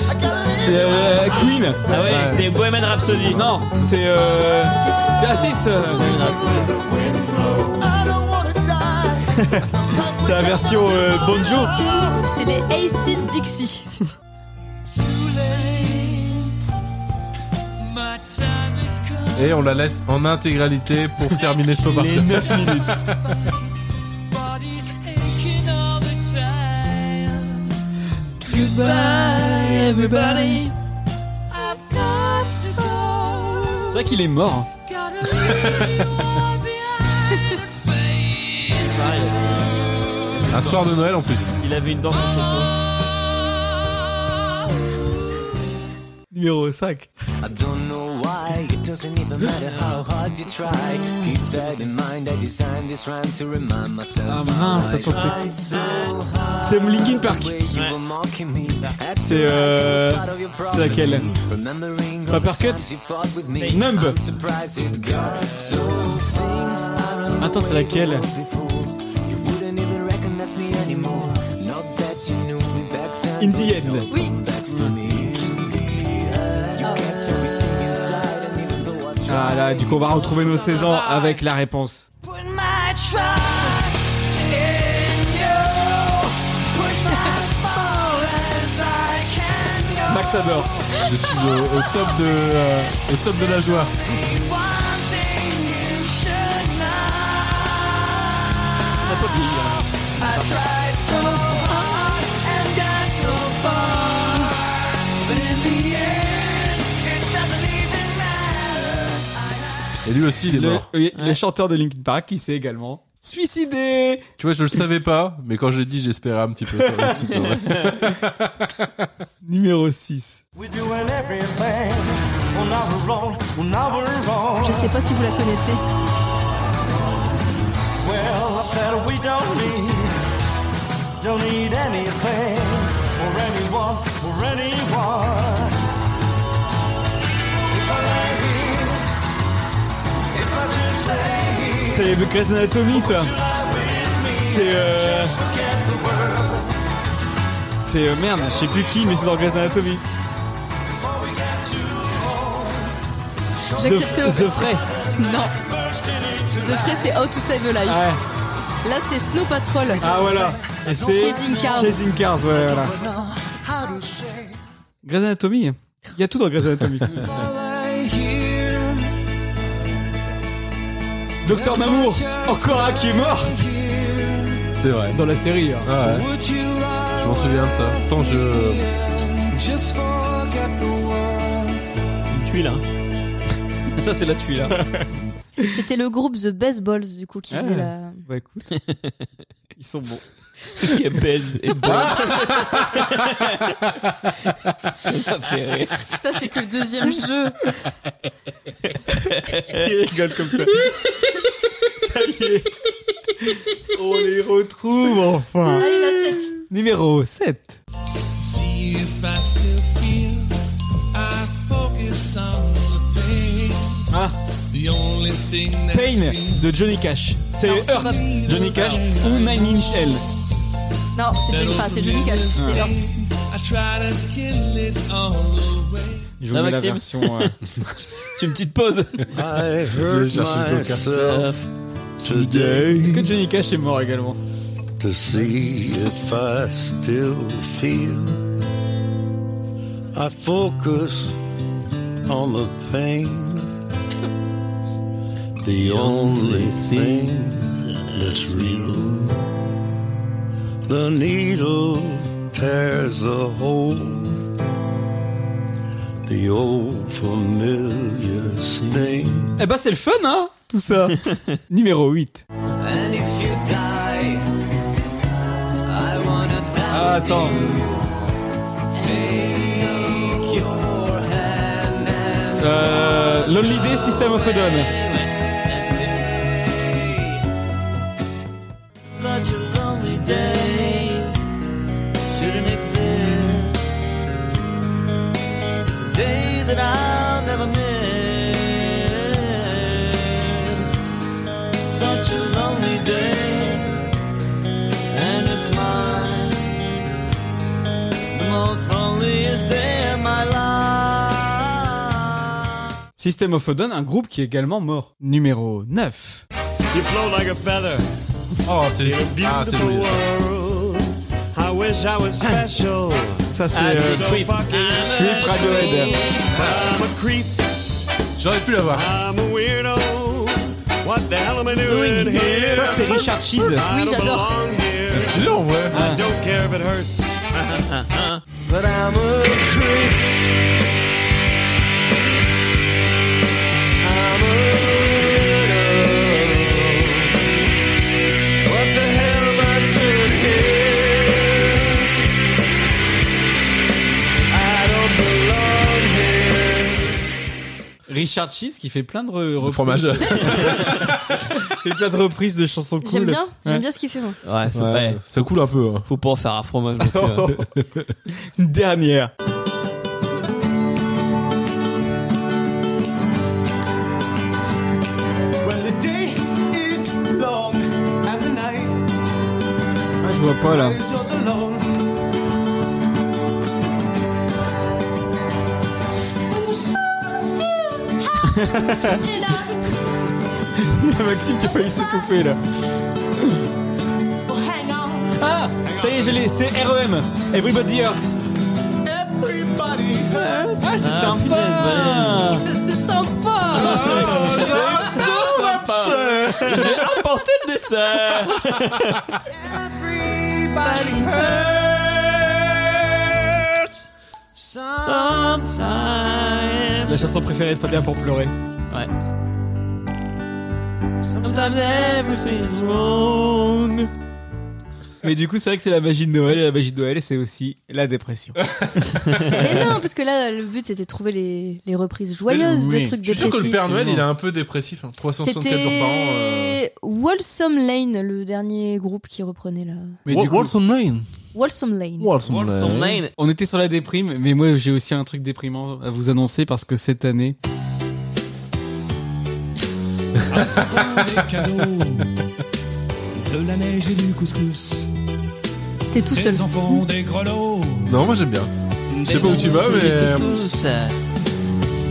S1: c'est, euh, Queen.
S3: Ah ouais, c'est Bohemian Rhapsody. Non.
S1: C'est euh, ah, si, c'est c'est la version euh, banjo.
S4: C'est les Acid Dixie.
S2: Et on la laisse en intégralité pour terminer ce pop
S1: Les
S2: Arthur.
S1: 9 minutes. C'est vrai qu'il est mort.
S3: Pareil,
S2: Un soir de Noël en plus.
S3: Il avait une dent contre toi.
S1: Numéro 5.
S6: I don't know why, it doesn't even matter how hard you try. Keep that in mind, I designed this rhyme to remind myself.
S1: Ah, mince, attends, c'est-
S6: Tried so hard.
S1: c'est Linkin Park.
S6: Way you were mocking me. At
S1: C'est,
S6: the
S1: euh,
S6: start of your
S1: c'est laquelle
S6: problems, remembering all the
S1: Paper Cut
S6: times you fought with me.
S1: Numb.
S6: I'm surprised it got so things I don't
S1: Attends, c'est laquelle
S6: before. You wouldn't even recognize me anymore. Not that you knew me back then.
S1: In the end.
S4: Oui,
S1: Ah là, du coup, on va retrouver nos 16 ans avec la réponse.
S7: Put my trust in you. Push as far as I can. You're
S1: Max adore.
S2: Je suis au, au top de euh, au top de la joie.
S7: one thing you should know. I tried so hard and got so far, but in the end, it doesn't even matter.
S2: Et lui aussi, il est
S1: Le,
S2: mort.
S1: oui, le chanteur de Linkin Park qui s'est également suicidé.
S2: Tu vois, je le savais pas, mais quand je l'ai dit, j'espérais un petit peu. quand même, tu sais, ouais.
S1: Numéro 6.
S4: je sais pas si vous la connaissez.
S1: C'est Grey's Anatomy, ça. C'est euh... C'est euh, merde, je sais plus qui, mais c'est dans Grey's Anatomy.
S4: J'accepte.
S1: The, The Fray.
S4: Non. The Fray, c'est How to Save a Life.
S1: Ouais.
S4: Là, c'est Snow Patrol.
S1: Ah voilà. Et c'est
S4: Chasing Cars.
S1: Chasing Cars, ouais, voilà. Grey's Anatomy. Il y a tout dans Grey's Anatomy. Docteur Mamour, encore un qui est mort
S2: C'est vrai.
S1: dans la série. hein.
S2: Ah ouais. Je m'en souviens de ça. Tant je.
S3: Une tuile, hein. Ça, c'est la tuile, hein.
S4: C'était le groupe The Baseballs, du coup, qui
S1: Ah.
S4: faisait la.
S1: Bah écoute, ils sont bons.
S3: Tout ce qui est Bells et Bells.
S1: Ah
S3: Ça m'a fait rire.
S4: Putain, c'est que le deuxième jeu.
S1: Ils rigolent comme ça. ça y est. On les retrouve enfin.
S4: Allez, la 7.
S1: Numéro 7.
S8: See if I still feel I focus on the pain.
S1: Ah.
S8: The only thing that's
S1: Pain
S8: been
S1: de Johnny Cash. C'est
S4: Non, c'est
S1: Hurt.
S4: pas-
S1: Johnny Cash ou Nine Inch Nails.
S4: Non, c'est Johnny, enfin, c'est Johnny Cash. C'est leur-
S8: I try to kill it all away.
S1: Je
S3: vous mets la
S1: version.
S3: C'est une petite pause.
S6: I
S2: vais
S6: hurt
S2: chercher le coca.
S1: Ah,
S6: myself today
S1: Est-ce que Johnny Cash est mort également
S6: to see if I still feel. I focus on the pain. The only thing that's real. The needle tears a hole. The old familiar sting.
S1: Eh bah c'est le fun, hein Tout ça. Numéro 8.
S7: And if you die, I wanna die.
S1: Ah, attends.
S7: Take your hand and
S1: Euh, Lonely Day, System of a Down.
S7: such a lonely day shouldn't exist. It's a day that I'll never miss. Such a lonely day, and it's mine. The most loneliest day of my life.
S1: System of a Down, un groupe qui est également mort. Numéro 9.
S7: You float like a feather.
S2: Oh, c'est
S7: in a
S2: ah, c'est joli.
S7: beautiful world. I wish I was special.
S1: Ça c'est
S3: Ah,
S1: euh,
S3: c'est
S7: so
S3: Creep.
S7: fucking
S1: Creep Radiohead.
S7: I'm a creep.
S2: J'aurais pu l'avoir.
S7: I'm a weirdo. What the hell am I doing here?
S1: Ça c'est Richard Cheese.
S7: I
S9: Ah.
S2: Ah,
S4: Oui,
S7: don't
S4: j'adore.
S7: belong here.
S2: C'est stylé en vrai.
S7: I don't care if it hurts.
S6: But I'm a creep. I'm a widow. What the hell am I doing here? I don't belong here.
S1: Richard Cheese qui fait plein de, re-
S2: Le
S1: reprises.
S2: fromage.
S1: fait plein de reprises de chansons
S2: bah,
S1: cool.
S4: J'aime bien,
S1: Ouais.
S4: j'aime bien ce qu'il fait, moi.
S3: Ouais, c'est
S2: Ouais,
S3: ouais.
S2: Ça coule un peu. hein.
S3: Faut pas en faire un fromage. non plus, hein.
S1: Une dernière.
S7: Well, the day is long and the night
S1: Ah, je vois pas là.
S7: is also long.
S1: Maxime qui a failli s'étouffer là. Ah Ça y est, je l'ai, c'est REM. Everybody Hurts.
S7: Everybody hurts.
S1: Ah, c'est
S3: Ah,
S1: sympa
S4: C'est sympa
S3: J'ai apporté le dessert.
S7: Everybody hurts.
S3: Sometimes,
S1: La chanson préférée de Fabien pour pleurer.
S3: ouais. Sometimes everything's wrong.
S1: Mais du coup, c'est vrai que c'est la magie de Noël, et la magie de Noël, c'est aussi la dépression.
S4: Mais non, parce que là, le but, c'était de trouver les, les reprises joyeuses
S1: Oui.
S4: de trucs
S2: Je suis sûr que le
S4: dépressifs.
S2: Père Noël, il est un peu dépressif. hein. 364 jours par an. euh.
S4: C'était Walsome Lane, le dernier groupe qui reprenait là.
S1: Mais
S2: Wa-
S1: du coup,
S2: Walson Lane.
S4: Walsome Lane.
S2: Walson
S3: Walsall Lane.
S1: on était sur la déprime, mais moi, j'ai aussi un truc déprimant à vous annoncer parce que cette année,
S8: Des cadeaux, de la neige et du couscous.
S4: T'es tout seul.
S8: Des enfants, des grelots.
S2: Non, moi j'aime bien. Je sais pas où tu vas, mais. euh,
S3: Couscous.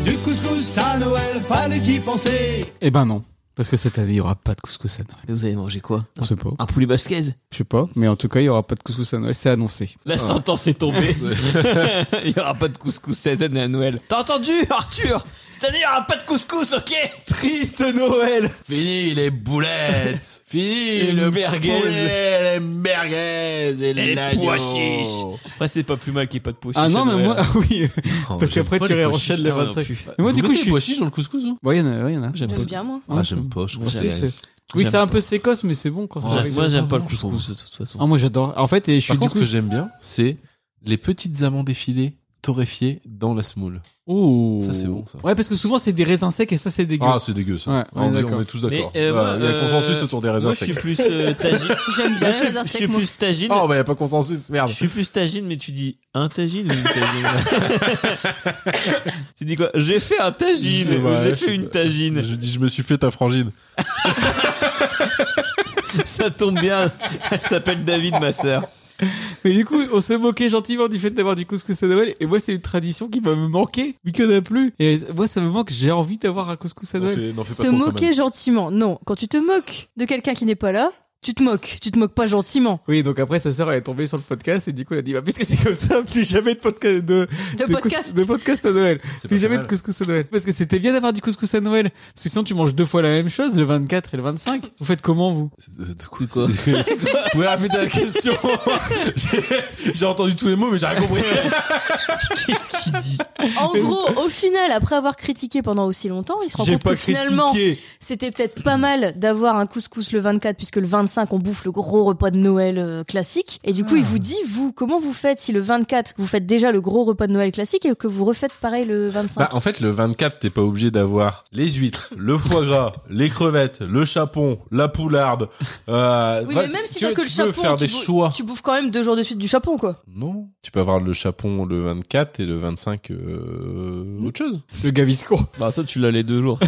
S8: Du couscous à Noël, fallait y penser.
S1: eh ben non. Parce que cette année, il n'y aura pas de couscous à Noël.
S3: Mais vous avez mangé quoi
S1: Je sais pas.
S3: Un poulet basquez
S1: Je sais pas. Mais en tout cas, il n'y aura pas de couscous à Noël. C'est annoncé.
S3: La sentence est tombée. il n'y aura pas de couscous cette année à Noël. T'as entendu, Arthur Cette année, il n'y aura pas de couscous, ok
S1: Triste Noël
S2: Fini les boulettes Fini le
S3: merguez.
S2: poulet, les merguez et,
S3: les
S2: l'agneau.
S3: pois chiches. Après, c'est pas plus mal qu'il n'y ait pas de pois
S1: Ah
S3: chiches à
S1: non, mais
S3: Noël.
S1: moi, ah oui.
S2: Oh,
S1: Parce
S2: j'aime
S1: qu'après,
S2: pas
S1: tu
S2: les pois
S1: réenchaînes
S2: chiches,
S1: les
S2: là, non
S1: 25.
S2: plus.
S1: Mais moi,
S2: Vous
S1: du coup,
S2: mettez
S1: je
S2: les
S1: suis.
S2: pois chiches dans le couscous, hein. vous
S1: Bon, il y en a, ouais, il y en a.
S2: J'aime
S4: J'aime bien moi.
S2: Ah, j'aime pas, je trouve
S1: Si,
S2: que c'est...
S1: c'est- Oui,
S3: J'aime
S1: c'est un
S3: pas.
S1: peu sécoce, mais c'est bon quand
S2: Ouais,
S1: c'est.
S2: c'est
S3: moi, j'aime pas le
S2: bon, je
S3: couscous, de toute façon.
S1: Ah, moi, j'adore. En fait, et je suis
S2: Par
S1: du
S2: contre,
S1: coup.
S2: ce que j'aime bien, c'est les petites amandes effilées torréfiées dans la semoule.
S1: Oh.
S2: Ça, c'est bon, ça.
S1: Ouais, parce que souvent, c'est des raisins secs et ça, c'est dégueu.
S2: Ah, c'est dégueu ça.
S1: Ouais,
S2: Ah,
S1: on est
S2: on, est,
S1: d'accord.
S2: on est tous d'accord.
S3: Mais, euh,
S2: Voilà,
S3: moi,
S2: il y a
S3: euh,
S2: consensus autour des
S3: Moi,
S2: raisins
S3: je suis
S2: secs.
S3: plus euh, tagine.
S4: J'aime bien
S3: Moi, je suis-
S4: les
S3: je suis
S4: insectes. moi.
S3: plus tagine.
S2: Oh, bah, il n'y a pas consensus, merde.
S3: Je suis plus tagine, mais tu dis un tagine ou une tagine Tu dis quoi J'ai fait un tagine, ou
S2: Ouais,
S3: j'ai
S2: je sais
S3: fait une
S2: pas.
S3: tagine.
S2: Je dis, je me suis fait ta frangine.
S3: Ça tombe bien, elle s'appelle David, ma sœur.
S1: Mais du coup, on se moquait gentiment du fait d'avoir du couscous à Noël. Et moi, c'est une tradition qui va me manquer, vu qu'il n'y en a plus. Et moi, ça me manque. J'ai envie d'avoir un couscous à
S2: N'en
S1: Noël.
S2: fais- n'en fais pas
S4: Se
S2: trop, quand même.
S4: moquer gentiment. Non, quand tu te moques de quelqu'un qui n'est pas là, tu te moques. Tu te moques pas gentiment.
S1: Oui, donc après, sa sœur, elle est tombée sur le podcast. Et du coup, elle a dit, bah, puisque c'est comme ça, plus jamais de podcast, de,
S4: De
S1: de cous-
S4: podcast.
S1: de podcast à Noël.
S2: C'est
S1: Plus
S2: pas
S1: jamais de
S2: mal.
S1: couscous à Noël. Parce que c'était bien d'avoir du couscous à Noël. Parce que sinon, tu manges deux fois la même chose, le 24 et le 25. Vous faites comment, vous
S2: Euh, De quoi, c'est- Vous pouvez répéter la question J'ai- J'ai entendu tous les mots, mais j'ai rien compris.
S3: Qu'est-ce qu'il dit
S4: En gros, au final, après avoir critiqué pendant aussi longtemps, il se rend
S1: J'ai
S4: compte
S1: pas
S4: que finalement,
S1: critiqué.
S4: c'était peut-être pas mal d'avoir un couscous le 24 puisque le 25 on bouffe le gros repas de Noël euh, classique. Et du coup,
S2: Ah.
S4: il vous dit vous comment vous faites si le 24 vous faites déjà le gros repas de Noël classique et que vous refaites pareil le 25.
S2: Bah, en fait, le 24, t'es pas obligé d'avoir les huîtres, le foie gras, les crevettes, le chapon, la poularde. Euh,
S4: oui,
S2: va-
S4: mais même si
S2: tu
S4: t'as
S2: veux-
S4: que le
S2: tu peux
S4: chapon,
S2: faire
S4: tu,
S2: des
S4: bou-
S2: choix.
S4: tu bouffes quand même deux jours de suite du chapon quoi.
S2: Non, tu peux avoir le chapon le 24 et le 25 euh,
S1: Mmh.
S2: autre chose.
S1: Le gavisco.
S3: Bah, ça, tu l'as les deux jours.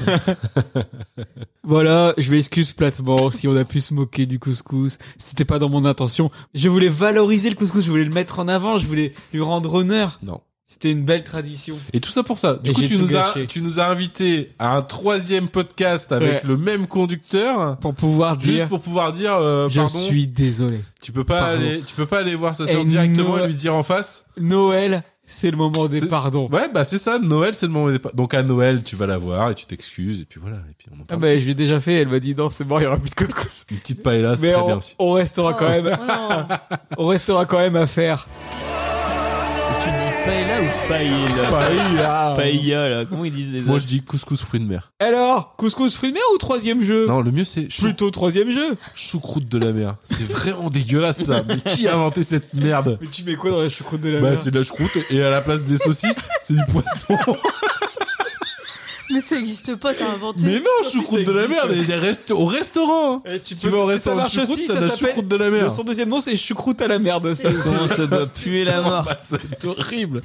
S1: Voilà, je m'excuse platement si on a pu se moquer du couscous. C'était pas dans mon intention. Je voulais valoriser le couscous, je voulais le mettre en avant, je voulais lui rendre honneur.
S2: Non.
S1: C'était une belle tradition.
S2: Et tout ça pour ça. Du
S1: Et
S2: coup,
S1: j'ai
S2: tu
S1: tout
S2: nous, as,
S1: gâché.
S2: tu nous as invités à un troisième podcast
S1: Ouais.
S2: avec le même conducteur.
S1: Pour pouvoir
S2: Juste
S1: dire,
S2: pour pouvoir dire, euh,
S1: je
S2: pardon,
S1: suis désolé.
S2: tu peux pas
S1: pardon.
S2: aller, tu peux pas aller voir sa sœur
S1: Et
S2: directement
S1: nous-
S2: et lui dire en face.
S1: Noël, c'est le moment des
S2: C'est-
S1: pardons.
S2: Ouais, bah c'est ça. Noël, c'est le moment. des pa- Donc à Noël, tu vas la voir et tu t'excuses et puis voilà. Et puis on en
S1: Ah
S2: parle.
S1: bah, je l'ai déjà fait, elle m'a dit non, c'est mort, il y aura plus de couscous.
S2: Une petite paella, c'est
S1: Mais
S2: très
S1: on,
S2: bien aussi.
S1: on restera quand même,
S4: Oh non.
S1: on restera quand même à faire.
S3: tu dis paella ou pailla
S2: Paella.
S3: Paella, là, comment ils disent les
S2: Moi, je dis couscous fruits de mer.
S1: Alors, couscous fruit de mer ou troisième jeu?
S2: Non, le mieux c'est chou-
S1: Plutôt troisième jeu.
S2: choucroute de la mer. C'est vraiment dégueulasse ça. Mais qui a inventé cette merde
S1: Mais tu mets quoi dans la choucroute de la
S2: Bah
S1: mer
S2: c'est de la choucroute et à la place des saucisses, c'est du poisson.
S4: Mais ça existe pas, t'as inventé.
S2: Mais non, choucroute de la
S1: existe.
S2: mer, il y a des restes au restaurant. hein.
S1: Eh, tu,
S2: Tu vas au restaurant de choucroute, t'as de la choucroute de la mer.
S1: Son deuxième nom, c'est choucroute à la merde. Ça.
S3: Comment ça doit puer la mort
S2: Bah, c'est horrible.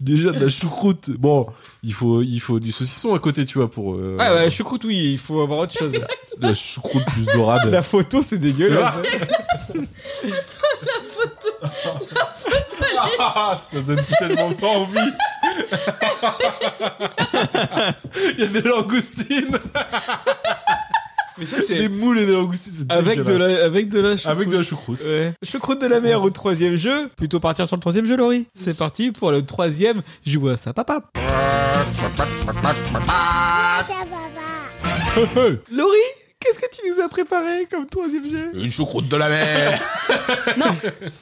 S2: Déjà de la choucroute. Bon, il faut il faut du saucisson à côté, tu vois pour euh,
S1: Ah ouais, choucroute, oui, il faut avoir autre chose.
S2: la choucroute plus dorade.
S1: la photo, c'est dégueulasse.
S2: Ah, ça donne tellement pas envie. Il y a des langoustines,
S1: Mais ça,
S2: des
S1: c'est
S2: moules et des langoustines, c'est
S1: avec de
S2: dégueulasse.
S1: la, avec de la choucroute.
S2: avec de la choucroute.
S1: Ouais. Choucroute de la mer au troisième jeu. Plutôt partir sur le troisième jeu, Laurie. C'est parti pour le troisième. Joue à ça, papa.
S5: Ah,
S1: Laurie, qu'est-ce que tu nous as préparé comme troisième jeu
S2: Une choucroute de la mer.
S4: Non,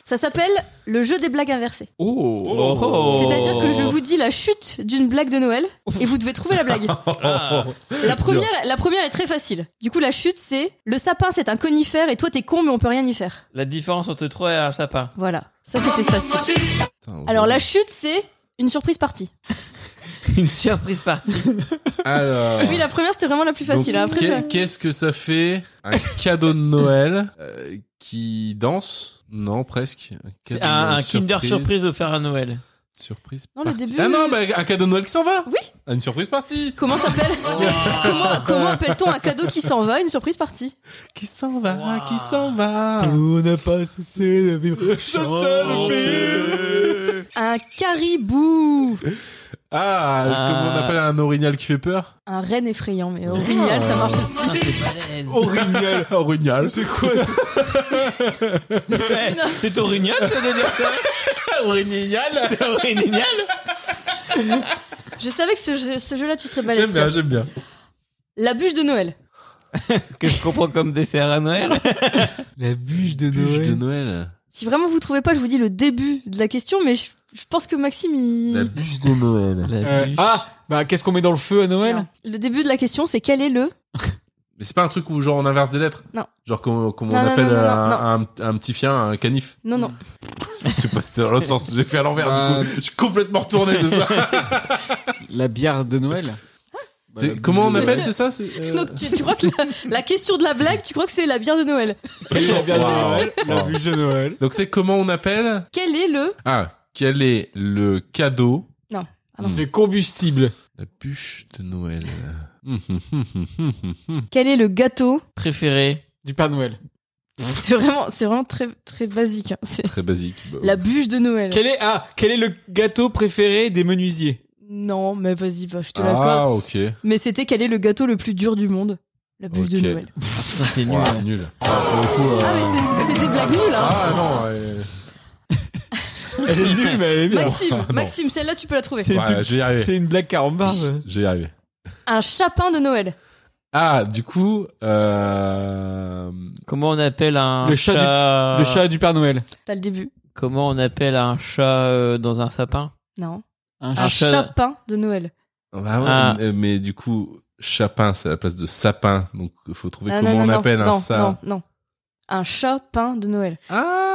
S4: ça s'appelle le jeu des blagues inversées.
S1: Oh,
S3: Oh.
S4: C'est-à-dire que je vous dis la chute d'une blague de Noël et vous devez trouver la blague.
S2: Ah.
S4: La première, la première est très facile. Du coup, la chute, c'est le sapin, c'est un conifère et toi, t'es con, mais on peut rien y faire.
S3: La différence entre trois et un sapin.
S4: Voilà. Ça, c'était facile. Alors, la chute, c'est une surprise partie.
S3: Une surprise partie.
S2: alors
S4: Oui, la première, c'était vraiment la plus facile. hein,
S2: Donc,
S4: Après,
S2: qu'est-
S4: ça.
S2: Qu'est-ce que ça fait Un cadeau de Noël euh, qui danse Non, presque.
S3: C'est
S2: cadeau de
S3: un,
S2: Noël
S3: un Kinder surprise offert à Noël.
S2: Surprise.
S4: Non, le
S2: party.
S4: début-
S2: Ah non, bah, un cadeau de Noël qui s'en va. Ah,
S4: Oui.
S2: Une surprise partie.
S4: Comment s'appelle Comment, comment appelle-t-on un cadeau qui s'en va, une surprise partie
S2: Qui s'en va
S3: Wow.
S2: Qui s'en va
S1: On n'a pas cessé de vivre.
S2: Je sais le pire.
S4: Un caribou
S2: Ah,
S3: Ah.
S2: comment on appelle un orignal qui fait peur
S4: Un renne effrayant,
S2: Oh.
S4: mais orignal, ça marche aussi.
S3: c'est balèze.
S2: Orignal. orignal. C'est quoi
S3: Eh, C'est orignal ça de dire ça Orignal Orignal
S4: Je savais que ce jeu- ce jeu-là, tu serais
S2: J'aime
S4: balèze.
S2: bien,
S4: tu vois.
S2: j'aime bien.
S4: La bûche de Noël.
S3: Qu'est-ce qu'on prend comme dessert à Noël
S1: La bûche de
S2: Bûche de
S1: Noël.
S2: Noël.
S4: Si vraiment vous trouvez pas, je vous dis le début de la question, mais je, je pense que Maxime, il-
S2: La bûche de Noël.
S1: Euh,
S3: La bûche.
S1: ah, bah qu'est-ce qu'on met dans le feu à Noël
S4: le début de la question, c'est quel est le
S2: Mais c'est pas un truc où genre on inverse des lettres
S4: Non.
S2: Genre comment, comment
S4: Non,
S2: on
S4: non,
S2: appelle
S4: non, non,
S2: un, un- un petit chien, un canif
S4: Non, non.
S2: Je sais pas, c'était dans l'autre sens, j'ai fait à l'envers
S1: Bah.
S2: du coup. J'ai complètement retourné, c'est ça
S1: La bière de Noël. Bah,
S2: C'est-
S1: la bûche
S2: Comment on
S1: de
S2: appelle,
S1: Noël.
S2: c'est ça c'est, euh,
S4: Donc, tu, tu crois que la, la question de la blague, tu crois que c'est la bière de Noël
S1: La bière de
S2: Wow.
S1: Noël. La
S2: Wow.
S1: bûche de Noël.
S2: Donc c'est comment on appelle
S4: Quel est le
S2: Ah, quel est le cadeau
S4: Ah non.
S2: Hmm.
S1: Le combustible.
S2: La bûche de Noël.
S4: quel est le gâteau
S3: Préféré.
S1: Du Père Noël.
S4: C'est vraiment, c'est vraiment très très basique. hein. C'est
S2: Très basique. Bah,
S4: la bûche de Noël.
S1: Quel est, ah, quel est le gâteau préféré des menuisiers
S4: Non, mais vas-y, bah, je te l'accorde.
S2: Ah, ok.
S4: Mais c'était quel est le gâteau le plus dur du monde La bûche de
S2: Ok.
S4: Noël.
S3: Putain, c'est nul.
S2: Ouah, nul. Ah, pour le coup, euh,
S4: Ah, mais c'est- c'est des blagues nulles. Hein.
S2: ah, non. euh,
S1: Elle est nulle, mais elle est bien.
S4: Maxime,
S2: Ah, non.
S4: Maxime, celle-là tu peux la trouver.
S1: C'est
S2: Ouais,
S1: une-
S2: j'y ai arrivé.
S1: c'est une blague carambar.
S2: J'ai arrivé.
S4: Un chapin de Noël.
S2: Ah, du coup, euh...
S3: Comment on appelle un
S1: Le chat du- Le chat du Père Noël.
S4: T'as le début.
S3: Comment on appelle un chat euh, dans un sapin
S4: Non.
S3: Un
S4: Un
S3: chat-
S4: chapin de Noël.
S2: bah ouais,
S3: Ah.
S2: euh, mais du coup, chapin, c'est à la place de sapin, donc il faut trouver
S4: Ah,
S2: comment on appelle
S4: non,
S2: un
S4: non,
S2: ça.
S4: Non, non. Un chapin de Noël.
S2: Ah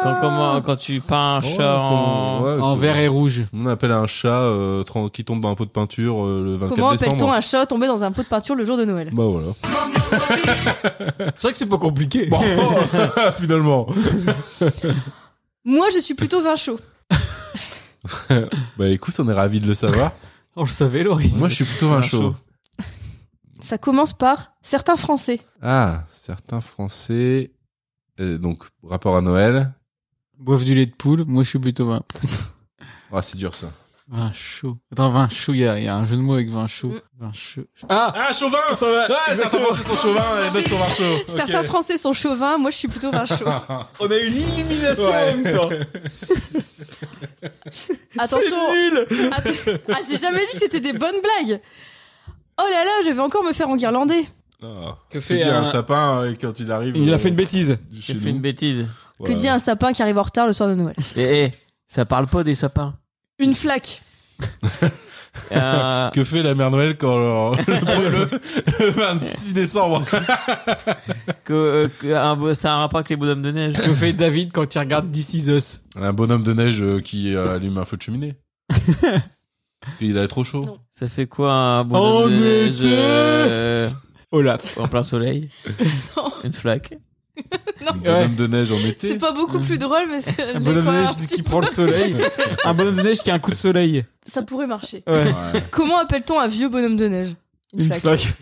S3: quand, comment- quand tu peins un
S2: Ouais,
S3: chat
S2: comment-
S3: en...
S2: ouais,
S1: En
S2: comment-
S1: vert et rouge.
S2: On appelle un chat euh, tran- qui tombe dans un pot de peinture euh, le 24
S4: Comment
S2: décembre.
S4: appelle-t-on un chat tombé dans un pot de peinture le jour de Noël
S2: Bah voilà.
S1: C'est vrai que c'est pas compliqué.
S2: Bon, finalement.
S4: Moi, je suis plutôt vin chaud.
S2: Bah écoute, on est ravis de le savoir.
S1: On le savait, Laurie.
S2: Moi, je suis plutôt un chaud.
S4: Ça commence par certains Français.
S2: Ah, certains Français, euh, donc rapport à Noël.
S1: Boive du lait de poule. Moi, je suis plutôt vin.
S2: Ah, c'est dur ça.
S1: Vin chaud. Attends, vin chaud, il y, a- il y a un jeu de mots avec vin chaud. Vin chaud. Ah
S2: Ah, chauvin ça va. Ouais, certains Français sont chauvins et Ah, les autres sont marchaux.
S4: Certains Français sont chauvins, moi je suis plutôt vin chaud.
S1: On a une illumination
S2: Ouais.
S1: en même temps.
S4: Attention
S1: Nul
S4: att- Ah, j'ai jamais dit que c'était des bonnes blagues Oh là là, je vais encore me faire enguirlander
S1: Que
S2: fait un... sapin euh, quand il arrive.
S1: Il
S2: euh,
S1: a fait une bêtise.
S2: chez
S3: J'ai fait
S2: nous.
S3: une bêtise.
S4: Que
S2: Voilà.
S4: dit un sapin qui arrive en retard le soir de Noël
S3: Eh, eh, ça parle pas des sapins.
S4: Une flaque
S3: Un- Euh,
S2: Que fait la mère Noël quand euh, le, le 26 décembre
S3: que, euh, que un beau- ça a un rapport avec les bonhommes de neige.
S1: Que fait David quand il regarde This Is Us
S2: Un bonhomme de neige euh, qui euh, allume un feu de cheminée. il a trop chaud.
S4: Non.
S3: Ça fait quoi un
S1: En
S3: bonhomme de neige
S1: été
S3: euh,
S1: Olaf.
S3: en plein soleil
S4: Non.
S3: Une flaque.
S2: Un bonhomme de neige en
S4: C'est
S2: été.
S4: pas beaucoup plus drôle, mais c'est.
S1: Un bonhomme de
S4: mais quoi,
S1: neige
S4: un petit
S1: qui
S4: peu.
S1: prend le soleil. un bonhomme de neige qui a un coup de soleil.
S4: Ça pourrait marcher.
S1: Ouais.
S2: Ouais.
S4: Comment appelle-t-on un vieux bonhomme de neige Une,
S1: Une
S4: flaque.
S1: flaque.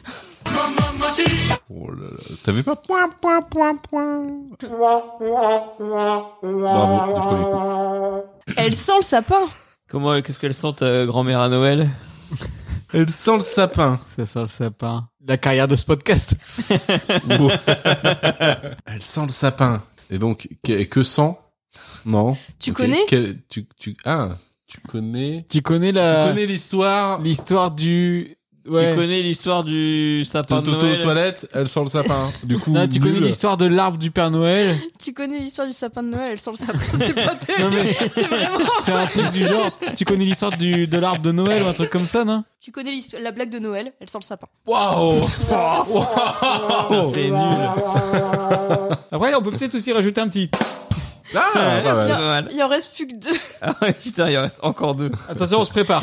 S2: Oh là là. T'avais pas point, point, point, point. Bravo, du premier coup.
S4: Elle sent le sapin
S3: Comment, euh, qu'est-ce qu'elle sent ta grand-mère à Noël
S2: Elle sent le sapin.
S1: Ça sent le sapin. La carrière de ce podcast.
S2: Ouh. Elle sent le sapin. Et donc, que, que sent Non.
S4: Tu
S2: Ok.
S4: connais
S2: Quel- tu, tu, ah, tu connais
S1: Tu connais la.
S2: Tu connais l'histoire
S1: l'histoire du. Ouais.
S3: Tu connais l'histoire du sapin de
S2: Toto aux
S3: Noël
S2: toilettes, elle sort le sapin. Du coup,
S1: Non, tu
S2: nul.
S1: connais l'histoire de l'arbre du Père Noël
S4: Tu connais l'histoire du sapin de Noël, elle sent le sapin, c'est pas
S1: Non,
S4: terrible.
S1: mais-
S4: C'est vraiment.
S1: C'est un truc du genre. Tu connais l'histoire du de l'arbre de Noël ou un truc comme ça, non
S4: Tu connais l'histoire- la blague de Noël, elle sent le sapin.
S2: Waouh
S3: Putain, Ah, Oh, C'est
S4: Oh.
S3: nul.
S1: Oh. Après, on peut peut-être aussi rajouter un petit.
S2: Ah, pas
S4: Il y
S2: mal.
S4: en-
S3: mal.
S4: Il en reste plus que deux.
S3: Ah ouais, putain, il en reste encore deux.
S1: Attention, on se prépare.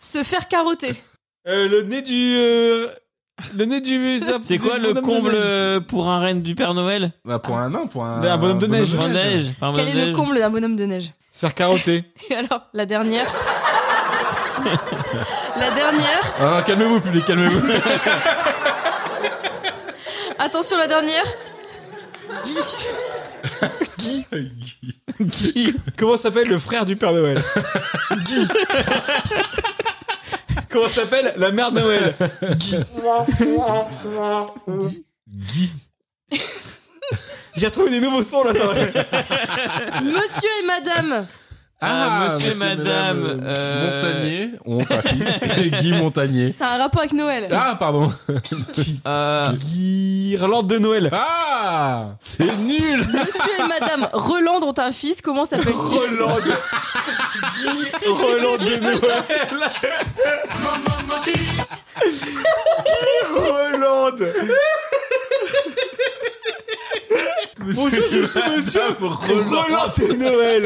S4: Se faire carotter.
S1: Euh, le nez du. euh, Le nez du.
S3: C'est quoi
S1: du
S3: le
S1: bonhomme de
S3: comble
S1: neige.
S3: euh, pour un reine du Père Noël
S2: Bah, pour un an, pour un.
S1: Un bonhomme de neige.
S3: En neige. enfin,
S4: Quel
S3: bonhomme
S4: est
S3: de
S4: le
S3: neige.
S4: comble d'un bonhomme de neige
S1: Se faire carotter.
S4: Et alors, la dernière. la dernière.
S2: Ah, non, calmez-vous, public, calmez-vous.
S4: Attention, la dernière. Guy.
S2: Guy.
S1: Guy. Comment s'appelle le frère du Père Noël Guy. Comment s'appelle la mère Noël
S2: Guy.
S1: J'ai retrouvé des nouveaux sons là, ça va.
S4: Monsieur et madame
S3: Ah, monsieur et madame, euh,
S2: Montagnier, ou pas fils, et Guy Montagnier.
S4: C'est un rapport avec Noël.
S2: Ah, pardon. Qui-
S3: Euh,
S1: Irlande de Noël.
S2: Ah, c'est nul.
S4: Monsieur et madame Roland ont un fils, comment s'appelle-t-il
S1: Irlande. Guy Irlande de Noël. Irlande. Bonjour, je suis monsieur Roland de Noël.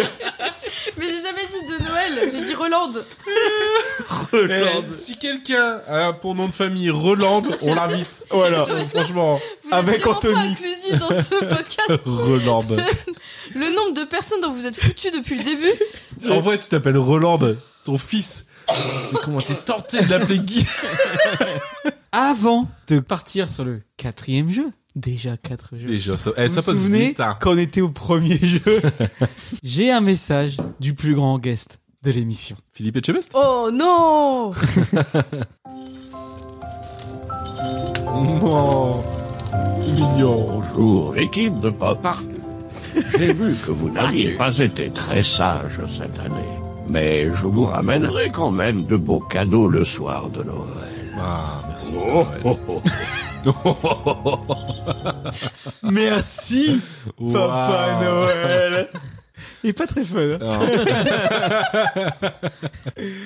S4: Mais j'ai jamais dit de Noël, j'ai dit Roland.
S2: Eh, si quelqu'un a pour nom de famille Roland, on l'invite.
S1: Voilà.
S2: Franchement,
S4: Vous êtes
S1: Avec
S4: vraiment pas
S1: Anthony.
S4: inclusif dans ce podcast.
S2: Roland.
S4: Le nombre de personnes dont vous êtes foutus depuis le début.
S2: En vrai, tu t'appelles Roland, ton fils. Mais comment t'es tenté de l'appeler Guy
S1: Avant de partir sur le quatrième jeu, déjà quatre jeux.
S2: Déjà, ça, eh,
S1: vous
S2: ça
S1: vous
S2: passe
S1: souvenez
S2: vite. hein.
S1: quand on était au premier jeu J'ai un message du plus grand guest de l'émission.
S2: Philippe Etchebest
S4: Oh non
S2: Non. Mignon.
S9: Bonjour, équipe de Pop Art. J'ai vu que vous n'aviez pas été très sage cette année. Mais je vous ramènerai quand même de beaux cadeaux le soir de Noël.
S2: Ah, merci.
S9: Oh, oh, oh.
S1: Merci, Papa
S2: Waouh.
S1: Noël. Il est pas très fun. hein.
S2: Non.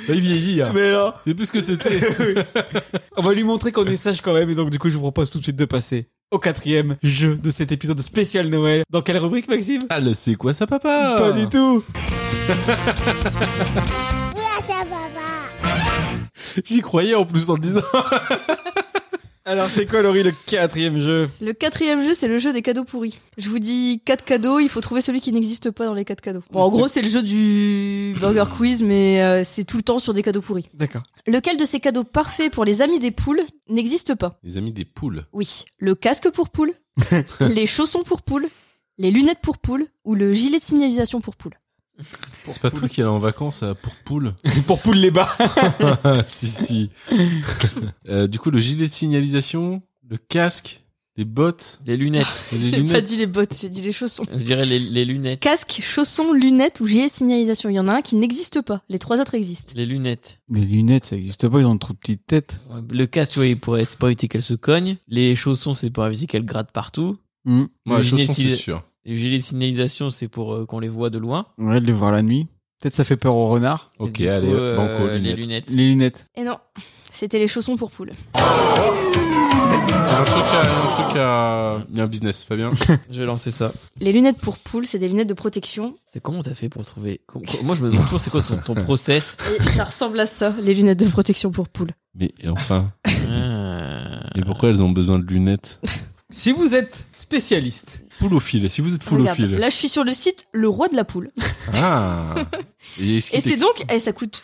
S2: Il vieillit. hein.
S1: Mais là,
S2: C'est plus ce que c'était.
S1: on va lui montrer qu'on est sage quand même. Et donc, du coup, je vous propose tout de suite de passer au quatrième jeu de cet épisode spécial Noël. Dans quelle rubrique, Maxime
S2: Ah, le c'est quoi ça, papa
S1: Pas du tout.
S5: Ah,
S2: J'y croyais en plus en le disant.
S1: Alors, c'est quoi, Laurie, le quatrième jeu
S4: Le quatrième jeu, c'est le jeu des cadeaux pourris. Je vous dis quatre cadeaux, il faut trouver celui qui n'existe pas dans les quatre cadeaux. Bon, en gros, c'est le jeu du Burger Quiz, mais euh, c'est tout le temps sur des cadeaux pourris.
S1: D'accord.
S4: Lequel de ces cadeaux parfaits pour les amis des poules n'existe pas
S2: Les amis des poules.
S4: Oui, le casque pour poule, les chaussons pour poule, les lunettes pour poule ou le gilet de signalisation pour poule.
S2: C'est pas toi qui allais en vacances à pour poules Ah,
S1: Pour poule les bas.
S2: Si, si. Euh, du coup, le gilet de signalisation, le casque, les bottes,
S3: les lunettes.
S2: et les
S4: J'ai pas
S2: lunettes.
S4: dit les bottes, j'ai dit les chaussons.
S3: Je dirais les, les lunettes.
S4: Casque, chaussons, lunettes ou gilet de signalisation. Il y en a un qui n'existe pas, les trois autres existent.
S3: Les lunettes.
S1: Les lunettes, ça existe pas, ils ont une trop petite tête.
S3: Le casque, tu vois, il pourrait, c'est pour éviter qu'elle se cogne. Les chaussons, c'est pour éviter qu'elle gratte partout.
S2: Moi,
S3: Le
S2: les chaussons,
S3: gilet
S2: c'est
S3: de-
S2: sûr.
S3: Le gilet de signalisation, c'est pour euh, qu'on les voit de loin.
S1: Ouais, de les voir la nuit. Peut-être ça fait peur aux renards.
S3: Et
S2: Ok,
S3: du coup,
S2: allez,
S3: euh,
S2: banco,
S3: les
S2: lunettes.
S3: lunettes.
S1: Les lunettes.
S4: Et non, c'était les chaussons pour poule.
S2: Un truc à... Un truc à... Il y a un business, Fabien.
S3: Je vais lancer ça.
S4: Les lunettes pour poule, c'est des lunettes de protection
S3: C'est- Comment t'as fait pour trouver Com- com- Moi, je me demande toujours c'est quoi son- ton process.
S4: Et ça ressemble à ça, les lunettes de protection pour poules.
S2: Mais enfin,
S3: Ah.
S2: et pourquoi elles ont besoin de lunettes
S1: Si vous êtes spécialiste,
S2: Poule au fil, si vous êtes poule au
S4: Regarde,
S2: fil.
S4: Là, je suis sur le site Le Roi de la Poule.
S2: Ah Et, est-ce
S4: Et
S2: qu'il
S4: c'est donc, eh, ça coûte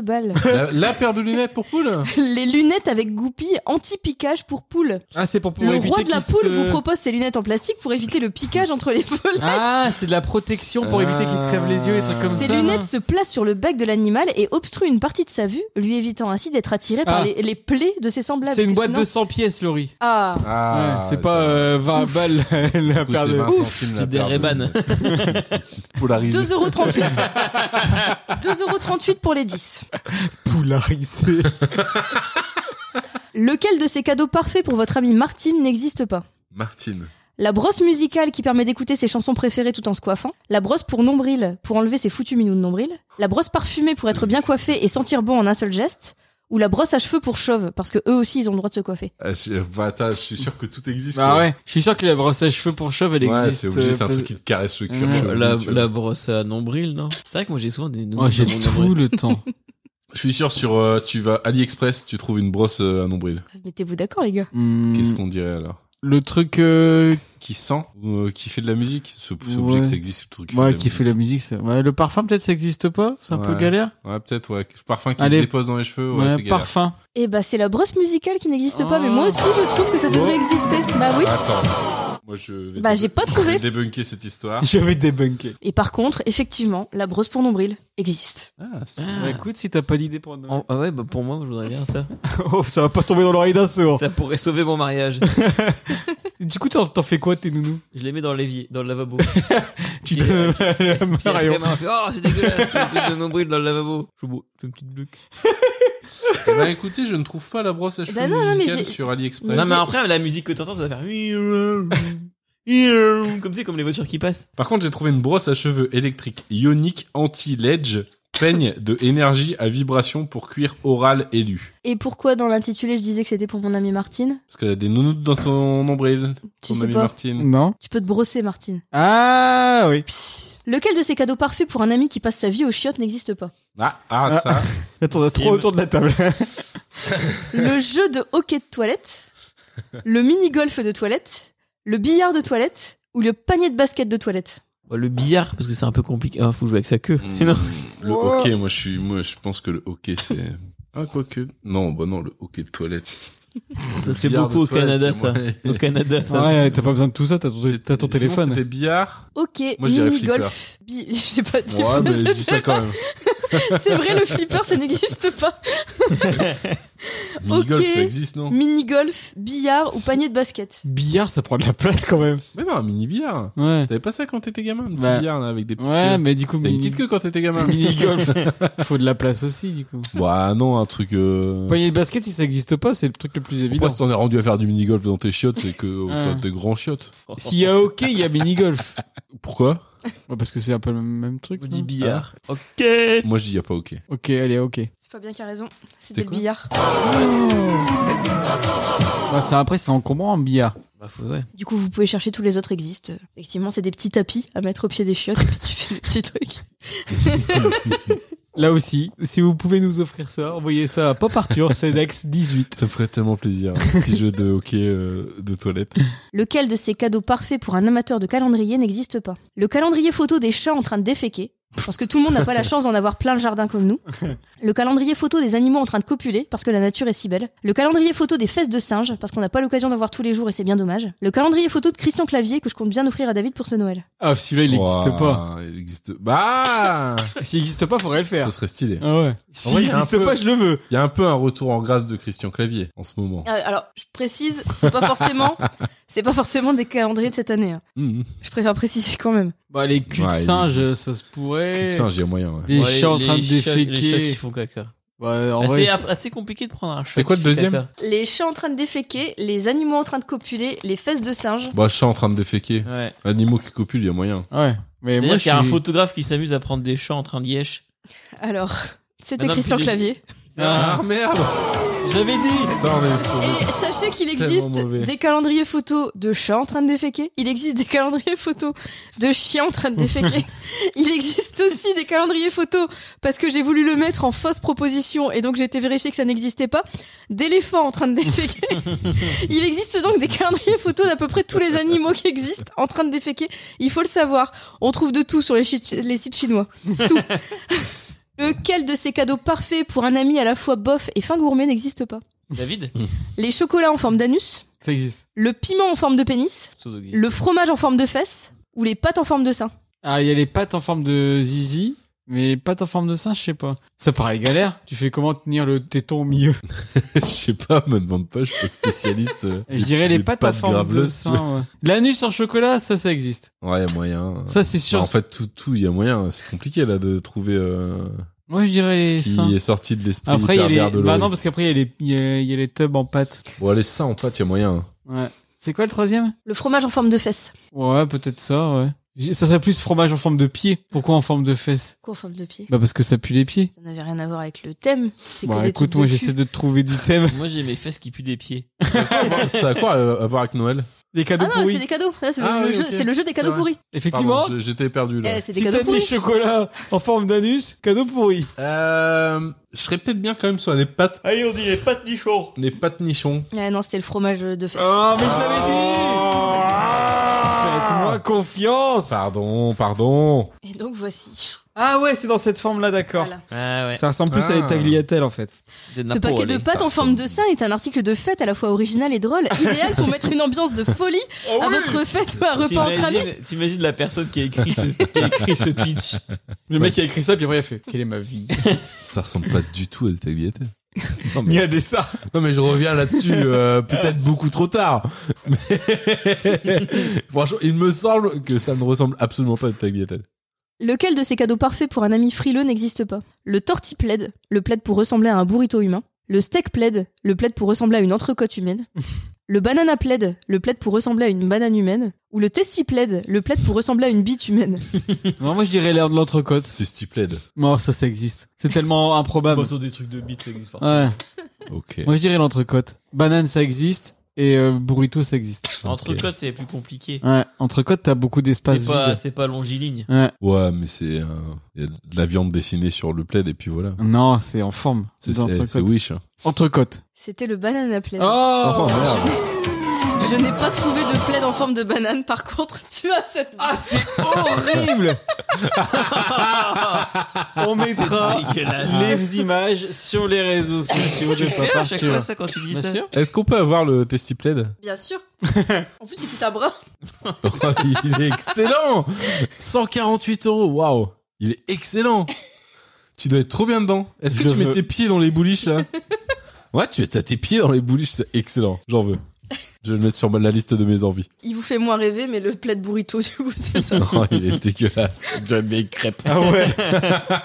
S4: balles.
S2: t'explique- la, la paire de lunettes pour poule
S4: les lunettes avec goupilles anti-piquage pour poules.
S1: ah, c'est pour, pour
S4: le
S1: éviter
S4: Roi de la
S1: qu'il
S4: Poule
S1: se-
S4: vous propose ces lunettes en plastique pour éviter le piquage entre les poules.
S1: Ah, c'est de la protection pour éviter qu'il se crève les yeux et trucs comme
S4: Ces
S1: ça.
S4: lunettes se placent sur le bec de l'animal et obstruent une partie de sa vue, lui évitant ainsi d'être attiré
S1: Ah.
S4: par les, les plaies de ses semblables.
S1: C'est une
S4: parce que
S1: boîte de
S4: sinon-
S1: 100 pièces, Laurie.
S4: Ah,
S2: Ah,
S1: Ouais, c'est pas euh, 20 balles la paire de.
S2: Ouf,
S3: C'est des Ray-Ban.
S2: Polarisé.
S4: 2,38€. 2,38€ pour les 10.
S1: Poularisé.
S4: Lequel de ces cadeaux parfaits pour votre amie Martine n'existe pas
S2: Martine.
S4: La brosse musicale qui permet d'écouter ses chansons préférées tout en se coiffant. La brosse pour nombril, pour enlever ses foutus minous de nombril. La brosse parfumée pour être bien coiffée et sentir bon en un seul geste. Ou la brosse à cheveux pour chauve, parce que eux aussi ils ont le droit de se coiffer.
S2: Ah, je, bah, attends, je suis sûr que tout existe.
S1: Bah
S2: quoi.
S1: ouais, je suis sûr que la brosse à cheveux pour chauve, elle
S2: Ouais,
S1: existe.
S2: c'est obligé,
S1: euh,
S2: c'est un
S1: pas-
S2: truc qui te caresse le cuir
S1: Mmh.
S2: chevelu,
S3: la,
S2: tu vois.
S3: la brosse à nombril, non C'est vrai que moi, j'ai souvent des
S1: Moi,
S3: nombrils
S1: j'ai
S3: dans mon nombril.
S1: tout le temps.
S2: Je suis sûr sur euh, tu vas AliExpress, tu trouves une brosse euh, à nombril.
S4: Mettez-vous d'accord, les gars.
S1: Hmm,
S2: Qu'est-ce qu'on dirait alors
S1: Le truc euh,
S2: Qui sent ou euh, qui fait de la musique C'est c'est
S1: Ouais.
S2: obligé que ça existe le truc. qui
S1: ouais,
S2: de la
S1: qui fait la musique, ça- ouais, le parfum peut-être ça existe pas, c'est un peu
S2: Ouais.
S1: galère.
S2: musique. Ouais, peut-être ouais, parfum qui
S1: Allez.
S2: se dépose dans les cheveux, ouais, c'est galère.
S1: parfum.
S4: Eh bah, c'est la brosse musicale qui n'existe pas, mais
S1: Oh.
S4: moi aussi je trouve que ça devrait exister. Bah oui.
S2: Attends. Moi, je vais
S4: Bah,
S2: débun-
S4: j'ai pas
S2: je
S4: trouvé.
S2: vais débunker cette histoire.
S1: Je vais débunker.
S4: Et par contre, effectivement, la brosse pour nombril existe.
S2: Ah, c'est-
S1: Bah, écoute, si t'as pas d'idée pour nous.
S3: Ah ouais, bah pour moi, je voudrais bien ça.
S1: Oh, ça va pas tomber dans l'oreille d'un sourd.
S3: Ça pourrait sauver mon mariage.
S1: Du coup, t'en t'en fais quoi, tes nounous
S3: Je les mets dans l'évier, dans le lavabo.
S1: Tu
S3: Puis,
S1: donnes
S3: euh,
S1: à
S3: Puis après,
S1: Marion.
S3: maman fait, oh, c'est dégueulasse, tu mets le nombril dans le lavabo. Je suis beau, je fais une petite bloque.
S2: Eh ben, écoutez, je ne trouve pas la brosse à cheveux
S4: Bah non, non, mais
S2: musicale
S4: j'ai-
S2: sur AliExpress.
S4: Mais
S3: Non,
S4: j'ai-
S3: mais après, la musique que t'entends, ça va faire. Comme c'est comme les voitures qui passent.
S2: Par contre, j'ai trouvé une brosse à cheveux électrique ionique anti-ledge peigne de énergie à vibration pour cuir oral élu.
S4: Et pourquoi dans l'intitulé je disais que c'était pour mon amie Martine
S2: Parce qu'elle a des nounoutes dans son nombril,
S4: Tu
S2: son
S4: sais
S2: amie
S4: pas.
S2: Martine.
S1: Non
S4: Tu peux te brosser, Martine.
S1: Ah oui.
S4: Lequel de ces cadeaux parfaits pour un ami qui passe sa vie aux chiottes n'existe pas
S2: Ah, ah,
S1: Ah.
S2: ça.
S1: Attends, on a
S3: Film.
S1: trois autour de la table.
S4: Le jeu de hockey de toilette, le mini-golf de toilette, le billard de toilette ou le panier de basket de toilette
S3: Bah, le billard, parce que c'est un peu compliqué. Ah, faut jouer avec sa queue. Sinon,
S2: Hmm. Le
S1: Wow.
S2: hockey, moi je suis, moi je pense que le hockey c'est. Ah quoique. Non, bah non, le hockey de toilette.
S3: ça se fait
S2: Billard de
S3: beaucoup au
S2: toilette,
S3: Canada,
S2: c'est
S3: ça. Au Canada, ça.
S1: Ouais, t'as pas besoin de tout ça, t'as ton,
S2: C'est-
S1: t'as ton
S2: sinon,
S1: téléphone.
S2: C'était billard.
S4: Ok,
S2: Moi, je dirais
S4: mini-golf. bi- J'ai pas dit-
S2: Ouais, mais je dis ça quand même.
S4: C'est vrai, le flipper, ça n'existe pas.
S2: Mini-golf,
S4: Ok.
S2: ça existe, non
S4: Mini-golf, billard ou
S2: C'est-
S4: panier de basket
S1: Billard, ça prend de la place quand même.
S2: Mais non, un mini-billard.
S1: Ouais.
S2: T'avais pas ça quand t'étais gamin, un petit
S1: Ouais.
S2: billard là, avec des petites
S1: Ouais,
S2: queues.
S1: mais du coup,
S2: T'as une
S1: mini-
S2: petite queue quand t'étais gamin.
S1: mini-golf, faut de la place aussi, du coup.
S2: Bah non, un truc. Euh...
S1: Panier de basket, si ça existe pas, c'est le truc le plus évident.
S2: Pourquoi si t'en es rendu à faire du mini-golf dans tes chiottes, c'est que oh,
S1: Ouais.
S2: t'as des grands chiottes.
S1: S'il y a hockey, il y a mini-golf.
S2: Pourquoi
S1: Ouais, parce que c'est un peu le même truc.
S3: Je
S1: non Ah,
S3: dis billard. Ok.
S2: Moi je dis y a pas ok.
S1: Ok, allez, ok.
S4: C'est pas bien qui a raison. C'était le
S2: quoi
S4: billard.
S1: Bah, ça, après, c'est encombrant, un billard.
S3: Bah, faut, ouais.
S4: Du coup, vous pouvez chercher tous les autres existent. Effectivement, c'est des petits tapis à mettre au pied des chiottes. puis tu fais des petits trucs.
S1: Là aussi, si vous pouvez nous offrir ça, envoyez ça à Pop Arthur, CEDEX 18.
S2: Ça me ferait tellement plaisir, un petit jeu de hockey euh, de toilette.
S4: Lequel de ces cadeaux parfaits pour un amateur de calendrier n'existe pas Le calendrier photo des chats en train de déféquer. Parce que tout le monde n'a pas la chance d'en avoir plein le jardin comme nous. Le calendrier photo des animaux en train de copuler, parce que la nature est si belle. Le calendrier photo des fesses de singe, parce qu'on n'a pas l'occasion d'en voir tous les jours et c'est bien dommage. Le calendrier photo de Christian Clavier, que je compte bien offrir à David pour ce Noël.
S1: Ah, celui-là, il n'existe
S2: Ouah,
S1: pas.
S2: Il existe. Bah
S1: S'il n'existe pas, faudrait le faire.
S2: Ce serait stylé.
S1: Ah ouais.
S2: En
S1: S'il
S2: vrai, il y a un
S1: n'existe
S2: peu-
S1: pas, je le veux.
S2: Il y a un peu un retour en grâce de Christian Clavier en ce moment.
S4: Euh, Alors, je précise, c'est pas forcément, c'est pas forcément des calendriers de cette année. hein.
S1: Mm,
S2: Mmh.
S4: Je préfère préciser quand même.
S1: Bah, les culs
S2: Ouais,
S1: de
S2: il
S1: singe,
S2: existe.
S1: ça se pourrait.
S2: Putain, j'y ai hein, moyen. ouais.
S1: Les
S3: Ouais,
S1: chats en train de
S3: les chats- Les chats
S1: déféquer.
S3: qui font caca.
S1: Ouais, en
S3: Ah,
S1: vrai,
S3: c'est
S1: c'est-
S3: a- assez compliqué de prendre un chat.
S2: C'est quoi le
S3: qui fait
S2: deuxième
S3: caca.
S4: Les chats en train de déféquer, les animaux en train de copuler, les fesses de singe.
S2: Bah, chat en train de déféquer.
S3: Ouais.
S2: Animaux qui copulent, il y a moyen.
S1: ouais. Mais
S3: C'est-à-dire
S1: moi,
S3: qu'il
S1: je
S3: y a un
S1: suis-
S3: photographe qui s'amuse à prendre des chats en train de yèche.
S4: Alors, c'était
S3: Madame
S4: Christian
S3: Pudlé-
S4: Clavier.
S1: Ah,
S2: merde
S1: J'avais dit.
S2: Ça, on est tombé.
S4: Et sachez qu'il
S2: Tellement
S4: existe
S2: mauvais.
S4: des calendriers photos de chats en train de déféquer. Il existe des calendriers photos de chiens en train de déféquer. Il existe aussi des calendriers photos parce que j'ai voulu le mettre en fausse proposition et donc j'ai été vérifié que ça n'existait pas. D'éléphants en train de déféquer. Il existe donc des calendriers photos d'à peu près tous les animaux qui existent en train de déféquer. Il faut le savoir. On trouve de tout sur les, chi- les sites chinois. Tout. Lequel de ces cadeaux parfaits pour un ami à la fois bof et fin gourmet n'existe pas
S3: David
S4: les chocolats en forme d'anus,
S1: Ça existe.
S4: le piment en forme de pénis, le fromage en forme de fesse ou les pâtes en forme de sein.
S1: Ah, il y a les pattes en forme de zizi, mais pattes en forme de singe, je sais pas. Ça paraît galère. Tu fais comment tenir le téton au milieu
S2: Je sais pas, me demande pas, je suis pas spécialiste. euh.
S1: Je dirais les,
S2: Les
S1: pattes,
S2: pattes
S1: en forme de
S2: graveleuses, tu
S1: singe. ouais. L'anus en chocolat, ça, ça existe.
S2: Ouais, il y a moyen.
S1: Ça, c'est sûr.
S2: Bah, en fait, tout, tout, il y a moyen. C'est compliqué, là, de trouver euh,
S1: Moi, je dirais
S2: ce
S1: les
S2: qui
S1: seins.
S2: est sorti de l'esprit
S1: Après, il y a
S2: pervers
S1: les.
S2: euh, de
S1: Bah
S2: l'eau.
S1: non, parce qu'après, il y a les- il y, a- il y a les tubs en pâte.
S2: Bon, les seins en pâte, il y a moyen.
S1: Ouais. C'est quoi le troisième
S4: Le fromage en forme de fesse.
S1: Ouais, peut-être ça, ouais. J- Ça serait plus fromage en forme de pied. Pourquoi en forme de fesse
S4: Quoi en forme de pied
S1: Bah parce que ça pue les pieds.
S4: Ça n'avait rien à voir avec le thème. C'est que
S1: Bah
S4: des
S1: écoute,
S4: trucs
S1: moi
S4: de
S1: j'essaie
S4: cul.
S1: de trouver du thème.
S3: Moi j'ai mes fesses qui puent des pieds.
S2: Ça a quoi euh, à voir avec Noël
S1: Des cadeaux
S4: Ah non,
S1: pourris.
S4: c'est des cadeaux. Là, c'est le,
S2: Ah
S4: le
S2: oui,
S4: jeu,
S2: ok.
S4: c'est le jeu des cadeaux
S2: vrai.
S4: pourris.
S1: Effectivement,
S2: Pardon, je- j'étais perdu, là.
S4: Eh, c'est des
S1: si
S4: cadeaux
S1: t'as des
S4: pourris.
S1: chocolats en forme d'anus, cadeau pourri.
S2: Euh, je répète bien quand même sur les pâtes,
S3: Allez, on dit les pâtes nichons
S2: les pâtes nichons.
S4: Ah non, c'était le fromage de fesse.
S1: Oh, mais je l'avais Ah. dit Faites-moi confiance
S2: Pardon, pardon.
S4: Et donc voici
S1: Ah ouais, c'est dans cette forme-là, d'accord.
S4: Voilà.
S3: Ah ouais.
S1: Ça ressemble plus à des
S2: Ah.
S1: tagliatelles en fait.
S4: Ce paquet de pâtes en forme de sein est un article de fête à la fois original et drôle, idéal pour mettre une ambiance de folie
S1: Oh
S4: à votre fête ou à un repas entre amis.
S3: T'imagines- T'imagines la personne qui a écrit ce, qui a écrit ce pitch.
S1: Le mec qui a écrit ça, puis après il a fait Quelle est ma vie
S2: Ça ressemble pas du tout à des tagliatelles.
S1: Il y a des ça.
S2: Non mais je reviens là-dessus, euh, peut-être beaucoup trop tard. Mais franchement, il me semble que ça ne ressemble absolument pas à des tagliatelles.
S4: Lequel de ces cadeaux parfaits pour un ami frileux n'existe pas Le torti plaid, le plaid pour ressembler à un burrito humain. Le steak plaid, le plaid pour ressembler à une entrecôte humaine. Le banana plaid, le plaid pour ressembler à une banane humaine. Ou le testi plaid, le plaid pour ressembler à une bite humaine.
S1: Non, moi je dirais l'air de l'entrecôte.
S2: C'est stipulé.
S1: Moi, ça, ça existe. C'est tellement improbable.
S3: Autour des trucs de bite, ça existe forcément.
S1: Ouais.
S2: Ok.
S1: Moi je dirais l'entrecôte. Banane, ça existe. Et euh, burrito, ça existe.
S3: Entre codes, c'est plus compliqué.
S1: Ouais, entrecôte, t'as beaucoup d'espace
S3: C'est pas,
S1: vide.
S3: c'est pas longiligne.
S1: Ouais.
S2: Ouais, mais c'est euh, y a de la viande dessinée sur le plaid et puis voilà.
S1: Non, c'est en forme.
S2: C'est c'est- c'est
S1: d'entrecôte.
S2: Wish. hein.
S1: Entrecôte.
S4: C'était le banana plaid.
S1: Oh,
S2: Oh, merde.
S4: Je n'ai pas trouvé de plaid en forme de banane, par contre, tu as cette.
S1: Ah, c'est horrible On mettra les images sur les réseaux sociaux de
S3: Tu fais
S1: Papa
S3: à chaque fois
S1: Arthur.
S3: ça quand tu dis
S1: Bien
S3: ça.
S1: sûr.
S2: Est-ce qu'on peut avoir le testi plaid
S4: Bien sûr En plus, il fait ta bras.
S2: Oh, Il est excellent 148 euros, waouh Il est excellent Tu dois être trop bien dedans. Est-ce que
S1: Je
S2: tu mets
S1: veux.
S2: tes pieds dans les bouliches là Ouais, tu as tes pieds dans les bouliches, c'est excellent. J'en veux. Je vais le mettre sur la liste de mes envies.
S4: Il vous fait moins rêver, mais le plaid burrito, du coup, c'est ça.
S2: Non, il est dégueulasse. John mes crêpes.
S1: Ah ouais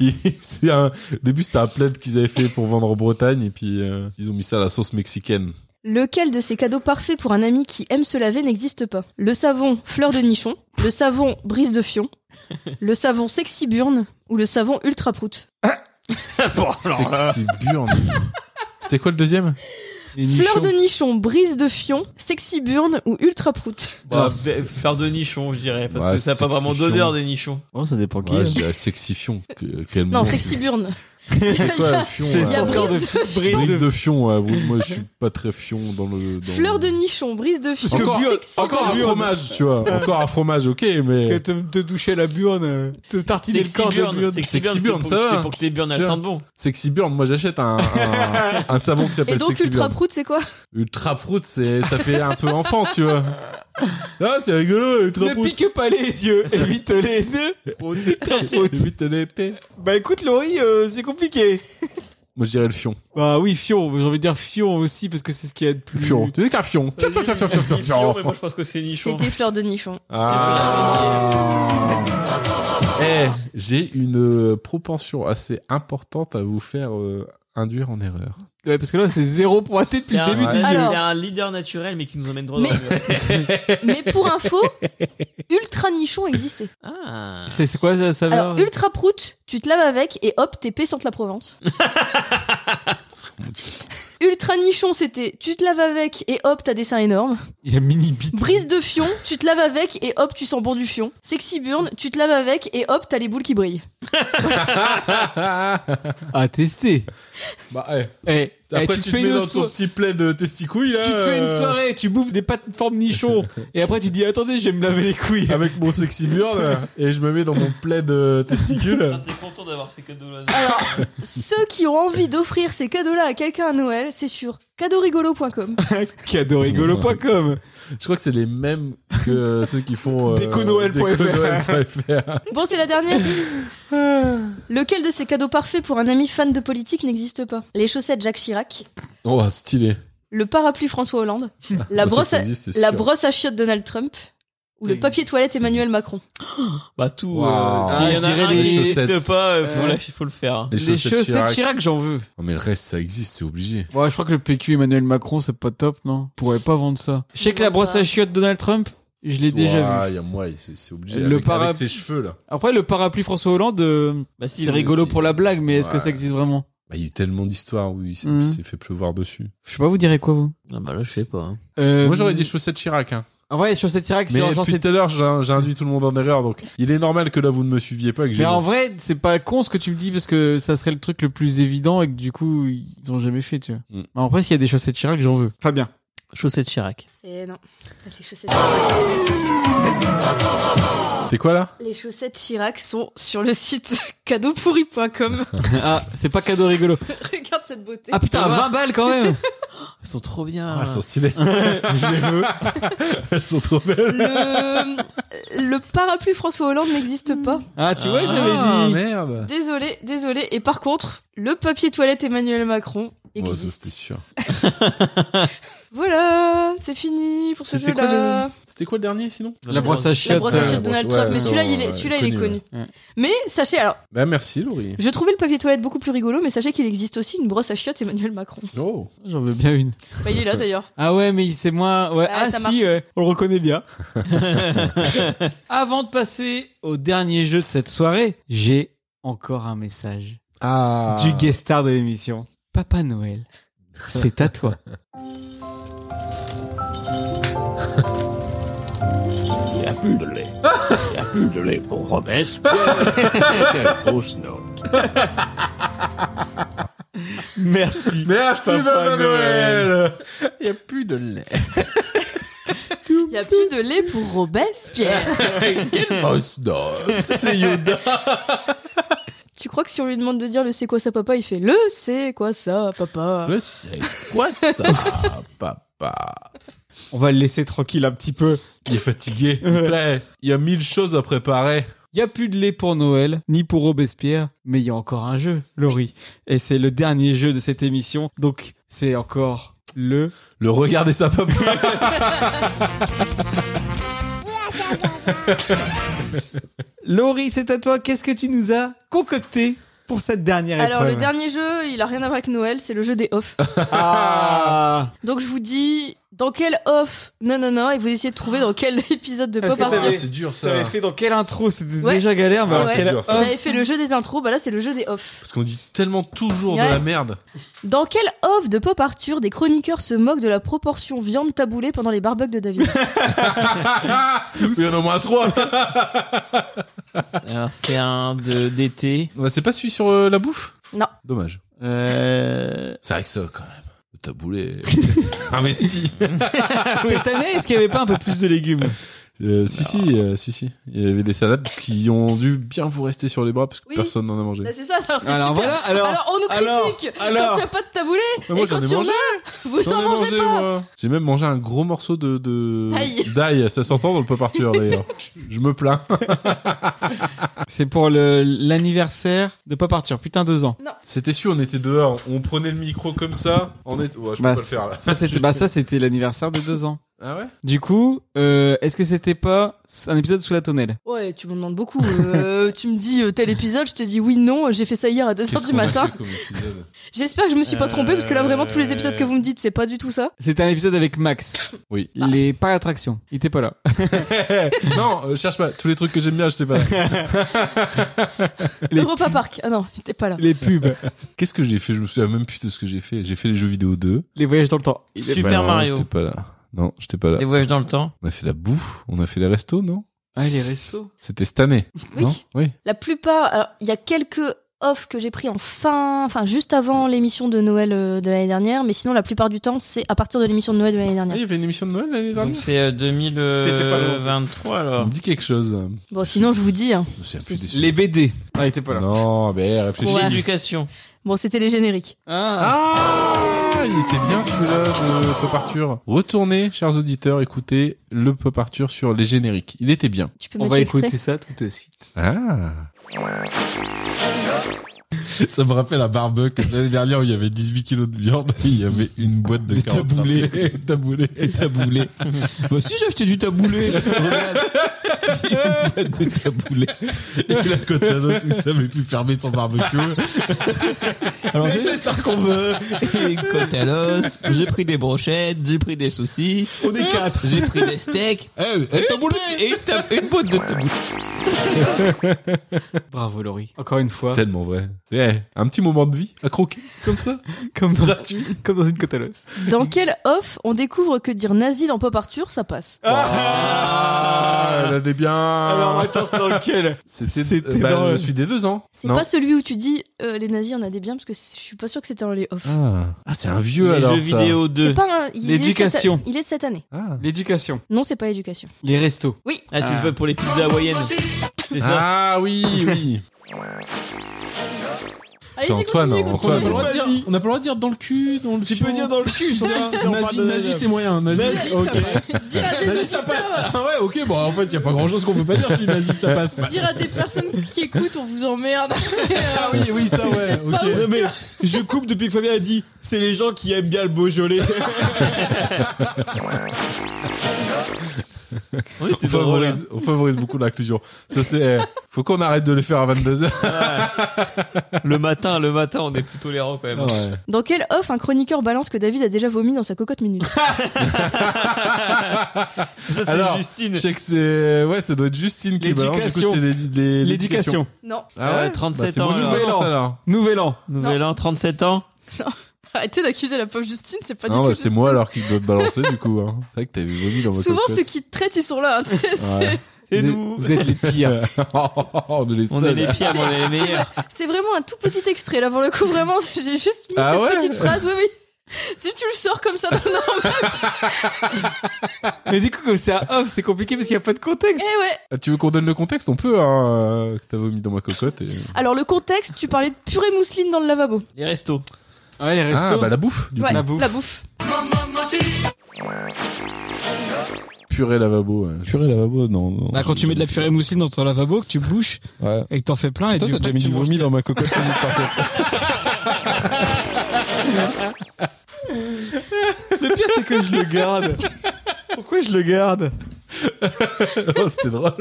S2: Il- c'est un- Au début, c'était un plaid qu'ils avaient fait pour vendre en Bretagne et puis euh, ils ont mis ça à la sauce mexicaine.
S4: Lequel de ces cadeaux parfaits pour un ami qui aime se laver n'existe pas Le savon fleur de nichon, le savon brise de fion, le savon sexy burn ou le savon ultra prout
S1: Oh
S2: Sexy burn. C'était quoi le deuxième
S4: Fleur de nichon, brise de fion, sexy burn ou ultra prout
S3: Bah,
S2: Ah, c'est-
S3: faire de nichon, je dirais, parce
S2: Ouais,
S3: que ça n'a
S2: c'est
S3: pas vraiment
S2: fion.
S3: d'odeur des nichons.
S1: Oh, ça dépend qui.
S2: Ouais,
S1: hein.
S2: je dirais sexy fion. Que- quel
S4: Non,
S2: nom.
S4: sexy burn.
S2: C'est quoi, le fion
S1: C'est
S2: ouais.
S4: Il y a
S1: senteur de
S4: brise de
S1: brise
S2: Brise
S1: de
S2: de fion, ouais, oui, moi je suis pas très fion dans le. Dans...
S4: Fleur de nichon, brise de fion,
S2: Encore-
S4: sexy
S2: Encore un
S4: burn.
S2: fromage, tu vois. Encore un fromage, ok,
S1: Parce que
S2: mais.
S1: te, te doucher la burne, euh, te tartiner le
S3: Sexy
S1: corps de
S3: burn,
S1: burne.
S3: sexy
S2: Sexy
S3: burn, c'est
S2: burn,
S3: pour-
S2: ça va.
S3: c'est pour que tes burnes elles
S2: Tiens.
S3: sentent bon.
S2: Sexy burn, moi j'achète un, un, un savon qui
S4: Et
S2: s'appelle
S4: donc
S2: Sexy
S4: ultra
S2: burn.
S4: prout, c'est quoi
S2: Ultra prout, c'est, ça fait un peu enfant, tu vois. Ah, c'est rigolo, ultra
S1: Ne
S2: prout.
S1: pique pas les yeux, évite les nœuds.
S2: Vite l'épée.
S1: Bah écoute, Laurie, euh, c'est compliqué.
S2: Moi je dirais le fion.
S1: Bah oui, Fion, j'ai envie de dire Fion aussi, parce que c'est ce qu'il y a de plus.
S2: Le fion. Tu dis qu'un fion. Fion, fion, fion, fion, fion,
S3: Fion,
S2: fion.
S3: mais moi je pense que c'est nichon.
S4: C'était fleur de nichon.
S2: Ah. Eh, j'ai une euh, propension assez importante à vous faire euh, induire en erreur.
S1: Ouais, parce que là, c'est zéro pointé depuis
S3: T'es
S1: le
S3: un,
S1: début
S2: ouais.
S1: du
S4: Alors,
S1: jeu.
S3: t'es un leader naturel mais qui nous emmène droit dans
S4: Mais-
S3: le mur.
S4: Mais pour info, ultra nichon existait.
S3: Ah.
S1: C'est c'est quoi ça, ça va
S2: euh,
S4: Alors ultra prout, tu te laves avec et hop, t'es pécente la Provence. ultra nichon, c'était tu te laves avec et hop, t'as des seins énormes.
S1: Il y a mini bite.
S4: Brise de fion, tu te laves avec et hop, tu sens bon du fion. Sexy burn, tu te laves avec et hop, t'as les boules qui brillent.
S1: À tester.
S2: Bah, eh.
S1: Eh, eh, tu
S2: Après, tu,
S1: te
S2: te
S1: fais
S2: mets
S1: une
S2: dans
S1: so-
S2: ton petit plaid de testicouille, là.
S1: Tu te fais une
S2: euh,
S1: soirée, tu bouffes des pâtes de forme nichon, et après tu dis attendez, je vais me laver les couilles.
S2: Avec mon sexy burn, et je me mets dans mon plaid de testicule.
S3: Ah, T'es content d'avoir ces cadeaux là.
S4: Alors, ceux qui ont envie d'offrir ces cadeaux-là à quelqu'un à Noël, c'est sur cadeaurigolo.com.
S1: Cadorigolo.com.
S2: Je crois que c'est les mêmes que ceux qui font. euh,
S1: Déconoël.fr.
S2: déconoël.fr.
S4: Bon, c'est la dernière. Lequel de ces cadeaux parfaits pour un ami fan de politique n'existe pas Les chaussettes Jacques Chirac,
S2: Oh, stylé.
S4: le parapluie François Hollande,
S2: Oh, Ça, ça
S4: la brosse à...
S2: existe, c'est
S4: La
S2: sûr.
S4: brosse à chiottes Donald Trump ou
S3: Ça
S4: le papier toilette
S2: ça
S4: Emmanuel
S2: existe.
S4: Macron
S3: Bah tout.
S2: Wow.
S3: euh,
S1: Ah,
S3: S'il y
S1: je
S3: en a
S1: dirais
S3: un
S1: les
S3: qui n'existe
S2: chaussettes.
S3: pas, euh, faut
S1: Euh,
S3: lâcher- faut le faire.
S2: Les chaussettes, Chirac.
S1: j'en veux.
S2: Non, mais le reste, ça existe, c'est obligé.
S1: Ouais, je crois que le PQ Emmanuel Macron, c'est pas top, non Pourrait pas vendre ça. Je sais que la brosse à chiottes Donald Trump, je l'ai déjà vu.
S2: Ah, il y a moi, c'est c'est obligé.
S1: Le
S2: avec,
S1: para-
S2: avec ses cheveux, là.
S1: Après, le parapluie François Hollande, euh,
S3: Bah si,
S1: c'est
S3: mais
S1: rigolo
S2: c'est-
S1: pour la blague, mais est-ce que
S2: Ouais.
S1: ça existe vraiment
S2: Bah, il y a eu tellement d'histoires où il s'est
S1: Mhm.
S2: il s'est fait pleuvoir dessus.
S1: Je sais pas, vous direz quoi, vous
S3: c'est- Ah bah là je sais pas. hein.
S1: Euh,
S2: Moi, j'aurais dit chaussettes Chirac, hein.
S1: Ah ouais, sur cette Chirac,
S2: Mais
S1: c'est genre,
S2: depuis
S1: c'est-
S2: tout à l'heure, j'ai j'ai induit tout le monde en erreur, donc il est normal que là, vous ne me suiviez pas, que j'ai.
S1: Mais en vrai, c'est pas con ce que tu me dis parce que ça serait le truc le plus évident et que du coup, ils ont jamais fait, tu vois.
S2: Mm.
S1: Mais en vrai, s'il y a des chaussettes Chirac, j'en veux. Fabien.
S3: Chaussettes Chirac.
S4: Et Eh non. Les chaussettes Chirac existent.
S2: C'était quoi là
S4: Les chaussettes Chirac sont sur le site cadeaupourri.com.
S1: Ah, c'est pas cadeau rigolo.
S4: Regarde cette beauté.
S1: Ah putain, 20 balles quand même
S3: Elles sont trop bien.
S2: ah, Elles sont stylées. Je les veux. Elles sont trop belles.
S4: Le... le parapluie François Hollande n'existe pas.
S1: Ah, tu vois,
S2: Ah,
S1: j'avais dit.
S2: merde.
S4: Désolé, désolé. Et par contre, le papier toilette Emmanuel Macron
S2: Ouais, ça,
S4: existe.
S2: c'était sûr.
S4: voilà, c'est fini pour ce
S2: C'était quoi,
S4: jeu-là.
S2: le... c'était quoi le dernier sinon
S1: La brosse à chiottes.
S4: La brosse à
S1: euh,
S4: chiottes Donald
S2: ouais,
S4: Trump. Mais
S2: ouais,
S4: celui-là,
S2: ouais,
S4: il est,
S2: ouais,
S4: celui-là, il est connu.
S1: ouais. Ouais.
S4: Mais sachez, alors,
S2: Bah merci Laurie.
S4: je trouvais le papier toilette beaucoup plus rigolo, mais sachez qu'il existe aussi une brosse à chiottes Emmanuel Macron.
S2: Oh.
S1: J'en veux bien une.
S4: Bah, il est là d'ailleurs.
S1: Ah ouais, mais c'est moins. Ouais.
S4: Ah,
S1: Ah,
S4: ça marche.
S1: si, ouais, on le reconnaît bien. Avant de passer au dernier jeu de cette soirée, j'ai encore un message
S2: Ah.
S1: du guest star de l'émission. Papa Noël, c'est à toi.
S9: Il n'y a plus de lait. Il n'y a plus de lait pour Robespierre. Quelle grosse note.
S1: Merci.
S2: Merci
S1: Papa Noël.
S2: Papa ah, Noël. Il y a plus de lait.
S4: Il n'y a plus de lait pour Robespierre.
S2: Quelle grosse note. C'est Yoda.
S4: tu crois que si on lui demande de dire le c'est quoi ça papa, il fait le c'est quoi ça papa
S2: Ouais, C'est quoi ça, papa
S1: On va le laisser tranquille un petit peu.
S2: Il est fatigué. Il plaît. Il y a mille choses à préparer.
S1: Il n'y a plus de lait pour Noël, ni pour Robespierre, mais il y a encore un jeu, Laurie. Et c'est le dernier jeu de cette émission, donc c'est encore le...
S2: Le regarder sa papa.
S1: Laurie, c'est à toi, qu'est-ce que tu nous as concocté pour cette dernière
S4: Alors,
S1: épreuve
S4: le dernier jeu, il a rien à voir avec Noël, c'est le jeu des off.
S1: Ah
S4: Donc, je vous dis dans quel off Non, non, non, et vous essayez de trouver dans quel épisode de
S1: Est-ce
S4: Pop
S1: que t'avais-
S4: Arthur.
S1: c'est
S2: Ah, dur
S1: T'avais fait dans quelle intro C'était
S4: Ouais.
S1: déjà galère, mais
S4: Ah
S1: alors
S4: ouais.
S1: quelle-
S2: C'est dur, ça.
S4: J'avais fait le jeu des intros, bah là c'est le jeu des off.
S2: Parce qu'on dit tellement toujours
S4: Ouais.
S2: de la merde.
S4: Dans quel off de Pop Arthur des chroniqueurs se moquent de la proportion viande taboulée pendant les barbecues de David Ah,
S2: Il y en a au moins trois.
S3: Alors, c'est un de- d'été.
S2: Ouais, C'est pas celui sur euh, la bouffe
S4: Non.
S2: Dommage.
S3: Euh...
S2: C'est vrai que ça, quand même. Le taboulé. Investi.
S1: Cette année, est-ce qu'il n'y avait pas un peu plus de légumes
S2: Euh, si, si, euh, si, si. Il y avait des salades qui ont dû bien vous rester sur les bras parce que
S4: Oui.
S2: personne n'en a mangé.
S4: Bah, C'est ça, alors c'est
S1: Alors
S4: super.
S1: voilà, alors...
S4: Alors, on nous
S1: alors,
S4: critique
S1: alors.
S4: quand il n'y a pas de taboulé
S2: Mais moi,
S4: et quand
S2: j'en ai
S4: il y en
S2: mangé.
S4: a, vous
S2: J'en
S4: n'en
S2: ai
S4: mangez
S2: mangé,
S4: pas.
S2: moi. J'ai même mangé un gros morceau de, de...
S4: D'ail.
S2: d'ail. Ça s'entend dans le pop Arthur, d'ailleurs. Je me plains.
S1: C'est pour le- l'anniversaire de Pop Arthur, putain, deux ans.
S2: C'était sûr, on était dehors. On prenait le micro comme ça. On est... Ouais, je peux
S1: Bah,
S2: pas le faire, là.
S1: Ça, c'était bah, ça, c'était l'anniversaire de deux ans.
S2: Ah ouais
S1: Du coup, euh, est-ce que c'était pas un épisode sous la tonnelle
S4: Ouais, tu me demandes beaucoup. Euh, tu me dis euh, tel épisode, je te dis oui, non, j'ai fait ça hier à 2h
S2: Qu'est-ce
S4: du
S2: qu'on a
S4: matin.
S2: fait Euh, comme épisode
S4: J'espère que je me suis pas trompée parce que là vraiment tous les
S3: Euh.
S4: épisodes que vous me dites, c'est pas du tout ça.
S1: C'était un épisode avec Max.
S2: Oui.
S4: Bah.
S1: Les pas attractions. Il était pas là.
S2: non, euh, cherche pas. Tous les trucs que j'aime bien, je t'ai pas.
S1: Les-
S4: Europa Park. Ah non, t'es pas là.
S1: Les pubs.
S2: Qu'est-ce que j'ai fait Je me souviens même plus de ce que j'ai fait. J'ai fait les jeux vidéo 2.
S1: Les voyages dans le temps.
S3: Super
S2: Bah non,
S3: Mario.
S2: J'étais pas là. Non, j'étais pas là.
S3: Les voyages dans le temps.
S2: On a fait la bouffe. On a fait les restos, non
S1: Ah, les restos.
S2: C'était cette année.
S4: Oui.
S2: Non Oui.
S4: La plupart, alors, il y a quelques offs que j'ai pris en fin, enfin juste avant l'émission de Noël euh, de l'année dernière, mais sinon la plupart du temps c'est à partir de l'émission de Noël de l'année
S2: Ah,
S4: dernière.
S2: il y avait une émission de Noël l'année
S3: Donc
S2: dernière.
S3: c'est euh,
S1: T'étais pas loin.
S3: 2023
S2: Ça
S3: alors.
S2: me dit quelque chose.
S4: Bon, sinon je vous dis. hein.
S2: Je me souviens plus des
S1: Les BD. Ah, il était pas là.
S2: Non, ben, mais réfléchis.
S4: Ouais.
S3: L'éducation.
S4: Bon, c'était les génériques.
S1: Ah.
S2: Ah, il était bien celui-là de Pop Arthur. Retournez, chers auditeurs, écoutez le Pop Arthur sur les génériques. Il était bien.
S4: Tu peux
S1: On
S4: mettre
S1: va
S4: l'extrait.
S1: écouter ça tout de suite.
S2: Ah. Ça me rappelle un barbecue l'année dernière où il y avait 18 kilos de viande et il y avait une boîte de carottes.
S1: taboulés.
S2: taboulés.
S1: Taboulé. bah si j'ai acheté du taboulé.
S2: de taboulé. Et la Cotanos, il savait plus fermer son barbecue.
S3: c'est ça qu'on veut. Et côte à l'os, j'ai pris des brochettes, j'ai pris des saucisses. On est quatre. J'ai pris des steaks.
S2: Eh,
S3: Et une, ta- une boîte de taboulé.
S1: Bravo Laurie. Encore une fois.
S2: Tellement vrai. Eh, un petit moment de vie à croquer, comme ça.
S1: Comme dans, comme dans une catalose.
S2: Ah,
S4: Dans quel off on découvre que dire nazi dans Pop Arthur, ça passe
S1: Ah,
S2: elle allait bien.
S1: Alors attends, c'est dans lequel
S2: C'était,
S1: c'était
S2: bah,
S1: dans-
S2: je suis des deux ans.
S4: C'est
S2: non
S4: pas celui où tu dis euh, les nazis on a des biens parce que je suis pas sûr que c'était dans les off.
S2: Ah, Ah, c'est un vieux
S3: les
S2: alors.
S3: jeux
S2: ça.
S3: vidéo 2.
S4: C'est pas un- il est de cette-
S1: L'éducation.
S4: Il est de cette année.
S2: Ah.
S1: L'éducation,
S4: Non, c'est pas l'éducation.
S1: les restos.
S3: Ah, c'est
S1: Ah.
S3: pas pour les pizzas hawaïennes. C'est ça.
S2: Ah oui, oui.
S4: Allez-y,
S2: Antoine,
S4: continue,
S2: hein,
S4: continue.
S2: Antoine.
S4: Continue.
S2: Pas
S10: dire-
S2: dit.
S10: on a pas le droit de dire dans le cul, dans le
S1: Tu peux
S10: chiant.
S1: dire dans le cul, surtout si on parle
S10: Nazi,
S1: de-
S10: nazi, c'est moyen. Nazi,
S1: Nazi, ça
S10: ok.
S1: passe.
S4: Dire à des
S10: Nazi, ça
S4: auditeurs,
S10: passe. Ah ouais, ok, bon, en fait, y a pas grand chose qu'on peut pas dire si nazi, ça passe.
S4: Dire à des personnes qui écoutent, on vous emmerde.
S10: Ah oui, oui, ça, ouais, ok.
S4: Pas ouf,
S10: Non, mais-
S4: tu vois.
S10: je coupe depuis que Fabien a dit c'est les gens qui aiment bien le Beaujolais.
S3: On
S2: On
S3: était dans le rôle,
S2: favorise, on favorise beaucoup l'inclusion. Ça c'est. eh, Faut qu'on arrête de les faire à 22h.
S3: hein. Le matin, le matin, on est plus tolérant quand même.
S1: Ah
S4: Dans quel off un chroniqueur balance que David a déjà vomi dans sa cocotte minute
S3: Ça, c'est
S2: Alors,
S3: Justine.
S2: Je sais que c'est. Ouais, ça doit être Justine qui balance. Du coup,
S1: L'éducation.
S2: c'est les- les-
S1: L'éducation.
S4: Non.
S2: Ah ouais
S3: Euh, 37
S2: Bah, c'est
S3: ans.
S2: mon
S3: alors.
S2: nouvel
S1: alors.
S2: an, ça, alors.
S1: Nouvel an.
S3: Nouvel an, 37 ans.
S4: Arrêtez d'accuser la pauvre Justine, c'est pas
S2: Non,
S4: du
S2: bah,
S4: tout.
S2: c'est
S4: Justine.
S2: moi alors qui dois te balancer du coup. Hein. C'est vrai que t'avais vomi dans ma
S4: Souvent,
S2: cocotte.
S4: ceux qui te traitent, ils sont là. hein, tu sais, c'est-
S2: Ouais.
S1: vous êtes- Vous êtes les pires.
S2: on est les
S3: On
S2: seuls.
S3: est les pires, mais on est les
S4: c'est-
S3: meilleurs.
S4: C'est vraiment un tout petit extrait là pour le coup, vraiment. J'ai juste mis
S2: Ah
S4: cette
S2: ouais
S4: petite phrase. Oui, oui. Si tu le sors comme ça, non, non.
S1: Mais du coup, comme c'est un off, c'est compliqué parce qu'il n'y a pas de contexte.
S4: Eh ouais.
S2: Ah, tu veux qu'on donne le contexte On peut, hein, euh, que t'as vomi dans ma cocotte. Et...
S4: Alors le contexte, tu parlais de purée mousseline dans le lavabo.
S3: Les restos.
S1: Ouais, les restos.
S2: Ah, bah la bouffe, du
S4: Ouais,
S1: La bouffe.
S4: La bouffe.
S2: coup. Purée lavabo. ouais.
S10: Purée lavabo, non. non
S1: Bah, quand tu mets de la purée mousseline dans ton lavabo, que tu bouches
S10: Ouais.
S1: et que t'en fais plein et
S10: Toi,
S1: tu
S10: t'as déjà mis
S1: tu
S10: du
S1: manges-
S10: vomi dans ma cocotte minute, par contre.
S1: Le pire, c'est que je le garde. Pourquoi je le garde
S2: Oh, C'était drôle.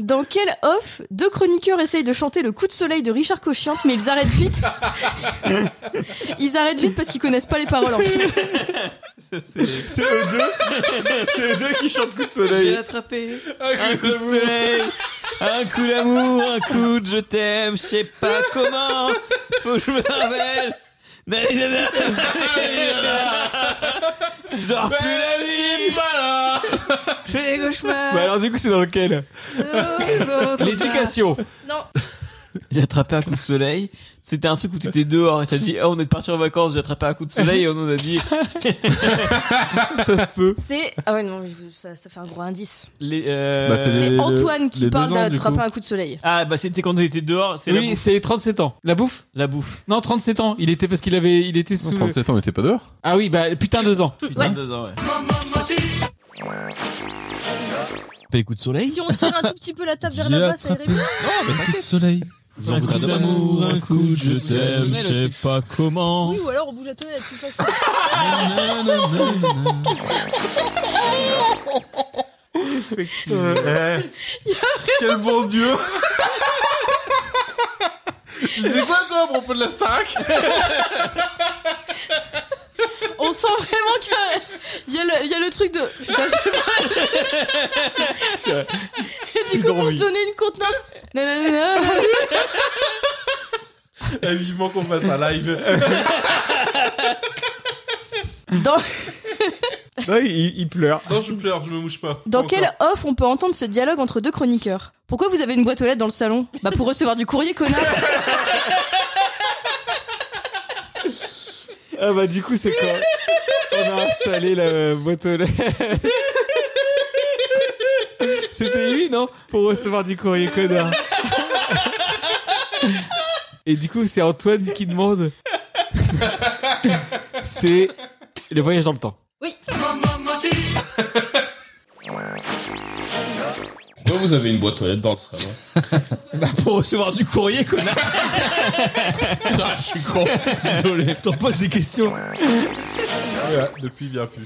S4: Dans quel off, deux chroniqueurs essayent de chanter le coup de soleil de Richard Cochiante, mais ils arrêtent vite. ils arrêtent vite parce qu'ils connaissent pas les paroles en fait.
S1: C'est eux deux. C'est eux deux qui chantent coup de
S3: J'ai
S1: soleil.
S3: attrapé un coup de soleil, un coup d'amour, un coup de je t'aime, je sais pas comment, faut que je me rappelle. Nani, nana, nani, nana. Je dors plus
S1: Ben,
S3: la nuit, j'ai des
S1: Bah
S3: cauchemars.
S1: alors du coup c'est dans lequel L'éducation.
S4: Non.
S3: J'ai attrapé un coup de soleil. C'était un truc où t'étais dehors et t'as dit, oh, on est parti en vacances, j'ai attrapé un coup de soleil et on en a dit,
S1: Ça se peut.
S4: C'est ah ouais non, je- ça, ça fait un gros indice.
S3: les, euh,
S2: Bah, c'est les-
S4: C'est
S2: le-
S4: Antoine qui
S2: les
S4: parle
S2: deux ans, du
S4: d'attraper
S2: coup.
S4: un coup de soleil.
S3: ah, bah, c'était quand on était dehors, c'est la
S1: Oui,
S3: bouffe.
S1: c'est 37 ans. La bouffe
S3: La bouffe.
S1: Non, 37 ans. Il était parce qu'il avait il était sous
S2: 37 ans, on était pas dehors
S1: Ah oui, bah putain deux ans.
S3: Putain, deux ans, ouais.
S10: Pas écoute soleil
S4: Si on tire un tout petit peu la table vers
S10: J'ai
S4: la bas, ça irait bien.
S10: Écoute soleil.
S3: Un coup d'amour, un coup de je t'aime, je sais
S10: pas comment.
S4: Oui, ou alors on bouge la tonnelle plus facile.
S3: Ah,
S2: Quel bon dieu Tu disais quoi toi à propos de la Starac
S4: On sent vraiment qu'il y, a le- il y a le truc de. Putain, je sais pas. Et du coup, pour se donner une contenance. Nanana,
S2: Eh, Vivement qu'on fasse un live.
S1: Non,
S4: Dans,
S1: Ah il, il pleure.
S2: Eh, Non, je pleure, je me mouche pas.
S4: dans
S2: Pas
S4: quel
S2: encore.
S4: off on peut entendre ce dialogue entre deux chroniqueurs Pourquoi vous avez une boîte aux lettres dans le salon Bah pour recevoir du courrier, connard
S1: Ah bah du coup c'est quand on a installé la boîte aux lettres. C'était lui non Pour recevoir du courrier connard. Et du coup c'est Antoine qui demande. C'est le voyage dans le temps.
S11: Pourquoi vous avez une boîte aux lettres dans le salon
S3: Pour recevoir du courrier, connard.
S11: Ça, je suis con.
S3: Désolé. T'en poses des questions.
S2: Ouais, Depuis, il vient plus.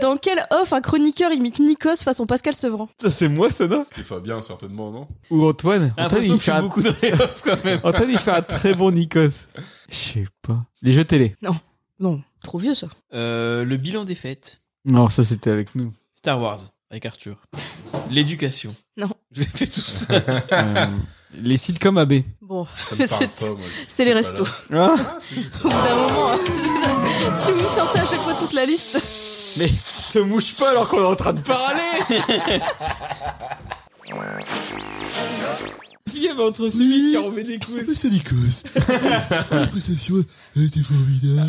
S4: Dans quel off un chroniqueur imite Nikos façon Pascal Sevran
S1: Ça c'est moi ça non
S2: Et Fabien, certainement, non
S1: Ou Antoine.
S3: J'ai
S1: Antoine
S3: l'impression
S1: il,
S3: que je
S1: fait
S3: suis
S1: un...
S3: beaucoup dans les off quand même.
S1: Antoine il fait un très bon Nikos. Je sais pas. Les jeux télé.
S4: Non, trop vieux ça.
S3: Euh, le bilan des fêtes.
S1: Non ça c'était avec nous.
S3: Star Wars avec Arthur. L'éducation.
S4: Non.
S3: Je l'ai fait tout seul.
S1: Euh, les sitcoms AB.
S4: Bon,
S2: Ça
S4: Mais
S2: me parle
S4: c'est-
S2: pas, moi.
S4: c'est les restos.
S1: Ah,
S4: Au bout d'un moment, hein, si vous me sortez à chaque fois toute la liste.
S3: Mais
S1: te mouche pas alors qu'on est en train de parler Il y avait entre celui qui remet des coups.
S10: C'est Nikos. La prestation, elle était formidable.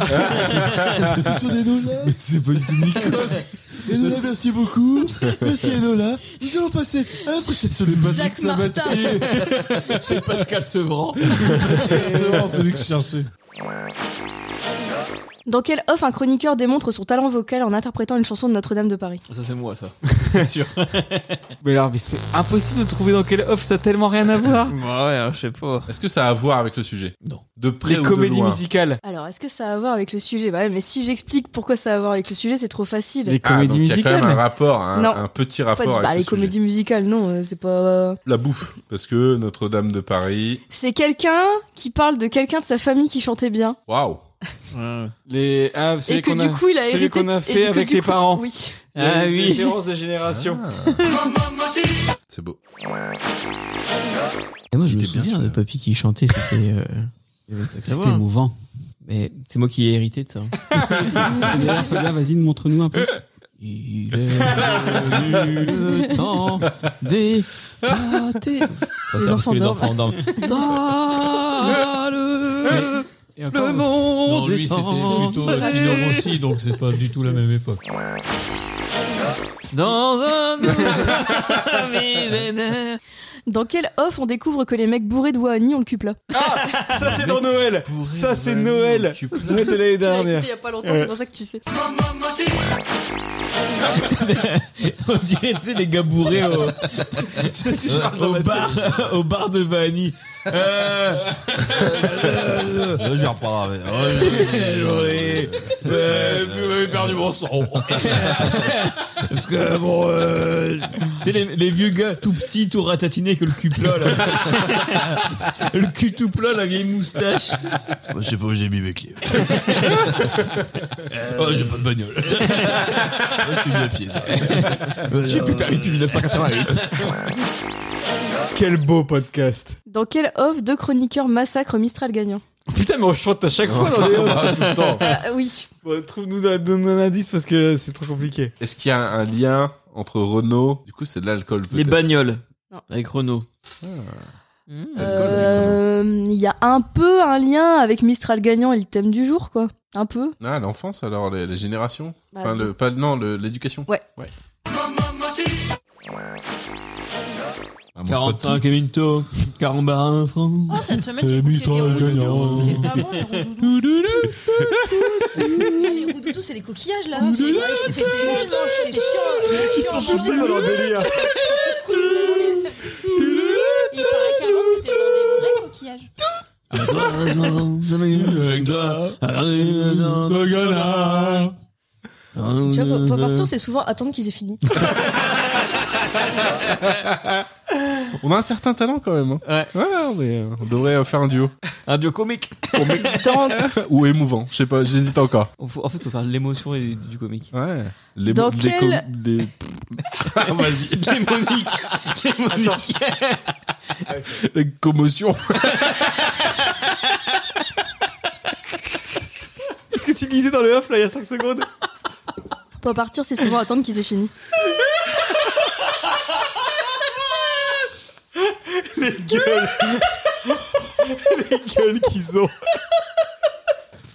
S10: La prestation d'Enola. Mais c'est pas du tout Nikos. Enola, merci beaucoup. Merci Enola. Nous allons passer à la prestation. de
S4: Jacques Martin.
S11: C'est Pascal Sevran.
S10: Exactement, celui que je cherchais.
S4: Dans quelle offre un chroniqueur démontre son talent vocal en interprétant une chanson de Notre-Dame de Paris
S11: Ça, c'est moi, ça. C'est sûr.
S1: Mais alors, mais c'est impossible de trouver dans quelle offre ça a tellement rien à voir.
S3: ouais, alors, je sais pas.
S2: Est-ce que ça a à voir avec le sujet
S3: Non.
S2: De près
S1: Les
S2: ou de
S1: comédies
S2: loin
S1: musicales.
S4: Alors, est-ce que ça a à voir avec le sujet Bah ouais, mais si j'explique pourquoi ça a à voir avec le sujet, c'est trop facile.
S1: Les
S2: Ah,
S1: comédies
S2: donc il y a quand même un
S1: musicales.
S2: rapport, un,
S4: Non.
S2: un petit
S4: Pas
S2: rapport
S4: du-
S2: avec
S4: bah,
S2: le
S4: les
S2: sujet.
S4: comédies musicales, non, euh, c'est pas.
S2: La bouffe, parce que Notre-Dame de Paris.
S4: C'est quelqu'un qui parle de quelqu'un de sa famille qui chantait bien.
S2: Waouh.
S1: Les... Ah, celui
S4: et que
S1: qu'on
S4: du coup, il a
S1: celui
S4: hérité.
S1: qu'on a
S4: et
S1: fait
S4: du coup,
S1: avec
S4: du
S1: les
S4: coup-
S1: parents. Ah.
S4: Oui.
S3: Ah
S1: Les
S3: oui.
S1: Différences de génération.
S2: C'est beau.
S3: Et moi, je
S2: C'était
S3: me
S2: bien,
S3: souviens de
S2: celui-là.
S3: papy qui chantait, c'était. euh, il y avait un sacré
S12: C'était
S3: voix, hein.
S12: émouvant.
S3: Mais c'est moi qui ai hérité de ça.
S12: D'ailleurs, Fabien, vas-y, montre-nous un peu.
S3: Il est venu le temps des pâtés. On va faire parce
S4: enfants
S3: que
S4: dorment.
S3: dorment. Dans le,
S12: Et encore,
S3: le monde
S11: Non, lui,
S3: est
S11: c'était
S3: en
S11: plutôt euh,
S3: fête.
S11: Kinder aussi, donc c'est pas du tout la même époque.
S3: Dans un nouveau millénaire.
S4: Dans quelle offre on découvre que les mecs bourrés de Wahani ont le cul plat
S1: Ah, ça c'est dans Noël. Ça c'est Noël. Noël de l'année
S4: Je l'ai écouté
S1: dernière.
S4: Il y a pas longtemps, c'est pour ça que tu sais.
S11: On dirait, tu sais, les gars bourrés au,
S1: C'est ce que je parle dans
S11: au
S1: ma tête.
S11: bar, au bar de Vani.
S10: Je vais reprendre avec.
S11: Vous m'avez perdu mon son. Parce que bon, euh, tu sais, les, les vieux gars tout petits, tout ratatinés que le cul plat, là. le cul tout plat, la vieille moustache.
S10: Moi, je sais pas où j'ai mis mes clés. oh, j'ai pas de bagnole. Moi, je suis mis à pied, ça. J'ai plus permis depuis 1988.
S1: Quel beau podcast.
S4: Dans quelle offre deux chroniqueurs massacrent Mistral gagnant
S1: Putain, mais on chante à chaque fois dans les offres.
S2: Tout le temps.
S4: Ah, Oui.
S1: Bon, Trouve-nous un- donne-nous un indice parce que c'est trop compliqué.
S2: Est-ce qu'il y a un lien entre Renault Du coup, c'est de l'alcool
S3: Les
S2: peut-être.
S3: bagnoles.
S4: Non.
S3: Avec Renault.
S4: Euh, Il y a un peu un lien avec Mistral gagnant et le thème du jour, quoi. Un peu.
S2: Ah, l'enfance alors, les, les générations
S4: Bah,
S2: Enfin, le, pas, le- Non, le- l'éducation.
S4: Ouais.
S2: ouais. Ah, mon
S3: 45 et Minto. 40 bar un franc.
S7: cette semaine,
S10: j'ai écouté les roues doudous.
S7: C'est pas bon, les roues
S4: Les roudoudous, c'est les coquillages, là.
S7: C'est chiant, c'est chiant.
S1: dans leur délire.
S7: Il paraît qu'avant, c'était dans des vrais coquillages.
S10: Avec toi,
S3: Ah,
S10: de gala.
S4: Tu vois, pour- pour partir, c'est souvent attendre qu'ils aient fini.
S2: pote. On a un certain talent quand même. hein.
S3: Ouais.
S2: Voilà, on, est- on devrait euh, faire un duo.
S3: Un duo comique.
S4: Dans,
S2: Ou émouvant, je sais pas, j'hésite encore.
S3: On faut- En fait, faut faire de l'émotion et du, du comique.
S2: Ouais. Les,
S4: Dans
S2: les
S4: quel-
S2: com- les- Ah, Vas-y.
S3: L'émonique. L'émonique.
S2: La commotion.
S1: Qu'est-ce que tu disais dans le off là il y a 5 secondes
S4: pour partir, c'est souvent attendre qu'ils aient fini.
S1: Quelle qu'ils ont.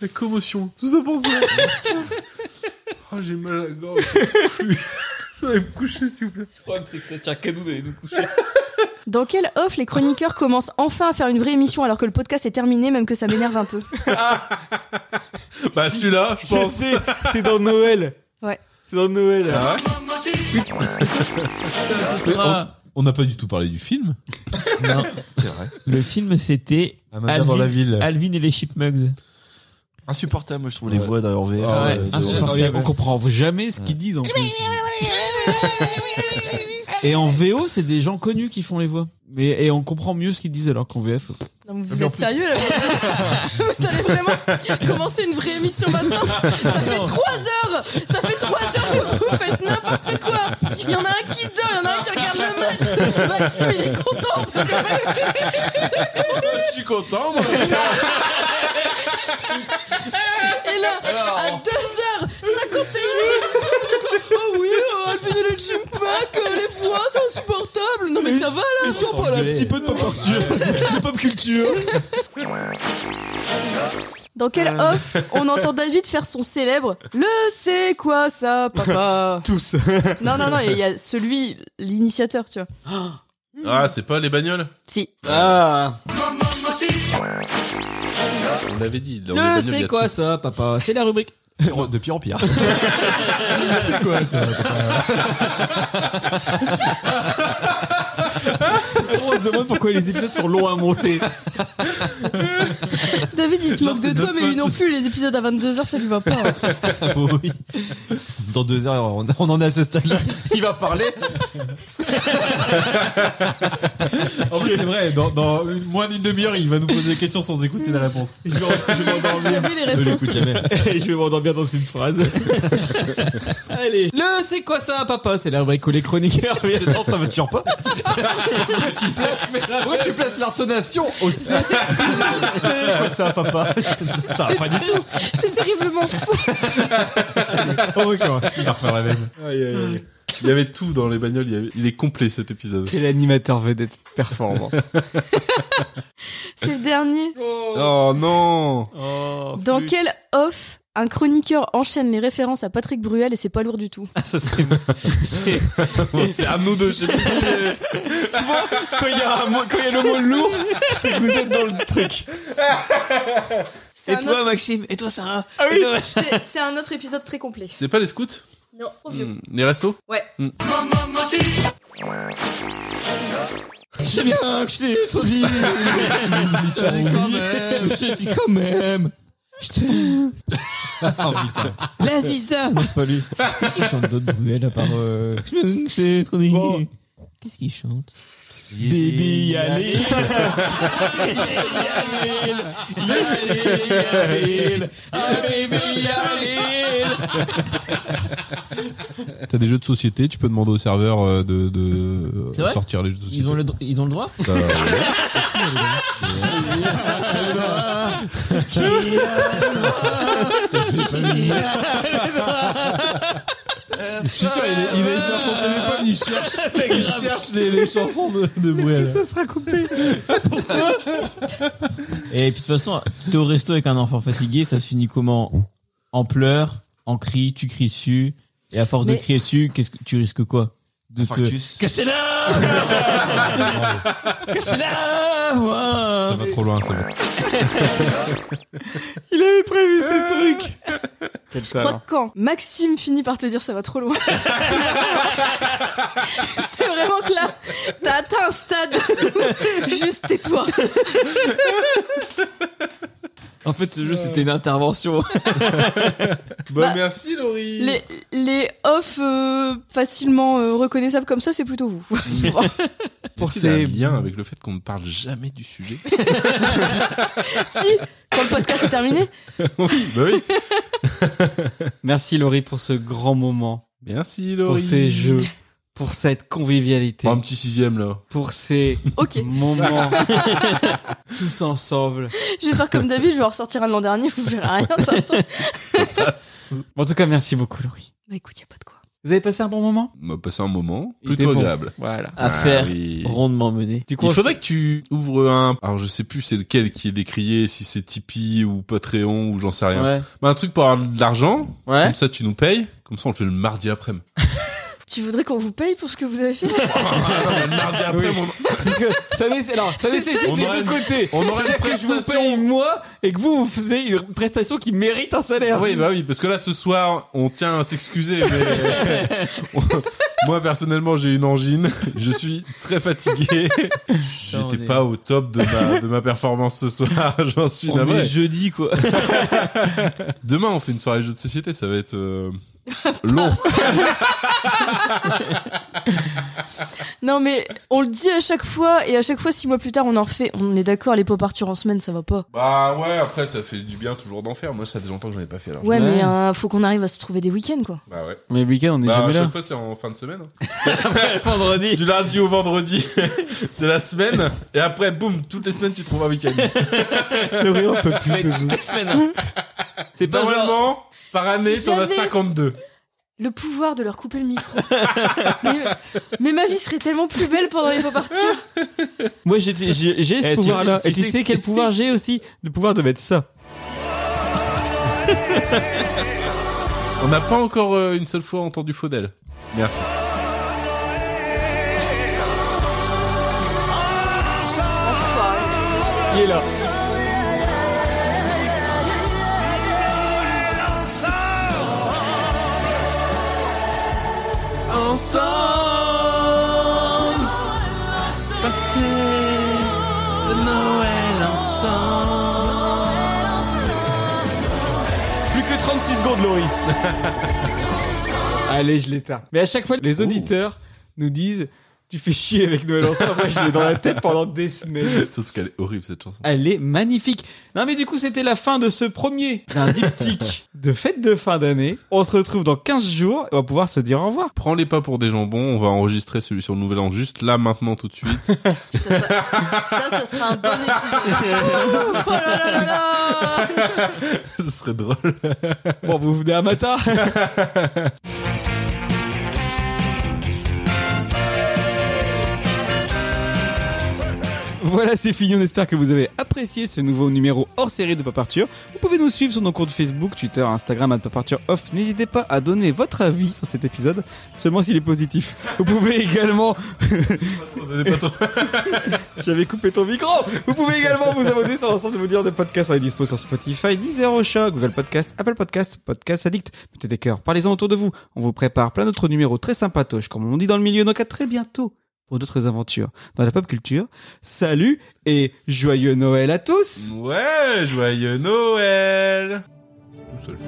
S2: La commotion. Tout ça pour ça. oh, j'ai mal à la gorge. Je vais me coucher, s'il vous plaît.
S3: Le problème, c'est que ça tient qu'à nous d'aller nous coucher.
S4: Dans quelle offre les chroniqueurs commencent enfin à faire une vraie émission alors que le podcast est terminé, même que ça m'énerve un peu
S2: Bah, celui-là, je
S1: Je
S2: pense.
S1: sais, c'est dans Noël.
S4: Ouais.
S1: C'est dans Noël.
S2: Ah ouais
S10: On n'a pas du tout parlé du film.
S3: Le film, c'était
S10: Amanda dans la ville.
S3: Alvin et les Chipmugs.
S12: Insupportable, moi, je trouve
S10: les voix
S12: dans leur euh, VR.
S10: Ah ouais,
S3: Ouais,
S10: c'est
S3: insupportable.
S10: horrible.
S12: Insupportable.
S1: On comprend jamais ce qu'ils disent en plus. Et en VO, c'est des gens connus qui font les voix. Mais, et on comprend mieux ce qu'ils disent alors qu'en VF.
S4: Non, mais vous
S10: Mais en
S4: êtes
S10: plus-
S4: sérieux là Vous allez vraiment commencer une vraie émission maintenant Ça fait trois heures Ça fait trois heures que vous faites n'importe quoi Il y en a un qui dort, il y en a un qui regarde le match Maxime il est content parce que
S2: Je suis content, moi.
S4: Et là, Ah euh, à 2h51 de l'émission, euh,
S2: si on parlait un petit peu de pop culture De pop culture
S4: Dans quel
S2: Euh.
S4: off on entend David faire son célèbre Le c'est quoi ça, papa
S1: Tous.
S4: Non, non, non, il y a celui, l'initiateur, tu vois.
S2: Ah, c'est pas les bagnoles
S4: Si.
S1: Ah
S2: On l'avait dit. dans les
S1: Le
S2: bagnoles, il y
S1: c'est
S2: a
S1: quoi
S2: tout.
S1: ça, papa C'est la rubrique.
S12: De pire en pire.
S2: C'est quoi ça
S1: On se demande pourquoi les épisodes sont longs à monter.
S4: David, il se
S12: Non,
S4: moque
S12: c'est
S4: de toi,
S12: notre
S4: mais lui non plus, les épisodes à 22h, ça lui va pas. hein.
S12: Oui. Dans deux heures, on, on en est à ce stade-là. Il va parler.
S10: En plus, c'est vrai, dans, dans une- moins d'une demi-heure, il va nous poser des questions sans écouter les réponses. Je vais en- je vais m'endormir.
S1: Jamais les
S10: Ne
S1: réponses.
S10: l'écoute jamais.
S1: Et je vais m'endormir dans une phrase. Allez. Le c'est quoi ça, papa C'est la rubrique où les chroniqueurs viennent.
S12: Non, ça me tue pas.
S1: tu places,
S12: Ouais, tu places l'intonation au C. ça, papa Ça va pas du tout.
S4: C'est terriblement fou.
S2: Il va refaire la même. Il y avait tout dans les bagnoles. Il, y avait- il est complet cet épisode.
S1: Quel animateur vedette performant.
S4: C'est le dernier.
S2: Oh non
S4: Dans quel off un chroniqueur enchaîne les références à Patrick Bruel et c'est pas lourd du tout
S2: C'est à nous deux, je sais plus.
S1: Souvent, quand il y, a un mot- quand il y a le mot lourd, c'est que vous êtes dans le truc.
S4: C'est un autre-
S3: Maxime Et toi, Ah Sarah
S4: Et donc, c'est- C'est un autre épisode très complet.
S2: C'est pas les scouts
S4: Non, trop vieux.
S2: Hmm, Les restos
S4: Ouais.
S2: Hmm.
S11: C'est bien que je t'ai trop dit. quand même. Je t'ai dit quand même. Je t'aime.
S12: Oh putain.
S11: La Ziza. Non, c'est pas lui. Qu'est-ce qu'il chante d'autre Bruel à part. euh, Je t'ai bien que je t'ai trop dit. Qu'est-ce qu'il chante Baby Yalil. Yalil. Yalil. Ah, Baby Yalil.
S2: T'as des jeux de société, tu peux demander au serveur euh, de,
S3: C'est
S2: de
S3: vrai
S2: sortir les jeux de société.
S3: Ils ont le, dro- ils ont le droit
S2: Ça, Bah, ouais.
S10: Je suis sûr, il est, il est sur son téléphone, il cherche, il cherche les, les chansons de, de Bruel.
S1: ça sera coupé.
S3: Et puis de toute façon, t'es au resto avec un enfant fatigué, ça se finit comment En pleurs, en cris, tu cries dessus, et à force
S4: Mais-
S3: de crier dessus, qu'est-ce que tu risques quoi De
S12: Infarctus.
S3: te Cassez-la Cassez-la moi
S2: Ça va trop loin, ça va.
S1: Il avait prévu ce truc. Quel
S4: Je crois que quand Maxime finit par te dire ça va trop loin, c'est vraiment que là, t'as atteint un stade où juste tais-toi.
S3: En fait, ce jeu, c'était une intervention.
S2: Bah,
S4: Bah,
S2: merci Laurie
S4: Les, les off euh, facilement euh, reconnaissables comme ça, c'est plutôt vous. souvent.
S2: Pour
S1: ces-
S2: ces liens avec le fait qu'on ne parle jamais du sujet.
S4: si, quand le podcast est terminé,
S2: oui, bah oui.
S1: Merci Laurie pour ce grand moment,
S2: Merci
S1: pour
S2: Laurie.
S1: ces jeux, pour cette convivialité,
S2: Oh, un petit sixième là.
S1: pour ces
S4: ok.
S1: moments tous ensemble.
S4: Je vais faire comme David, je vais en ressortir un de l'an dernier, vous verrez rien. de toute façon.
S1: En tout cas, merci beaucoup Laurie.
S4: Bah écoute, y a pas de quoi.
S1: Vous avez passé un bon moment
S2: On va passer un moment
S1: Il était
S2: plutôt
S1: bon.
S2: agréable.
S1: Voilà.
S3: Affaire
S2: Ah oui.
S3: rondement menée.
S1: Du coup,
S2: Il
S1: on
S2: faudrait que tu ouvres un. Alors je sais plus c'est lequel qui est décrié, si c'est Tipeee ou Patreon ou j'en sais rien.
S1: Ouais.
S2: Bah, un truc pour avoir de l'argent,
S1: Ouais.
S2: comme ça tu nous payes, comme ça on le fait le mardi après-midi.
S4: Tu voudrais qu'on vous paye pour ce que vous avez fait
S1: Ah,
S2: le mardi après
S1: Parce que ça nécessite, alors, ça nécessite
S2: On
S1: des
S2: aurait
S1: deux
S2: une-
S1: côtés.
S2: on aurait une
S1: C'est-à-dire que je vous
S2: prestation.
S1: paye moi et que vous, vous faisiez une prestation qui mérite un salaire.
S2: oui, bah oui, parce que là ce soir on tient à s'excuser. mais- Moi personnellement j'ai une angine, je suis très fatigué, j'étais
S3: on est-
S2: pas au top de ma, de ma performance ce soir, j'en suis
S3: On est
S2: navré.
S3: jeudi, quoi.
S2: Demain on fait une soirée jeu de société, ça va être euh, long.
S4: Non mais on le dit à chaque fois et à chaque fois six mois plus tard on en refait. On est d'accord, les pop Arthur en semaine ça va pas.
S2: Bah ouais, après ça fait du bien toujours d'en faire. Moi ça fait longtemps que j'en ai pas fait alors.
S4: Ouais,
S1: Ouais.
S4: mais euh, faut qu'on arrive à se trouver des week-ends quoi.
S2: Bah ouais.
S1: Mais le week-end, on est
S2: Bah à
S1: jamais
S2: chaque
S1: là.
S2: fois c'est en fin de semaine. hein.
S3: Vendredi.
S2: Du lundi au vendredi, c'est la semaine. Et après, boum, toutes les semaines tu trouves un week-end.
S1: Laurie, on peut plus
S3: Mais
S1: de vous.
S3: hein. toutes les semaines. C'est pas genre...
S2: Normalement, par année
S4: Si
S2: t'en as
S4: jamais-
S2: 52.
S4: le pouvoir de leur couper le micro. mais, mais ma vie serait tellement plus belle pendant les faux parties.
S3: Moi, j'ai j'ai- j'ai
S1: Eh,
S3: ce
S1: tu
S3: pouvoir-là.
S1: sais-
S3: Et
S1: tu
S3: tu
S1: sais-
S3: sais quel pouvoir j'ai aussi
S1: Le pouvoir de mettre ça.
S2: On n'a pas encore euh, une seule fois entendu Faudel. Merci.
S1: Il est là.
S7: Ensemble, passer de Noël ensemble.
S1: Plus que 36 secondes, Laurie. Allez, je l'éteins. Mais à chaque fois, les auditeurs nous disent Tu fais chier avec Noël ensemble. Moi, je l'ai dans la tête pendant des semaines.
S2: Surtout qu'elle est horrible cette chanson.
S1: Elle est magnifique. Non, mais du coup, c'était la fin de ce premier d'un diptyque de fête de fin d'année. On se retrouve dans 15 jours et on va pouvoir se dire au revoir.
S2: Prends les pas pour des jambons, on va enregistrer celui sur le Nouvel An juste là, maintenant, tout de suite.
S4: Ça, ça serait un bon épisode. Ouf, oh là là là là.
S2: Ce serait drôle.
S1: bon, vous venez à matin. Voilà, c'est fini. On espère que vous avez apprécié ce nouveau numéro hors série de Paparture. Vous pouvez nous suivre sur nos comptes Facebook, Twitter, Instagram, à Paparture Off. N'hésitez pas à donner votre avis sur cet épisode, seulement s'il est positif. Vous pouvez également. J'avais coupé ton micro. Vous pouvez également vous abonner sur l'ensemble de vos dire de podcasts. On est dispo sur Spotify, Deezer, Ocha, Google Podcast, Apple Podcast, Podcast Addict. Mettez des cœurs, parlez-en autour de vous. On vous prépare plein d'autres numéros très sympatoches, comme on dit dans le milieu. Donc à très bientôt pour d'autres aventures dans la pop culture. Salut et joyeux Noël à tous.
S2: Ouais, joyeux Noël Tout seul.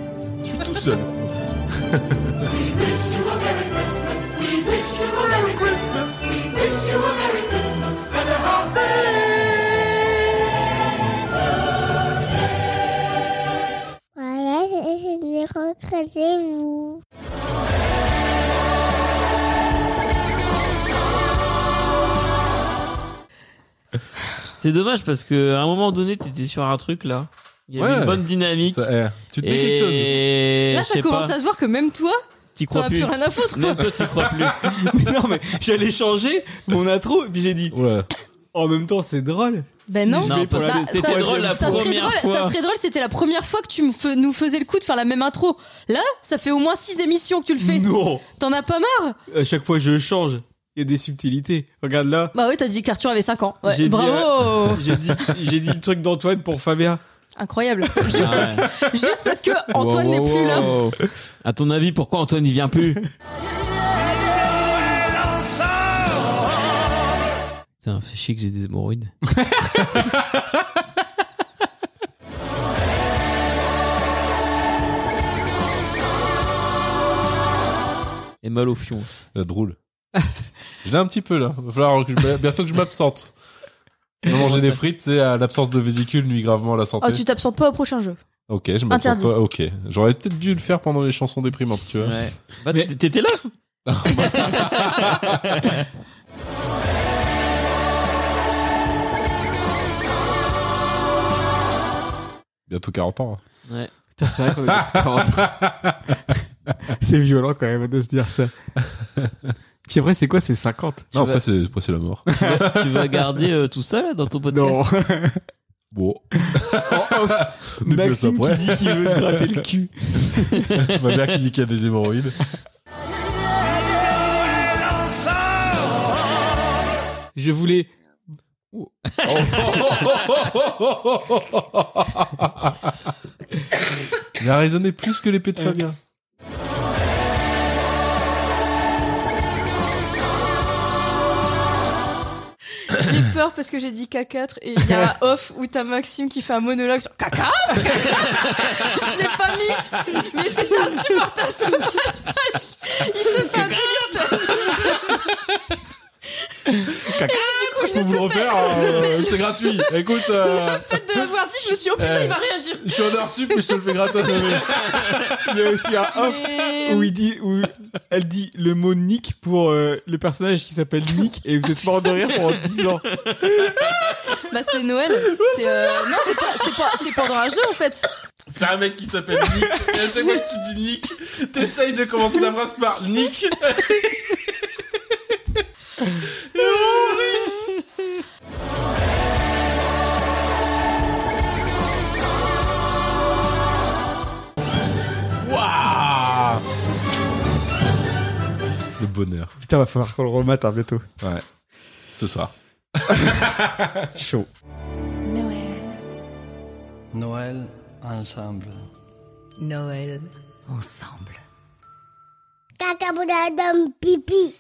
S2: Je suis tout seul.
S7: We wish you a Merry Christmas. We wish you a Merry Christmas and a Happy.
S5: Voilà, je vais rentrer chez vous.
S3: C'est dommage parce que à un moment donné, t'étais sur un truc là. Il y avait
S2: Ouais.
S3: une bonne dynamique.
S2: Ça, eh, tu tenais
S3: Et
S2: quelque chose.
S4: Là,
S3: je
S4: ça
S3: sais
S4: commence
S3: pas.
S4: à se voir que même toi,
S3: T'y
S4: t'en
S3: crois
S4: as
S3: plus.
S4: plus rien à foutre.
S3: Même
S4: quoi.
S3: toi, t'y crois plus.
S1: Mais non, mais j'allais changer mon intro et puis j'ai dit. En même temps, c'est drôle.
S4: Ben
S1: Si
S4: non,
S1: je vais pour
S4: ça-
S1: la-
S4: ça-
S1: c'est
S4: ça
S1: pour
S4: serait
S1: la
S4: drôle-
S1: première
S4: Ça
S1: fois.
S4: serait drôle, c'était la première fois que tu me fais- nous faisais le coup de faire la même intro. Là, ça fait au moins 6 émissions que tu le fais.
S1: Non.
S4: T'en as pas marre
S1: À chaque fois, je change. Il y a des subtilités. Regarde là.
S4: Bah oui, t'as dit qu'Arthur avait 5 ans. Ouais,
S1: J'ai dit,
S4: bravo
S1: euh, J'ai dit, j'ai dit le truc d'Antoine pour Fabien.
S4: Incroyable.
S3: Ah
S4: Juste, juste parce que Antoine n'est plus là.
S3: À ton avis, pourquoi Antoine n'y vient plus Putain, fait chier que j'ai des hémorroïdes. Et mal au fion.
S2: La drôle. je l'ai un petit peu là. Va falloir que je- bientôt que je m'absente. Non, manger des frites, c'est à l'absence de vésicule nuit gravement à la santé.
S4: Oh, tu t'absentes pas au prochain jeu.
S2: Ok, je m'absente
S4: Interdit.
S2: pas. Ok, j'aurais peut-être dû le faire pendant les chansons déprimantes, tu vois.
S3: Ouais. t'étais là.
S2: Bientôt 40 ans. hein.
S3: Ouais.
S1: Putain, c'est vrai qu'on est tous 40. C'est violent quand même de se dire ça. Puis après, c'est quoi C'est 50
S2: Non, après, c'est après, c'est la mort.
S3: tu, vas, tu vas garder euh, tout ça là dans ton podcast
S1: Non.
S2: Bon.
S1: Nous, Maxime
S2: après.
S1: qui dit qu'il veut se gratter le cul.
S2: Tu vois bien qui dit qu'il y a des hémorroïdes.
S1: Je voulais.
S2: Il a raisonné plus que l'épée de
S1: Euh.
S2: Fabien.
S4: J'ai peur parce que j'ai dit K4 et il y a un off où t'as Maxime qui fait un monologue sur K4 Je l'ai pas mis, mais c'était insupportable ce passage. Il se fait un délire. Et là, du coup,
S2: Faut
S4: juste
S2: vous le
S4: le fait,
S2: refaire, euh,
S4: le fait-
S2: c'est gratuit. Écoute, euh,
S4: le fait de l'avoir dit, je me suis dit, oh putain,
S2: Eh.
S4: il va réagir.
S2: je suis en hors sup, mais je te le fais gratos.
S1: Il y a aussi un off
S4: Mais-
S1: où, il dit, où elle dit le mot Nick pour euh, le personnage qui s'appelle Nick et vous êtes mort de rire pendant 10 ans.
S4: Bah, c'est Noël. C'est, euh, Non, c'est pas- c'est pas- c'est pendant un jeu en fait.
S2: C'est un mec qui s'appelle Nick. Et à chaque fois que tu dis Nick, t'essayes de commencer ta phrase par Nick. Waouh Le bonheur.
S9: Putain, va falloir qu'on le remate hein, bientôt.
S2: Ouais. Ce soir.
S9: Chaud.
S6: Noël ensemble.
S4: Noël ensemble.
S5: Caca, boudin, dame, pipi.